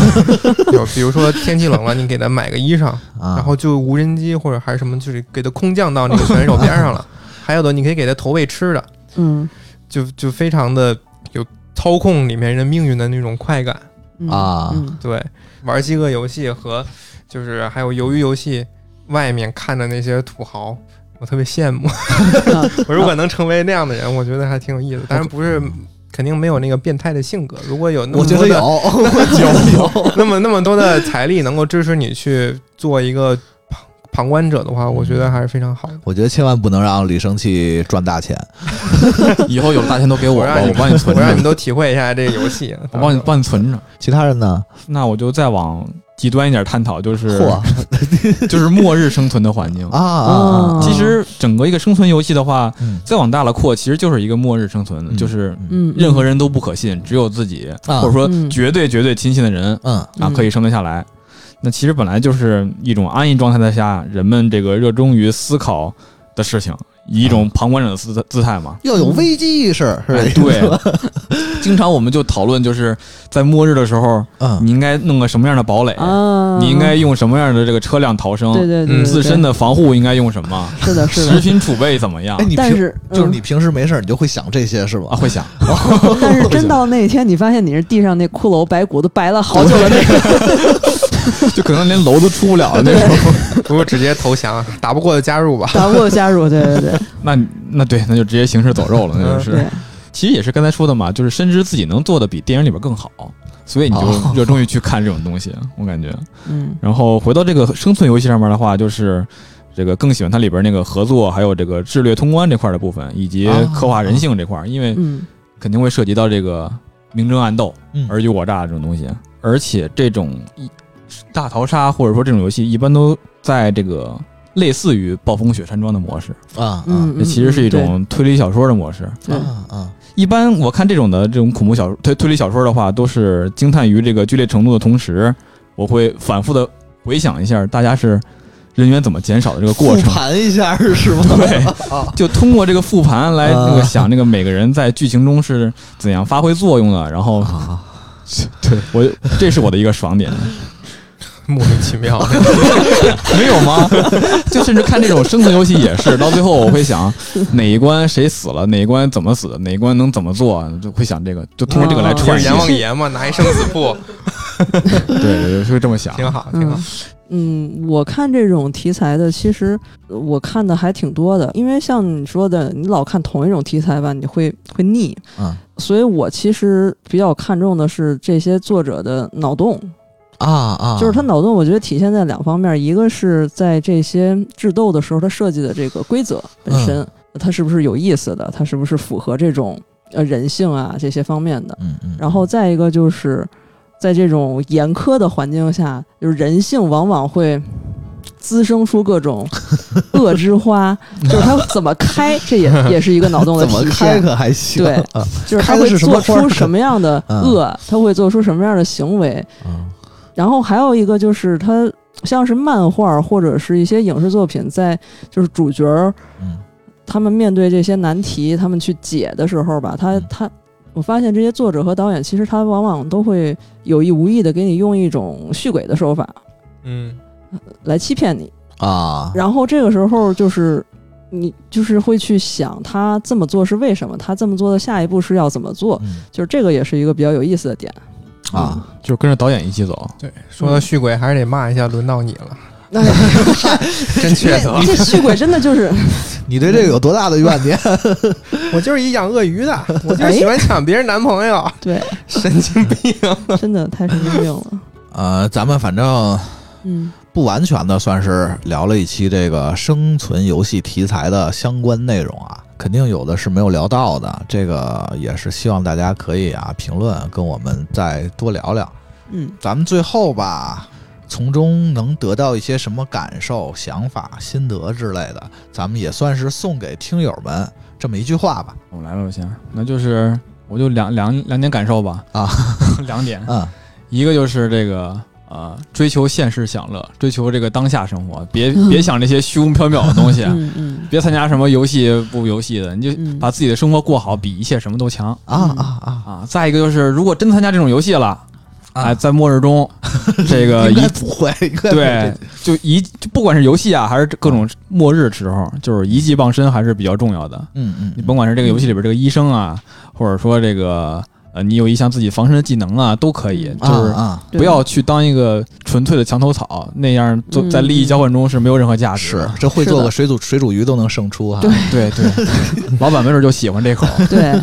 [SPEAKER 6] 有比如说天气冷了，你给他买个衣裳，
[SPEAKER 1] 啊
[SPEAKER 6] 然后就无人机或者还是什么，就是给他空降到那个选手边 上了。还有的你可以给他投喂吃的，
[SPEAKER 3] 嗯
[SPEAKER 6] 就就非常的有操控里面人命运的那种快感。
[SPEAKER 3] 嗯
[SPEAKER 1] 啊
[SPEAKER 3] 嗯
[SPEAKER 6] 对，玩饥饿游戏和就是还有鱿鱼游戏，外面看着那些土豪，我特别羡 慕。我如果能成为那样的人，我觉得还挺有意思。当然不是，肯定没有那个变态的性格。如果有那
[SPEAKER 1] 我
[SPEAKER 6] 么
[SPEAKER 1] 觉
[SPEAKER 6] 多
[SPEAKER 1] 得有，
[SPEAKER 6] 的
[SPEAKER 1] 我觉得有，
[SPEAKER 6] 那么那么多的财力能够支持你去做一个旁旁观者的话，我觉得还是非常好
[SPEAKER 7] 嗯
[SPEAKER 6] 的。
[SPEAKER 1] 我觉得千万不能让李生气赚大钱，
[SPEAKER 7] 以后有了大钱都给我
[SPEAKER 6] 我
[SPEAKER 7] 吧，
[SPEAKER 6] 让你
[SPEAKER 7] 我帮你存
[SPEAKER 6] 我让你
[SPEAKER 7] 着，
[SPEAKER 6] 都体会一下这个游戏啊，
[SPEAKER 7] 我帮你帮你存着。
[SPEAKER 1] 其他人呢？
[SPEAKER 7] 那我就再往极端一点探讨，就是
[SPEAKER 1] 嚯
[SPEAKER 7] 就是末日生存的环境
[SPEAKER 1] 啊。啊啊！
[SPEAKER 7] 其实整个一个生存游戏的话，
[SPEAKER 1] 嗯
[SPEAKER 7] 再往大了扩，其实就是一个末日生存，
[SPEAKER 1] 嗯
[SPEAKER 7] 就是
[SPEAKER 3] 嗯，
[SPEAKER 7] 任何人都不可信，只有自己、
[SPEAKER 1] 啊
[SPEAKER 7] 或者说
[SPEAKER 3] 嗯
[SPEAKER 7] 绝对绝对亲信的人、
[SPEAKER 1] 嗯
[SPEAKER 7] 啊可以生存下来。那其实本来就是一种安逸状态的下，人们这个热衷于思考的事情，以一种旁观者的姿姿态嘛。
[SPEAKER 1] 要有危机意识，是吧
[SPEAKER 7] 哎？对， 经常我们就讨论，就是在末日的时候，
[SPEAKER 1] 嗯
[SPEAKER 7] 你应该弄个什么样的堡垒，
[SPEAKER 3] 啊，
[SPEAKER 7] 你应该用什么样的这个车辆逃生，
[SPEAKER 3] 对对对
[SPEAKER 6] 嗯
[SPEAKER 3] 对
[SPEAKER 7] 自身的防护应该用什么，
[SPEAKER 3] 对是的是
[SPEAKER 7] 食
[SPEAKER 3] 的，
[SPEAKER 7] 品储备怎么样
[SPEAKER 1] 哎，你
[SPEAKER 3] 但
[SPEAKER 1] 平
[SPEAKER 3] 是
[SPEAKER 1] 就是
[SPEAKER 3] 嗯
[SPEAKER 1] 你平时没事儿你就会想这些是
[SPEAKER 7] 啊？
[SPEAKER 1] 吧？
[SPEAKER 7] 会想，
[SPEAKER 3] 但是真到那一天，你发现你是地上那骷髅白骨都白了好久的那个，
[SPEAKER 7] 就可能连楼都出不了的 那种。
[SPEAKER 6] 不如直接投降，啊打不过就加 入吧。
[SPEAKER 3] 打不过加入，对对对
[SPEAKER 7] 那那对，那就直接行尸走肉了，那就是
[SPEAKER 3] 对。，
[SPEAKER 7] 其实也是刚才说的嘛，就是深知自己能做的比电影里边更好，所以你
[SPEAKER 1] 哦
[SPEAKER 7] 就热衷于去看这种东西，我感觉。
[SPEAKER 3] 嗯
[SPEAKER 7] 然后回到这个生存游戏上面的话，就是这个更喜欢它里边那个合作，还有这个智略通关这块的部分，以及
[SPEAKER 1] 啊
[SPEAKER 7] 刻画人性这块，因为
[SPEAKER 3] 嗯
[SPEAKER 7] 肯定会涉及到这个明争暗斗、
[SPEAKER 1] 嗯
[SPEAKER 7] 尔虞我诈这种东西。而且这种一大逃杀或者说这种游戏，一般都在这个类似于暴风雪山庄的模式，
[SPEAKER 1] 啊
[SPEAKER 3] 嗯，
[SPEAKER 7] 这其实是一种推理小说的模式。
[SPEAKER 3] 对
[SPEAKER 1] 啊啊！
[SPEAKER 7] 一般我看这种的这种恐怖小说推推理小说的话，都是惊叹于这个剧烈程度的同时，我会反复的回想一下大家是人员怎么减少的这个过
[SPEAKER 1] 复
[SPEAKER 7] 程。
[SPEAKER 1] 盘一下是吗？
[SPEAKER 7] 对
[SPEAKER 1] 啊，
[SPEAKER 7] 就通过这个复盘来
[SPEAKER 1] 啊
[SPEAKER 7] 那个想那个每个人在剧情中是怎样发挥作用的，然后
[SPEAKER 1] 啊，
[SPEAKER 7] 对我这是我的一个爽点，
[SPEAKER 6] 莫名其 妙，
[SPEAKER 7] 没有吗？ 就甚至看这种生存游戏也是，到最后我会想哪一关谁死了，哪一关怎么死的，哪一关能怎么做，就会想这个，就通过这个来
[SPEAKER 3] 啊
[SPEAKER 6] 就
[SPEAKER 7] 串
[SPEAKER 6] 是
[SPEAKER 7] 戏
[SPEAKER 6] 阎，王爷嘛，拿一生死 簿，
[SPEAKER 7] 对对对，会这么想。
[SPEAKER 6] 挺好，挺好
[SPEAKER 3] 嗯。嗯，我看这种题材的，其实呃我看的还挺多的，因为像你说的，你老看同一种题材吧，你会会腻。
[SPEAKER 1] 嗯
[SPEAKER 3] 所以我其实比较看重的是这些作者的脑洞，
[SPEAKER 1] 啊啊，
[SPEAKER 3] 就是他脑洞，我觉得体现在两方面，一个是在这些智斗的时候，他设计的这个规则本身，它是不是有意思的，它是不是符合这种呃人性啊这些方面的。
[SPEAKER 1] 嗯嗯，
[SPEAKER 3] 然后再一个就是，在这种严苛的环境下，就是人性往往会滋生出 各种恶之花，就是它怎么开，这 也也是一个脑洞的
[SPEAKER 1] 怎么
[SPEAKER 3] 体
[SPEAKER 1] 开
[SPEAKER 3] 现。
[SPEAKER 1] 可还行？
[SPEAKER 3] 对
[SPEAKER 1] 啊
[SPEAKER 3] 就是
[SPEAKER 1] 开
[SPEAKER 3] 他
[SPEAKER 1] 的
[SPEAKER 3] 会
[SPEAKER 1] 是什么
[SPEAKER 3] 做
[SPEAKER 1] 花儿
[SPEAKER 3] 出什么样的
[SPEAKER 1] 嗯
[SPEAKER 3] 恶，他会做出什么样的行为，
[SPEAKER 1] 啊
[SPEAKER 3] 然后还有一个就是它像是漫画或者是一些影视作品，在就是主角儿
[SPEAKER 1] 嗯
[SPEAKER 3] 他们面对这些难题，他们去解的时候吧，他
[SPEAKER 1] 嗯
[SPEAKER 3] 他。我发现这些作者和导演，其实他往往都会有意无意的给你用一种续鬼的手法
[SPEAKER 6] 嗯，
[SPEAKER 3] 来欺骗你，
[SPEAKER 1] 啊，
[SPEAKER 3] 然后这个时候就是你就是会去想他这么做是为什么，他这么做的下一步是要怎么做，
[SPEAKER 1] 嗯
[SPEAKER 3] 就是这个也是一个比较有意思的点。
[SPEAKER 1] 啊，
[SPEAKER 7] 就是跟着导演一起走。
[SPEAKER 6] 对，说到续鬼，还是得骂一下，轮到你 了，
[SPEAKER 3] 那
[SPEAKER 6] 真 缺德！
[SPEAKER 3] 这续鬼真 的就是
[SPEAKER 1] 你对这个有多大的怨念？
[SPEAKER 6] 我就是一养鳄鱼的，我就是喜欢抢别人男朋友，
[SPEAKER 3] 对，
[SPEAKER 6] 哎神经病！
[SPEAKER 3] 真的太神经 病了。
[SPEAKER 1] 呃，咱们反正
[SPEAKER 3] 嗯，
[SPEAKER 1] 不完全的算是聊了一期这个生存游戏题材的相关内容啊，肯定有的是没有聊到的，这个也是希望大家可以啊评论跟我们再多聊聊。
[SPEAKER 3] 嗯
[SPEAKER 1] 咱们最后吧，从中能得到一些什么感受、想法、心得之类的，咱们也算是送给听友们这么一句话吧。
[SPEAKER 7] 我来吧，我先，那就是我就两两两点感受吧
[SPEAKER 1] 啊，
[SPEAKER 7] 两点，
[SPEAKER 1] 嗯
[SPEAKER 7] 一个就是这个啊、啊，追求现实享乐，追求这个当下生活，别别想这些虚无缥缈的东西，
[SPEAKER 9] 嗯嗯
[SPEAKER 7] 别参加什么游戏不游戏的，你
[SPEAKER 9] 嗯
[SPEAKER 7] 就啊把自己的生活过好，比一切什么都强
[SPEAKER 1] 啊啊啊！
[SPEAKER 7] 啊！再一个就是，如果真参加这种游戏了，
[SPEAKER 1] 啊
[SPEAKER 7] 哎，在末 日中，这个
[SPEAKER 1] 应
[SPEAKER 7] 呃一
[SPEAKER 1] 该不会，应该不会
[SPEAKER 7] 对，就一就不管是游戏啊，还是各种末日时候，就是一技傍身还是比较重要的。
[SPEAKER 1] 嗯嗯，
[SPEAKER 7] 你甭管是这个游戏里边这个医生啊，或者说这个呃，你有一项自己防身的技能啊，都可以，
[SPEAKER 1] 啊
[SPEAKER 7] 就是
[SPEAKER 1] 啊，
[SPEAKER 7] 不要去当一个纯粹的墙头草，那样做在
[SPEAKER 1] 嗯
[SPEAKER 7] 利益交换中是没有任何价
[SPEAKER 1] 啊是
[SPEAKER 7] 值的。
[SPEAKER 1] 这会
[SPEAKER 9] 是
[SPEAKER 1] 做
[SPEAKER 9] 的
[SPEAKER 1] 个水煮水煮鱼都能胜出啊哈。
[SPEAKER 9] 对
[SPEAKER 7] 对对， 老板没准就喜欢这口。
[SPEAKER 9] 对，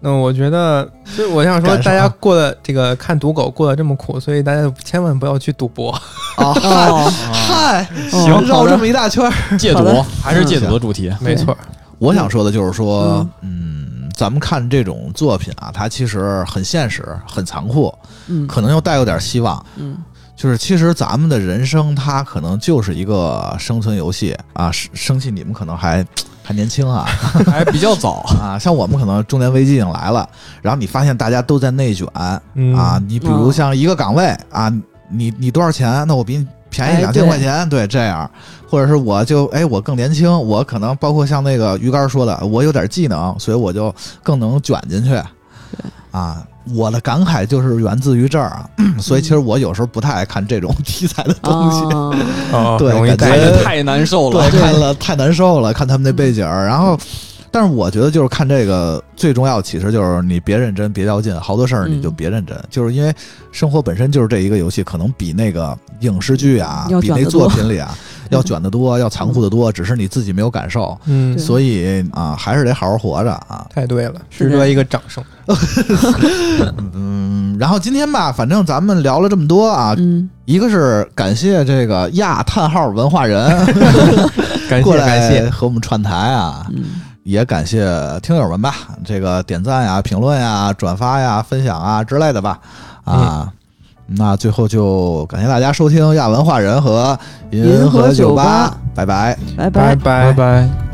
[SPEAKER 6] 那我觉 得，所以我想说，
[SPEAKER 1] 感受
[SPEAKER 6] 大
[SPEAKER 1] 啊
[SPEAKER 6] 家过的这个看赌狗过得这么苦，所以大家千万不要去赌 博。
[SPEAKER 1] 啊，
[SPEAKER 9] 哦，
[SPEAKER 1] 嗨，
[SPEAKER 9] 好
[SPEAKER 1] 行
[SPEAKER 9] 的
[SPEAKER 1] 绕这么一大圈儿。
[SPEAKER 7] 戒
[SPEAKER 9] 好
[SPEAKER 7] 赌
[SPEAKER 9] 的
[SPEAKER 7] 还是戒赌的主题。
[SPEAKER 6] 没错，
[SPEAKER 1] 我想说的就是说，嗯，咱们看这种作品啊，它其实很现实、很残酷，
[SPEAKER 9] 嗯
[SPEAKER 1] 可能又带有点希望。
[SPEAKER 9] 嗯
[SPEAKER 1] 就是其实咱们的人生，它可能就是一个生存游戏啊。生生气，你们可能还还年轻啊
[SPEAKER 7] 还比较早
[SPEAKER 1] 啊，像我们可能中年危机已经来了，然后你发现大家都在内卷啊。
[SPEAKER 6] 嗯
[SPEAKER 1] 你比如
[SPEAKER 9] 哦
[SPEAKER 1] 像一个岗位啊，你你多少钱？那我比你便宜
[SPEAKER 9] 哎
[SPEAKER 1] 两
[SPEAKER 9] 对
[SPEAKER 1] 千块钱，对，这样，或者是我就哎，我更年轻，我可能包括像那个鱼竿说的，我有点技能，所以我就更能卷进去。啊，我的感慨就是源自于这儿啊， 所以其实我有时候不太爱看这种 题材的东西。
[SPEAKER 9] 哦
[SPEAKER 6] 哦
[SPEAKER 1] 对
[SPEAKER 6] 容易
[SPEAKER 1] 感
[SPEAKER 7] 哎
[SPEAKER 1] 觉
[SPEAKER 6] 带
[SPEAKER 7] 呀太难受了。
[SPEAKER 1] 对，看了太难受了，看他们那背景儿。然
[SPEAKER 9] 嗯
[SPEAKER 1] 后，但是我觉得就是看这个最重要的启示就是你别认真，别较劲，好多事儿你
[SPEAKER 9] 嗯
[SPEAKER 1] 就别认真，就是因为生活本身就是这一个游戏，可能比那个影视剧啊
[SPEAKER 9] 要，
[SPEAKER 1] 比
[SPEAKER 9] 卷
[SPEAKER 1] 那
[SPEAKER 9] 得
[SPEAKER 1] 作
[SPEAKER 9] 多嗯
[SPEAKER 1] 品里啊 要卷得多，要残酷得多，只是你自己没有感受。
[SPEAKER 6] 嗯
[SPEAKER 9] 对，
[SPEAKER 1] 所以啊，还是得好好活着啊。
[SPEAKER 6] 太对了，
[SPEAKER 9] 是
[SPEAKER 6] 值
[SPEAKER 9] 这样
[SPEAKER 6] 得一个掌声。
[SPEAKER 1] 嗯，然后今天吧，反正咱们聊了这么多啊，
[SPEAKER 9] 嗯，
[SPEAKER 1] 一个是感谢这个亚叹号文化人
[SPEAKER 6] 感
[SPEAKER 1] 过
[SPEAKER 6] 谢感
[SPEAKER 1] 来
[SPEAKER 6] 谢，
[SPEAKER 1] 和我们串台啊，
[SPEAKER 9] 嗯
[SPEAKER 1] 也感谢听友们吧，这个点赞呀、评论呀、转发呀、分享啊之类的吧，啊。那最后就感谢大家收听亚文化人和
[SPEAKER 9] 银
[SPEAKER 1] 银
[SPEAKER 9] 河
[SPEAKER 1] 河
[SPEAKER 9] 酒
[SPEAKER 1] 吧
[SPEAKER 9] 吧，
[SPEAKER 1] 拜拜。
[SPEAKER 9] 拜
[SPEAKER 6] 拜
[SPEAKER 9] 拜。
[SPEAKER 6] 拜
[SPEAKER 7] 拜。